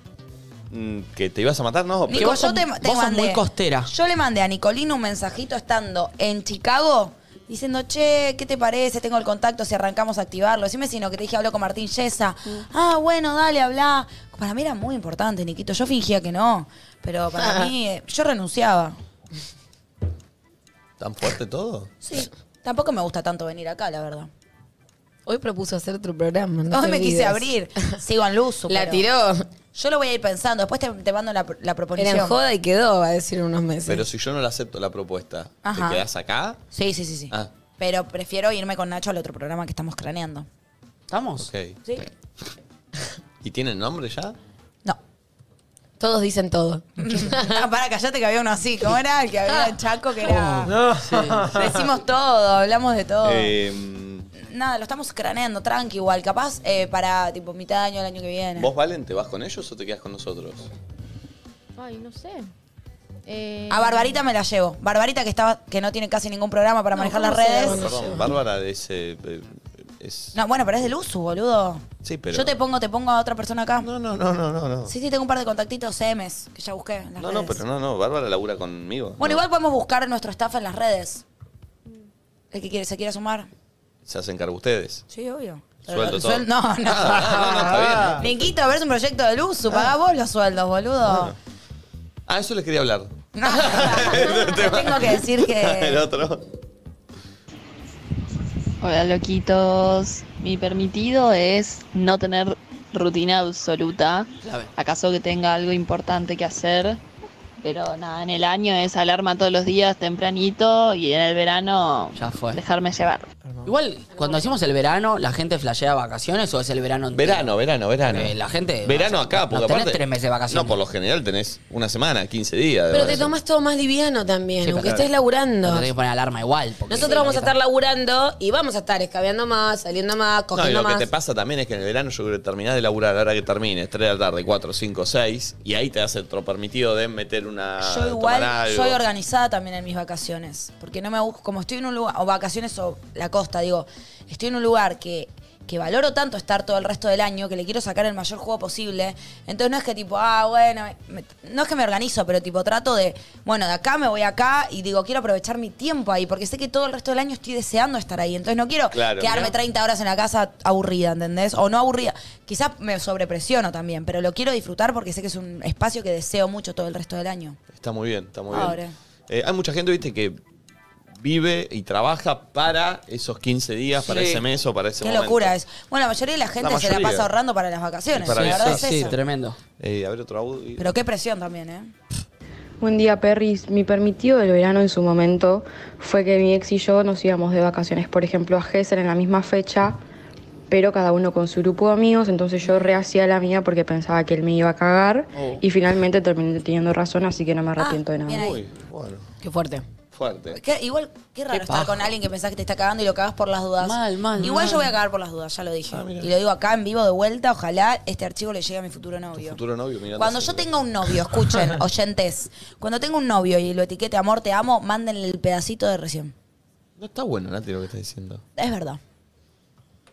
Speaker 1: Mm, Que te ibas a matar, no.
Speaker 3: Nico, yo te, te mandé.
Speaker 1: muy costera.
Speaker 3: Yo le mandé a Nicolino un mensajito estando en Chicago diciendo, che, ¿qué te parece? Tengo el contacto, si arrancamos a activarlo. Decime si no, que te dije, hablo con Martín Yesa.
Speaker 4: Mm.
Speaker 3: Ah, bueno, dale, habla. Para mí era muy importante, Niquito. Yo fingía que no. Pero
Speaker 4: (laughs)
Speaker 3: para mí, eh, yo renunciaba.
Speaker 1: ¿Tan fuerte todo?
Speaker 3: Sí. Tampoco me gusta tanto venir acá, la verdad.
Speaker 4: Hoy propuso hacer otro programa. No
Speaker 3: No
Speaker 4: te
Speaker 3: me quise
Speaker 4: olvides. (laughs)
Speaker 3: abrir. Sigo en luz.
Speaker 4: La
Speaker 3: pero-
Speaker 4: tiró.
Speaker 3: Yo lo voy a ir pensando. Después te, te mando la, pr- la proposición.
Speaker 4: Era en joda y quedó, va a decir en unos meses.
Speaker 1: Pero si yo no le acepto la propuesta,
Speaker 3: Ajá.
Speaker 1: ¿te quedás acá?
Speaker 3: Sí, sí, sí, sí.
Speaker 1: Ah,
Speaker 3: Pero prefiero irme con Nacho al otro programa que estamos craneando.
Speaker 2: ¿Estamos?
Speaker 1: ok. ¿Y tienen nombre ya?
Speaker 4: Todos dicen todo.
Speaker 3: (laughs)
Speaker 4: (laughs)
Speaker 3: Ah, para, callate que había uno así. ¿Cómo era? El que había en Chaco, que era.
Speaker 5: No.
Speaker 3: Ah.
Speaker 1: (laughs)
Speaker 4: Oh.
Speaker 3: Decimos todo, hablamos de todo.
Speaker 1: Eh,
Speaker 3: Nada, lo estamos craneando, tranqui, igual. Capaz eh, para tipo mitad de año, el año que viene.
Speaker 1: ¿Vos, Valen, te vas con ellos o te quedas con nosotros?
Speaker 6: Ay, no sé. Eh,
Speaker 3: A Barbarita me la llevo. Barbarita que estaba, que no tiene casi ningún programa para
Speaker 6: No,
Speaker 3: manejar las
Speaker 6: ¿cómo se
Speaker 3: redes.
Speaker 1: Perdón, Bárbara es, eh, eh, es-
Speaker 3: No, bueno, pero es del uso, boludo.
Speaker 1: Sí, pero...
Speaker 3: Yo te pongo, te pongo a otra persona acá.
Speaker 1: No, no, no, no, no. no.
Speaker 3: Sí, sí, tengo un par de contactitos CMs que ya busqué. en las
Speaker 1: No, no,
Speaker 3: redes.
Speaker 1: pero no, no. Bárbara labura conmigo.
Speaker 3: Bueno,
Speaker 1: No,
Speaker 3: igual podemos buscar nuestro staff en las redes. El que quiere, se quiera sumar.
Speaker 1: Se hacen cargo ustedes.
Speaker 3: Sí, obvio.
Speaker 1: Sueldo todo.
Speaker 3: Suel- no, no.
Speaker 1: Ah, no, no, está bien.
Speaker 3: Niquito, pero es un proyecto de luz, pagá vos los sueldos, boludo.
Speaker 1: Ah, eso les quería hablar.
Speaker 3: Tengo que decir
Speaker 1: (laughs) El
Speaker 3: que.
Speaker 1: otro.
Speaker 22: Hola loquitos, mi permitido es no tener rutina absoluta,
Speaker 2: Clave.
Speaker 22: acaso que tenga algo importante que hacer, pero nada, en el año es alarma todos los días tempranito y en el verano
Speaker 2: Ya fue.
Speaker 22: dejarme llevar.
Speaker 2: Igual, cuando hacemos el verano, ¿la gente flashea vacaciones o es el verano entero?
Speaker 1: Verano, verano, verano.
Speaker 2: Eh, la gente-
Speaker 1: Verano
Speaker 2: no,
Speaker 1: acá,
Speaker 2: no
Speaker 1: porque
Speaker 2: tenés
Speaker 1: aparte-
Speaker 2: tres meses de vacaciones.
Speaker 1: No, por lo general tenés una semana, 15 días. de
Speaker 4: Pero te
Speaker 1: vacaciones.
Speaker 4: tomas todo más liviano también,
Speaker 1: Sí,
Speaker 4: aunque
Speaker 1: claro.
Speaker 4: estés laburando.
Speaker 2: No tenés que poner alarma igual. porque-
Speaker 4: Nosotros vamos a estar laburando y vamos a estar escabeando más, saliendo más,
Speaker 1: No, y
Speaker 4: cogiendo
Speaker 1: lo
Speaker 4: más.
Speaker 1: que te pasa también es que en el verano yo creo que terminás de laburar a la hora que termines, 3 de la tarde, 4, 5, 6, y ahí te das el tro permitido Ah, de meter una.
Speaker 3: Yo
Speaker 1: tomar
Speaker 3: igual
Speaker 1: algo.
Speaker 3: soy organizada también en mis vacaciones. Porque no me busco, como estoy en un lugar, o vacaciones o la costa, digo, estoy en un lugar que, que valoro tanto estar todo el resto del año, que le quiero sacar el mayor juego posible. Entonces no es que tipo, ah, bueno, me- no es que me organizo, pero tipo trato de, bueno, de acá me voy acá y digo, quiero aprovechar mi tiempo ahí, porque sé que todo el resto del año estoy deseando estar ahí. Entonces no quiero
Speaker 8: Claro,
Speaker 3: quedarme
Speaker 8: ¿no?
Speaker 3: 30 horas en la casa aburrida, ¿entendés? O no aburrida. Quizás me sobrepresiono también, pero lo quiero disfrutar porque sé que es un espacio que deseo mucho todo el resto del año.
Speaker 1: Está muy bien, está muy
Speaker 3: Ahora.
Speaker 1: bien. Eh, hay mucha gente, viste, que vive y trabaja para esos 15 días, para
Speaker 3: Sí.
Speaker 1: ese mes o para ese
Speaker 3: Qué
Speaker 1: momento.
Speaker 3: locura es. Bueno, la mayoría de la gente
Speaker 1: La
Speaker 3: se la
Speaker 1: mayoría.
Speaker 3: pasa ahorrando para las vacaciones.
Speaker 1: Para
Speaker 3: la
Speaker 1: eso.
Speaker 3: verdad es
Speaker 1: Sí,
Speaker 3: eso.
Speaker 2: tremendo.
Speaker 1: Eh, a ver otro audio.
Speaker 3: Pero qué presión también, ¿eh?
Speaker 8: Buen día, Perris. Mi permitido del verano en su momento fue que mi ex y yo nos íbamos de vacaciones, por ejemplo, a Gesser en la misma fecha, pero cada uno con su grupo de amigos. Entonces yo rehacía la mía porque pensaba que él me iba a cagar.
Speaker 1: Oh.
Speaker 8: Y finalmente terminé teniendo razón, así que no me arrepiento de
Speaker 4: Ah,
Speaker 3: bien
Speaker 8: nada.
Speaker 3: ahí.
Speaker 1: Uy, bueno,
Speaker 4: Qué fuerte.
Speaker 1: fuerte.
Speaker 3: Qué- igual, qué raro
Speaker 1: Qué
Speaker 3: estar
Speaker 1: paja.
Speaker 3: con alguien que pensás que te está cagando y lo cagas por las dudas. Mal, mal. Igual
Speaker 1: mal.
Speaker 3: yo voy a cagar por las dudas, ya lo
Speaker 1: Ah,
Speaker 3: dije. y lo digo acá en vivo de vuelta, ojalá este archivo le llegue a mi futuro novio.
Speaker 1: Futuro novio, mirando.
Speaker 3: Cuando yo tenga un novio,
Speaker 1: (laughs)
Speaker 3: escuchen, oyentes, cuando tenga un novio y lo etiquete amor, te amo, mándenle el pedacito de recién.
Speaker 1: No está bueno, Nati, lo que estás diciendo.
Speaker 3: Es verdad.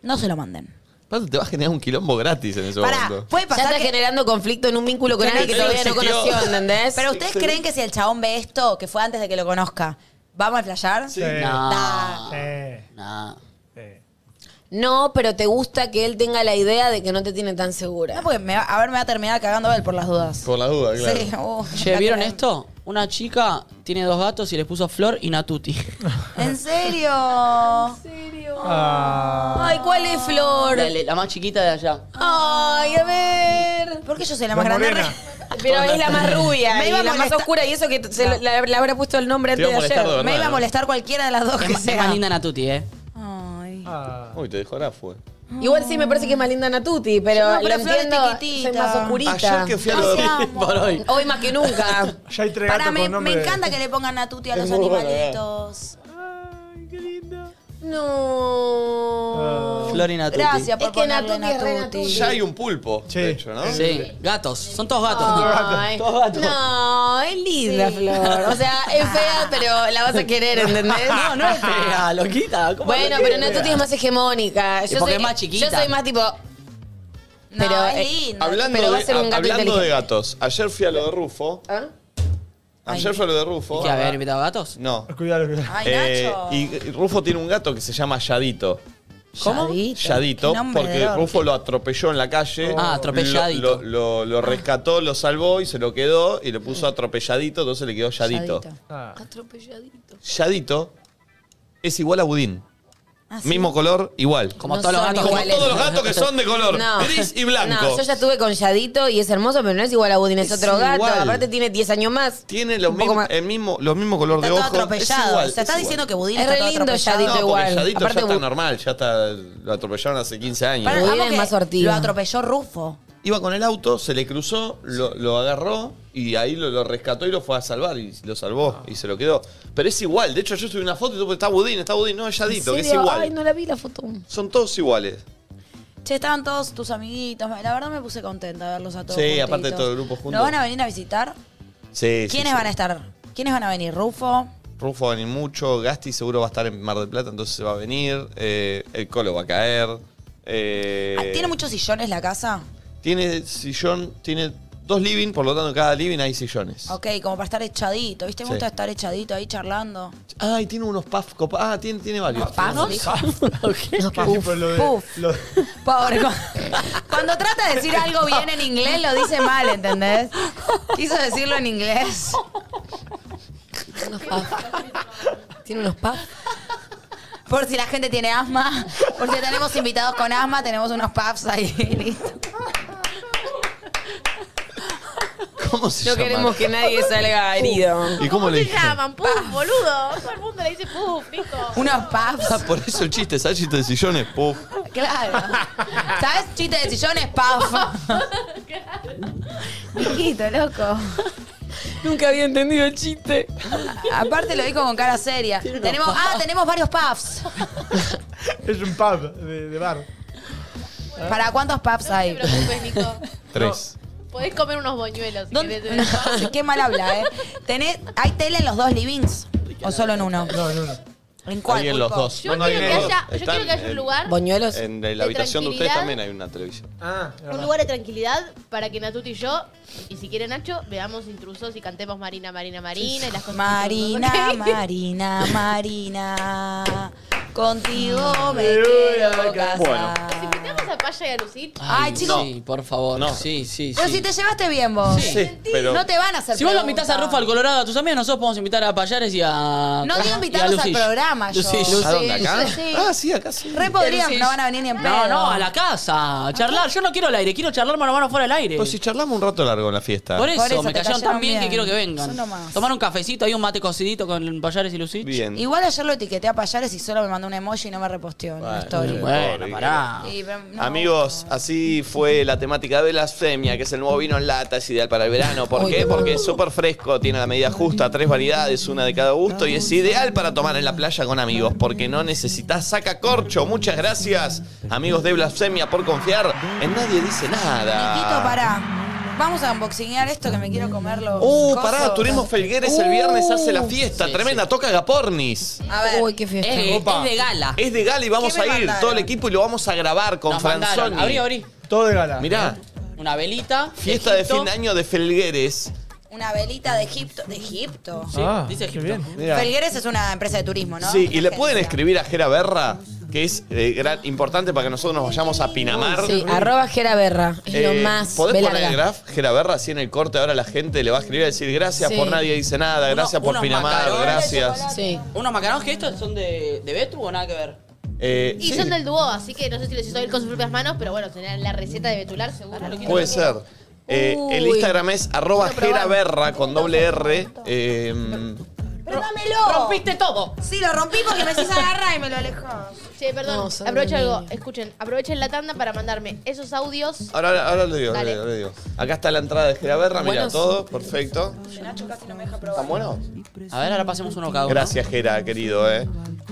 Speaker 3: No se lo manden.
Speaker 1: Aparte, te va a generar un quilombo gratis en ese momento.
Speaker 3: Puede pasar
Speaker 4: ya está
Speaker 3: que-
Speaker 4: generando conflicto en un vínculo con
Speaker 3: Claro,
Speaker 4: alguien que
Speaker 3: claro,
Speaker 4: todavía no
Speaker 1: existió.
Speaker 4: conoció, ¿entendés?
Speaker 3: Pero ustedes creen que si el chabón ve esto, que fue antes de que lo conozca, ¿vamos a
Speaker 5: (laughs)
Speaker 3: flashear?
Speaker 4: Sí.
Speaker 2: No.
Speaker 3: Da.
Speaker 2: No.
Speaker 4: No, pero te gusta que él tenga la idea de que no te tiene tan segura.
Speaker 3: No, porque me va- a ver, me va a terminar cagando él por las dudas.
Speaker 1: Por la duda, claro.
Speaker 3: Sí, oh,
Speaker 2: Che, ¿vieron esto? Una chica tiene dos gatos y les puso Flor y Natuti.
Speaker 3: ¿En serio? ¿En serio?
Speaker 4: Ay, ¿cuál es Flor?
Speaker 2: La, la más chiquita de allá.
Speaker 4: Ay, a ver.
Speaker 3: ¿Por qué yo soy la más grande?
Speaker 4: Pero es la más rubia
Speaker 3: Me
Speaker 4: y
Speaker 3: iba a
Speaker 4: la más
Speaker 3: molestar-
Speaker 4: oscura y eso que se lo- la, la habrá puesto el nombre
Speaker 1: Te iba
Speaker 4: antes
Speaker 1: a
Speaker 4: de ayer.
Speaker 1: molestar de verdad,
Speaker 4: Me iba a
Speaker 1: ¿no?
Speaker 4: molestar.
Speaker 3: Molestar cualquiera de las dos
Speaker 2: Es,
Speaker 3: que
Speaker 2: ma- es más
Speaker 3: sea.
Speaker 2: linda Natuti, ¿eh?
Speaker 3: Ay.
Speaker 1: Uy, te eh. dejó fue.
Speaker 4: Igual sí me parece que es más linda Natuti, pero,
Speaker 3: No, pero
Speaker 4: lo
Speaker 3: Flor es
Speaker 4: entiendo,
Speaker 3: chiquitita.
Speaker 4: soy más oscurita.
Speaker 1: Ayer que fui a lo por hoy.
Speaker 4: Hoy más
Speaker 5: (laughs)
Speaker 4: que nunca.
Speaker 5: Ya hay tres
Speaker 3: Para,
Speaker 5: gatos
Speaker 3: me,
Speaker 5: con nombre.
Speaker 3: me encanta que le pongan a Tuti a
Speaker 5: Es
Speaker 3: los
Speaker 5: muy buena, eh.
Speaker 3: animalitos.
Speaker 5: Ah.
Speaker 4: No.
Speaker 2: Flor y Natuti.
Speaker 3: Gracias por
Speaker 4: Es que
Speaker 3: ponerle
Speaker 4: Natuti es re
Speaker 3: Natuti.
Speaker 1: Ya hay un pulpo, de hecho, ¿no?
Speaker 2: Sí, gatos. Son todos gatos.
Speaker 4: Ay,
Speaker 2: Todos gatos.
Speaker 4: No, es linda Flor. O sea, es fea, pero la vas a querer, ¿entendés?
Speaker 2: No, no es fea, loquita. ¿cómo
Speaker 4: Bueno,
Speaker 2: es
Speaker 4: pero
Speaker 2: fea?
Speaker 4: Natuti es más hegemónica.
Speaker 2: Y
Speaker 4: Yo
Speaker 2: porque
Speaker 4: soy
Speaker 2: es más chiquita.
Speaker 4: Yo soy más tipo. Pero,
Speaker 3: es
Speaker 4: eh,
Speaker 3: linda.
Speaker 1: Hablando,
Speaker 4: pero va a
Speaker 1: de,
Speaker 4: ser un gato
Speaker 1: hablando de
Speaker 4: inteligente.
Speaker 1: gatos, ayer fui a lo de Rufo.
Speaker 4: ¿Ah?
Speaker 1: Ayer fui a lo de Rufo.
Speaker 2: ¿Y qué, haber invitado gatos?
Speaker 1: No.
Speaker 5: Cuidado, cuidado.
Speaker 3: Ay,
Speaker 1: Eh,
Speaker 3: Nacho.
Speaker 1: y y Rufo tiene un gato que se llama Yadito.
Speaker 2: ¿Cómo?
Speaker 1: Yadito,
Speaker 2: Qué nombre de
Speaker 1: porque
Speaker 2: orto.
Speaker 1: Rufo lo atropelló en la calle.
Speaker 2: Ah, atropelladito.
Speaker 1: Lo, lo- lo- lo rescató, lo salvó y se lo quedó y le puso atropelladito, entonces le quedó Yadito. Yadito,
Speaker 5: Ah.
Speaker 4: Atropelladito.
Speaker 1: es igual a Budín.
Speaker 4: Ah, ¿sí?
Speaker 1: Mismo color, igual.
Speaker 2: Como
Speaker 4: No todos los son gatos.
Speaker 1: Como
Speaker 4: iguales.
Speaker 1: todos los gatos que son de color
Speaker 4: No.
Speaker 1: gris y blanco.
Speaker 4: No, yo ya estuve con Yadito y es hermoso, pero no es igual a Budín, es,
Speaker 1: Es
Speaker 4: otro gato.
Speaker 1: igual.
Speaker 4: Aparte tiene 10 años más.
Speaker 1: Tiene los
Speaker 4: Un poco
Speaker 1: mismos- el mismo, los mismos color de
Speaker 3: Está todo
Speaker 1: ojos.
Speaker 3: atropellado.
Speaker 1: Es igual,
Speaker 3: O sea,
Speaker 1: es
Speaker 3: está
Speaker 1: igual.
Speaker 3: diciendo que Budín
Speaker 4: Es
Speaker 3: está
Speaker 4: re
Speaker 3: todo
Speaker 4: lindo
Speaker 3: atropellado.
Speaker 4: Yadito
Speaker 1: No, porque
Speaker 4: igual.
Speaker 1: Yadito
Speaker 4: Aparte,
Speaker 1: ya está
Speaker 4: Bu-
Speaker 1: normal, ya está, lo atropellaron hace 15 años.
Speaker 3: Para,
Speaker 4: Budín
Speaker 3: amo
Speaker 4: es
Speaker 3: que
Speaker 4: más sortido.
Speaker 3: Lo atropelló Rufo.
Speaker 1: Iba con el auto, se le cruzó, lo, lo agarró y ahí lo, lo rescató y lo fue a salvar y lo salvó y se lo quedó. Pero es igual, de hecho yo subí una foto y tú está Budín, está Budín, no, es Yadito, que es igual.
Speaker 4: Ay, no la vi la foto.
Speaker 1: Son todos iguales.
Speaker 3: Che, estaban todos tus amiguitos. La verdad me puse contenta de verlos a todos.
Speaker 1: Sí, aparte de
Speaker 3: juntitos.
Speaker 1: todo el grupo juntos.
Speaker 3: ¿Nos van a venir a visitar?
Speaker 1: Sí, sí,
Speaker 3: ¿Quiénes
Speaker 1: sí.
Speaker 3: van a estar? ¿Quiénes van a venir? ¿Rufo?
Speaker 1: Rufo va a venir mucho, Gasti seguro va a estar en Mar del Plata, entonces se va a venir, eh, el Colo va a caer. eh,
Speaker 6: Ah,
Speaker 3: ¿Tiene muchos sillones la casa?
Speaker 1: Tiene sillón, tiene dos living, por lo tanto en cada living hay sillones.
Speaker 3: Ok, como para estar echadito, ¿viste? Me
Speaker 1: Sí.
Speaker 3: gusta estar echadito ahí charlando.
Speaker 1: Ay, tiene unos puff copa- Ah, tiene, tiene varios.
Speaker 3: ¿Puffs?
Speaker 1: Tiene (laughs)
Speaker 5: Tipo, lo de- lo-
Speaker 3: Pobre. cu- (laughs) Cuando trata de decir algo bien en inglés, lo dice mal, ¿entendés? Quiso decirlo en inglés.
Speaker 4: Tiene unos puffs.
Speaker 3: Por si la gente tiene asma, por si tenemos invitados con asma, tenemos unos puffs ahí, listo.
Speaker 1: ¿Cómo se
Speaker 4: No
Speaker 1: llama? (laughs)
Speaker 4: queremos que nadie salga herido.
Speaker 1: ¿Y cómo le
Speaker 6: Se
Speaker 1: dije?
Speaker 6: llaman? Puf, boludo. Todo el mundo le dice puf, pico.
Speaker 3: Unos puffs.
Speaker 1: Ah, por eso el chiste, ¿sabes? Chiste de sillones, puf.
Speaker 3: Claro. ¿Sabes? Chiste de sillones, puff. Mijito, loco.
Speaker 4: Nunca había entendido el chiste.
Speaker 3: Aparte lo dijo con cara seria.
Speaker 4: Tiene
Speaker 3: Tenemos,
Speaker 4: unos
Speaker 3: ah, tenemos varios puffs.
Speaker 5: Es un pub de, de bar.
Speaker 3: ¿Para cuántos puffs hay?
Speaker 6: No te
Speaker 3: (laughs)
Speaker 6: preocupes, Nico.
Speaker 1: Tres.
Speaker 6: Podés comer unos boñuelos. si querés.
Speaker 3: (laughs) Qué mal habla, ¿eh? ¿Tenés, ¿Hay tele en los dos livings? ¿O solo en uno? No, en uno. ¿En cuál?
Speaker 1: Hay en los dos.
Speaker 6: Yo quiero que haya- yo quiero que haya un lugar
Speaker 1: Boñuelos. En la
Speaker 6: de
Speaker 1: habitación de ustedes
Speaker 6: tranquilidad.
Speaker 1: también hay una televisión.
Speaker 5: Ah,
Speaker 6: Un lugar de tranquilidad para que Natut y yo, y si quiere Nacho, veamos intrusos y cantemos Marina, Marina, Marina y las cosas.
Speaker 3: Marina,
Speaker 6: que intrusos, (laughs) ¿ok?
Speaker 3: Marina, Marina. Contigo Ah. me quiero casar.
Speaker 2: Bueno.
Speaker 6: Nos invitamos a Paya y a Lucit.
Speaker 3: Ay, chicos.
Speaker 2: Sí, por favor. Sí, sí,
Speaker 3: Pero
Speaker 2: sí.
Speaker 3: si te llevaste bien vos.
Speaker 2: Sí, pero-
Speaker 3: No te van a hacer
Speaker 2: Si vos lo
Speaker 3: preguntas.
Speaker 2: invitás a Rufa al Colorado a tus amigos, nosotros podemos invitar a Payares y a.
Speaker 3: No digo
Speaker 2: Ah, y a
Speaker 3: invitarlos al
Speaker 2: Lucille.
Speaker 3: programa, yo.
Speaker 2: Lucille.
Speaker 1: ¿A dónde, acá?
Speaker 3: Sí.
Speaker 1: Ah, sí, acá sí.
Speaker 3: Re podrían,
Speaker 2: Lucille.
Speaker 3: no van a venir ni en pedo.
Speaker 2: No, no, a la casa. A charlar. Yo no quiero el aire, quiero charlar mano a mano fuera del aire.
Speaker 1: Pues si charlamos un rato largo en la fiesta.
Speaker 2: Por eso,
Speaker 3: Por eso
Speaker 2: me
Speaker 3: te
Speaker 2: cayeron
Speaker 3: cayeron
Speaker 2: tan bien que
Speaker 3: bien.
Speaker 2: quiero que
Speaker 3: Son
Speaker 2: vengan.
Speaker 3: nomás.
Speaker 2: Tomar un cafecito, hay un mate cocidito con Payares y Lucich.
Speaker 1: Bien.
Speaker 3: Igual ayer lo etiqueté a Payares y solo me mandó un emoji y no me reposteó en la
Speaker 1: Bueno,
Speaker 3: historia.
Speaker 1: bueno, pará.
Speaker 3: Sí, pero no.
Speaker 1: Amigos, así fue la temática de blasfemia, que es el nuevo vino en lata, es ideal para el verano. ¿Por
Speaker 3: Uy,
Speaker 1: qué?
Speaker 3: qué
Speaker 1: Porque es súper fresco, tiene la medida justa, tres variedades, una de cada gusto, y es ideal para tomar en la playa con amigos, porque no necesitas saca corcho. Muchas gracias, amigos de blasfemia, por confiar en Nadie Dice
Speaker 3: Tito,
Speaker 1: Nada.
Speaker 3: pará. Vamos a unboxingear esto que me quiero comerlo.
Speaker 1: Uh, pará, Turismo Felgueres
Speaker 2: Uh.
Speaker 1: el viernes hace la fiesta, tremenda, toca Gapornis.
Speaker 3: A ver. Eh, Uy, qué
Speaker 2: fiesta. Es de-
Speaker 1: Opa.
Speaker 2: es de gala.
Speaker 1: Es de gala y vamos
Speaker 2: ¿Qué me
Speaker 1: a ir
Speaker 2: mandaron?
Speaker 1: todo el equipo y lo vamos a grabar con
Speaker 2: Nos mandaron.
Speaker 1: Franzoni.
Speaker 2: Abrí, abrí.
Speaker 5: Todo de gala.
Speaker 1: Mirá,
Speaker 2: Una velita.
Speaker 1: fiesta de fin de año de Felgueres.
Speaker 3: Una velita de Egipto. ¿De Egipto?
Speaker 1: Sí, Ah, dice
Speaker 2: Egipto.
Speaker 1: Mirá.
Speaker 3: Felgueres es una empresa de turismo, ¿no?
Speaker 1: Sí, y le pueden escribir a Jera Berra, que es eh, gran- importante para que nosotros nos vayamos a Pinamar.
Speaker 4: Sí, arroba Geraberra. Es lo
Speaker 1: Eh,
Speaker 4: más.
Speaker 1: ¿Podés
Speaker 4: ve
Speaker 1: poner
Speaker 4: larga.
Speaker 1: el graph, Jera Berra, así en el corte? Ahora la gente le va a escribir a decir gracias
Speaker 4: Sí.
Speaker 1: por nadie dice nada, gracias por
Speaker 2: unos
Speaker 1: Pinamar,
Speaker 2: macarones,
Speaker 1: gracias.
Speaker 4: Sí.
Speaker 2: ¿Unos macarons que estos son de, de Betu o nada que ver?
Speaker 1: Eh,
Speaker 6: Y
Speaker 1: sí,
Speaker 6: son del dúo, así que no sé si los hizo él con sus propias manos, pero bueno, tenían la receta de Betular seguro.
Speaker 4: Ah,
Speaker 1: Puede ser. Eh, el
Speaker 6: Uy.
Speaker 1: Instagram es arroba
Speaker 6: Quiero probar.
Speaker 1: Jera Berra con doble R. eh,
Speaker 3: ¡Dámelo!
Speaker 6: ¡Rompiste todo!
Speaker 3: Sí, lo rompí porque me hiciste agarrar y me lo alejó.
Speaker 6: Che, perdón,
Speaker 4: No, son
Speaker 6: aprovecho
Speaker 4: unos
Speaker 6: algo. Escuchen, aprovechen la tanda para mandarme esos audios.
Speaker 1: ahora, ahora- ahora lo digo, ahora
Speaker 6: Dale.
Speaker 1: lo digo. Acá está la entrada de Jera Berra, mira
Speaker 2: Buenos.
Speaker 1: todo, perfecto.
Speaker 3: Nacho casi no me deja
Speaker 1: ¿Están buenos?
Speaker 2: A ver, ahora pasemos uno cada uno.
Speaker 1: Gracias, Jera, querido. eh.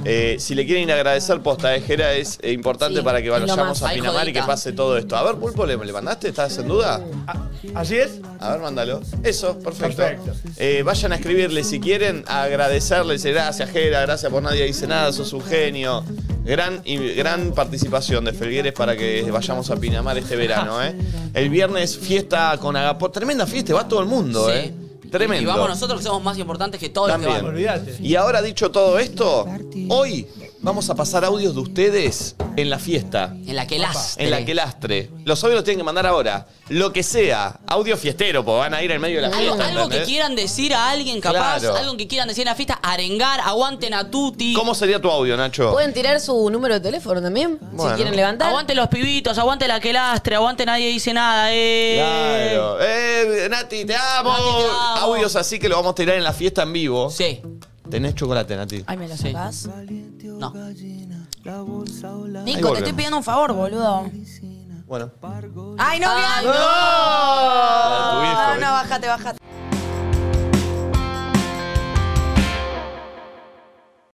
Speaker 1: Eh, si le quieren agradecer, posta de Jera es eh, importante
Speaker 2: Sí,
Speaker 1: para que
Speaker 2: es lo
Speaker 1: vayamos
Speaker 2: más.
Speaker 1: a
Speaker 2: Ay,
Speaker 1: Pinamar y que
Speaker 2: jodita.
Speaker 1: pase todo esto. A ver, Pulpo, ¿le, le mandaste? ¿Estás en duda?
Speaker 5: Ah, Así es.
Speaker 1: A ver, mándalo. Eso, perfecto. Eh, vayan a escribirle si quieren, a agradecerles. eh, Gracias, Jera, gracias por nadie dice nada, sos un genio. Gran, y- gran participación de Felgueres para que vayamos a Pinamar este verano. eh. El viernes, fiesta con Agapor. Tremenda fiesta, va todo el mundo.
Speaker 2: Sí.
Speaker 1: eh. Tremendo.
Speaker 2: Y vamos nosotros que somos más importantes que todos los que van.
Speaker 1: Y ahora dicho todo esto, hoy vamos a pasar audios de ustedes en la fiesta.
Speaker 2: En la que las.
Speaker 1: En la que lastre. Los audios los tienen que mandar ahora. Lo que sea. Audio fiestero, porque van a ir en medio de la
Speaker 2: Algo,
Speaker 1: fiesta.
Speaker 2: algo que
Speaker 1: ¿entendés?
Speaker 2: quieran decir a alguien capaz,
Speaker 1: Claro.
Speaker 2: algo que quieran decir en la fiesta, arengar, aguanten a Tuti.
Speaker 1: ¿Cómo sería tu audio, Nacho?
Speaker 4: Pueden tirar su número de teléfono también,
Speaker 1: Bueno.
Speaker 4: si quieren levantar.
Speaker 2: Aguante los pibitos, aguante la que lastre, aguante nadie dice nada, eh.
Speaker 1: Claro. Eh, Nati, te amo.
Speaker 2: Nati, te amo.
Speaker 1: Audios así que lo vamos a tirar en la fiesta en vivo.
Speaker 2: Sí.
Speaker 1: Tenés chocolate, Nati.
Speaker 3: Ay, ¿me lo
Speaker 2: Sí.
Speaker 3: sacás?
Speaker 2: No.
Speaker 1: Ahí
Speaker 3: Nico, te
Speaker 1: volvemos.
Speaker 3: estoy pidiendo un favor, boludo.
Speaker 1: Bueno.
Speaker 3: ¡Ay, no, Bianco!
Speaker 1: Ah. La de tu viejo,
Speaker 3: No,
Speaker 1: ¿viste?
Speaker 3: no, bájate, bájate.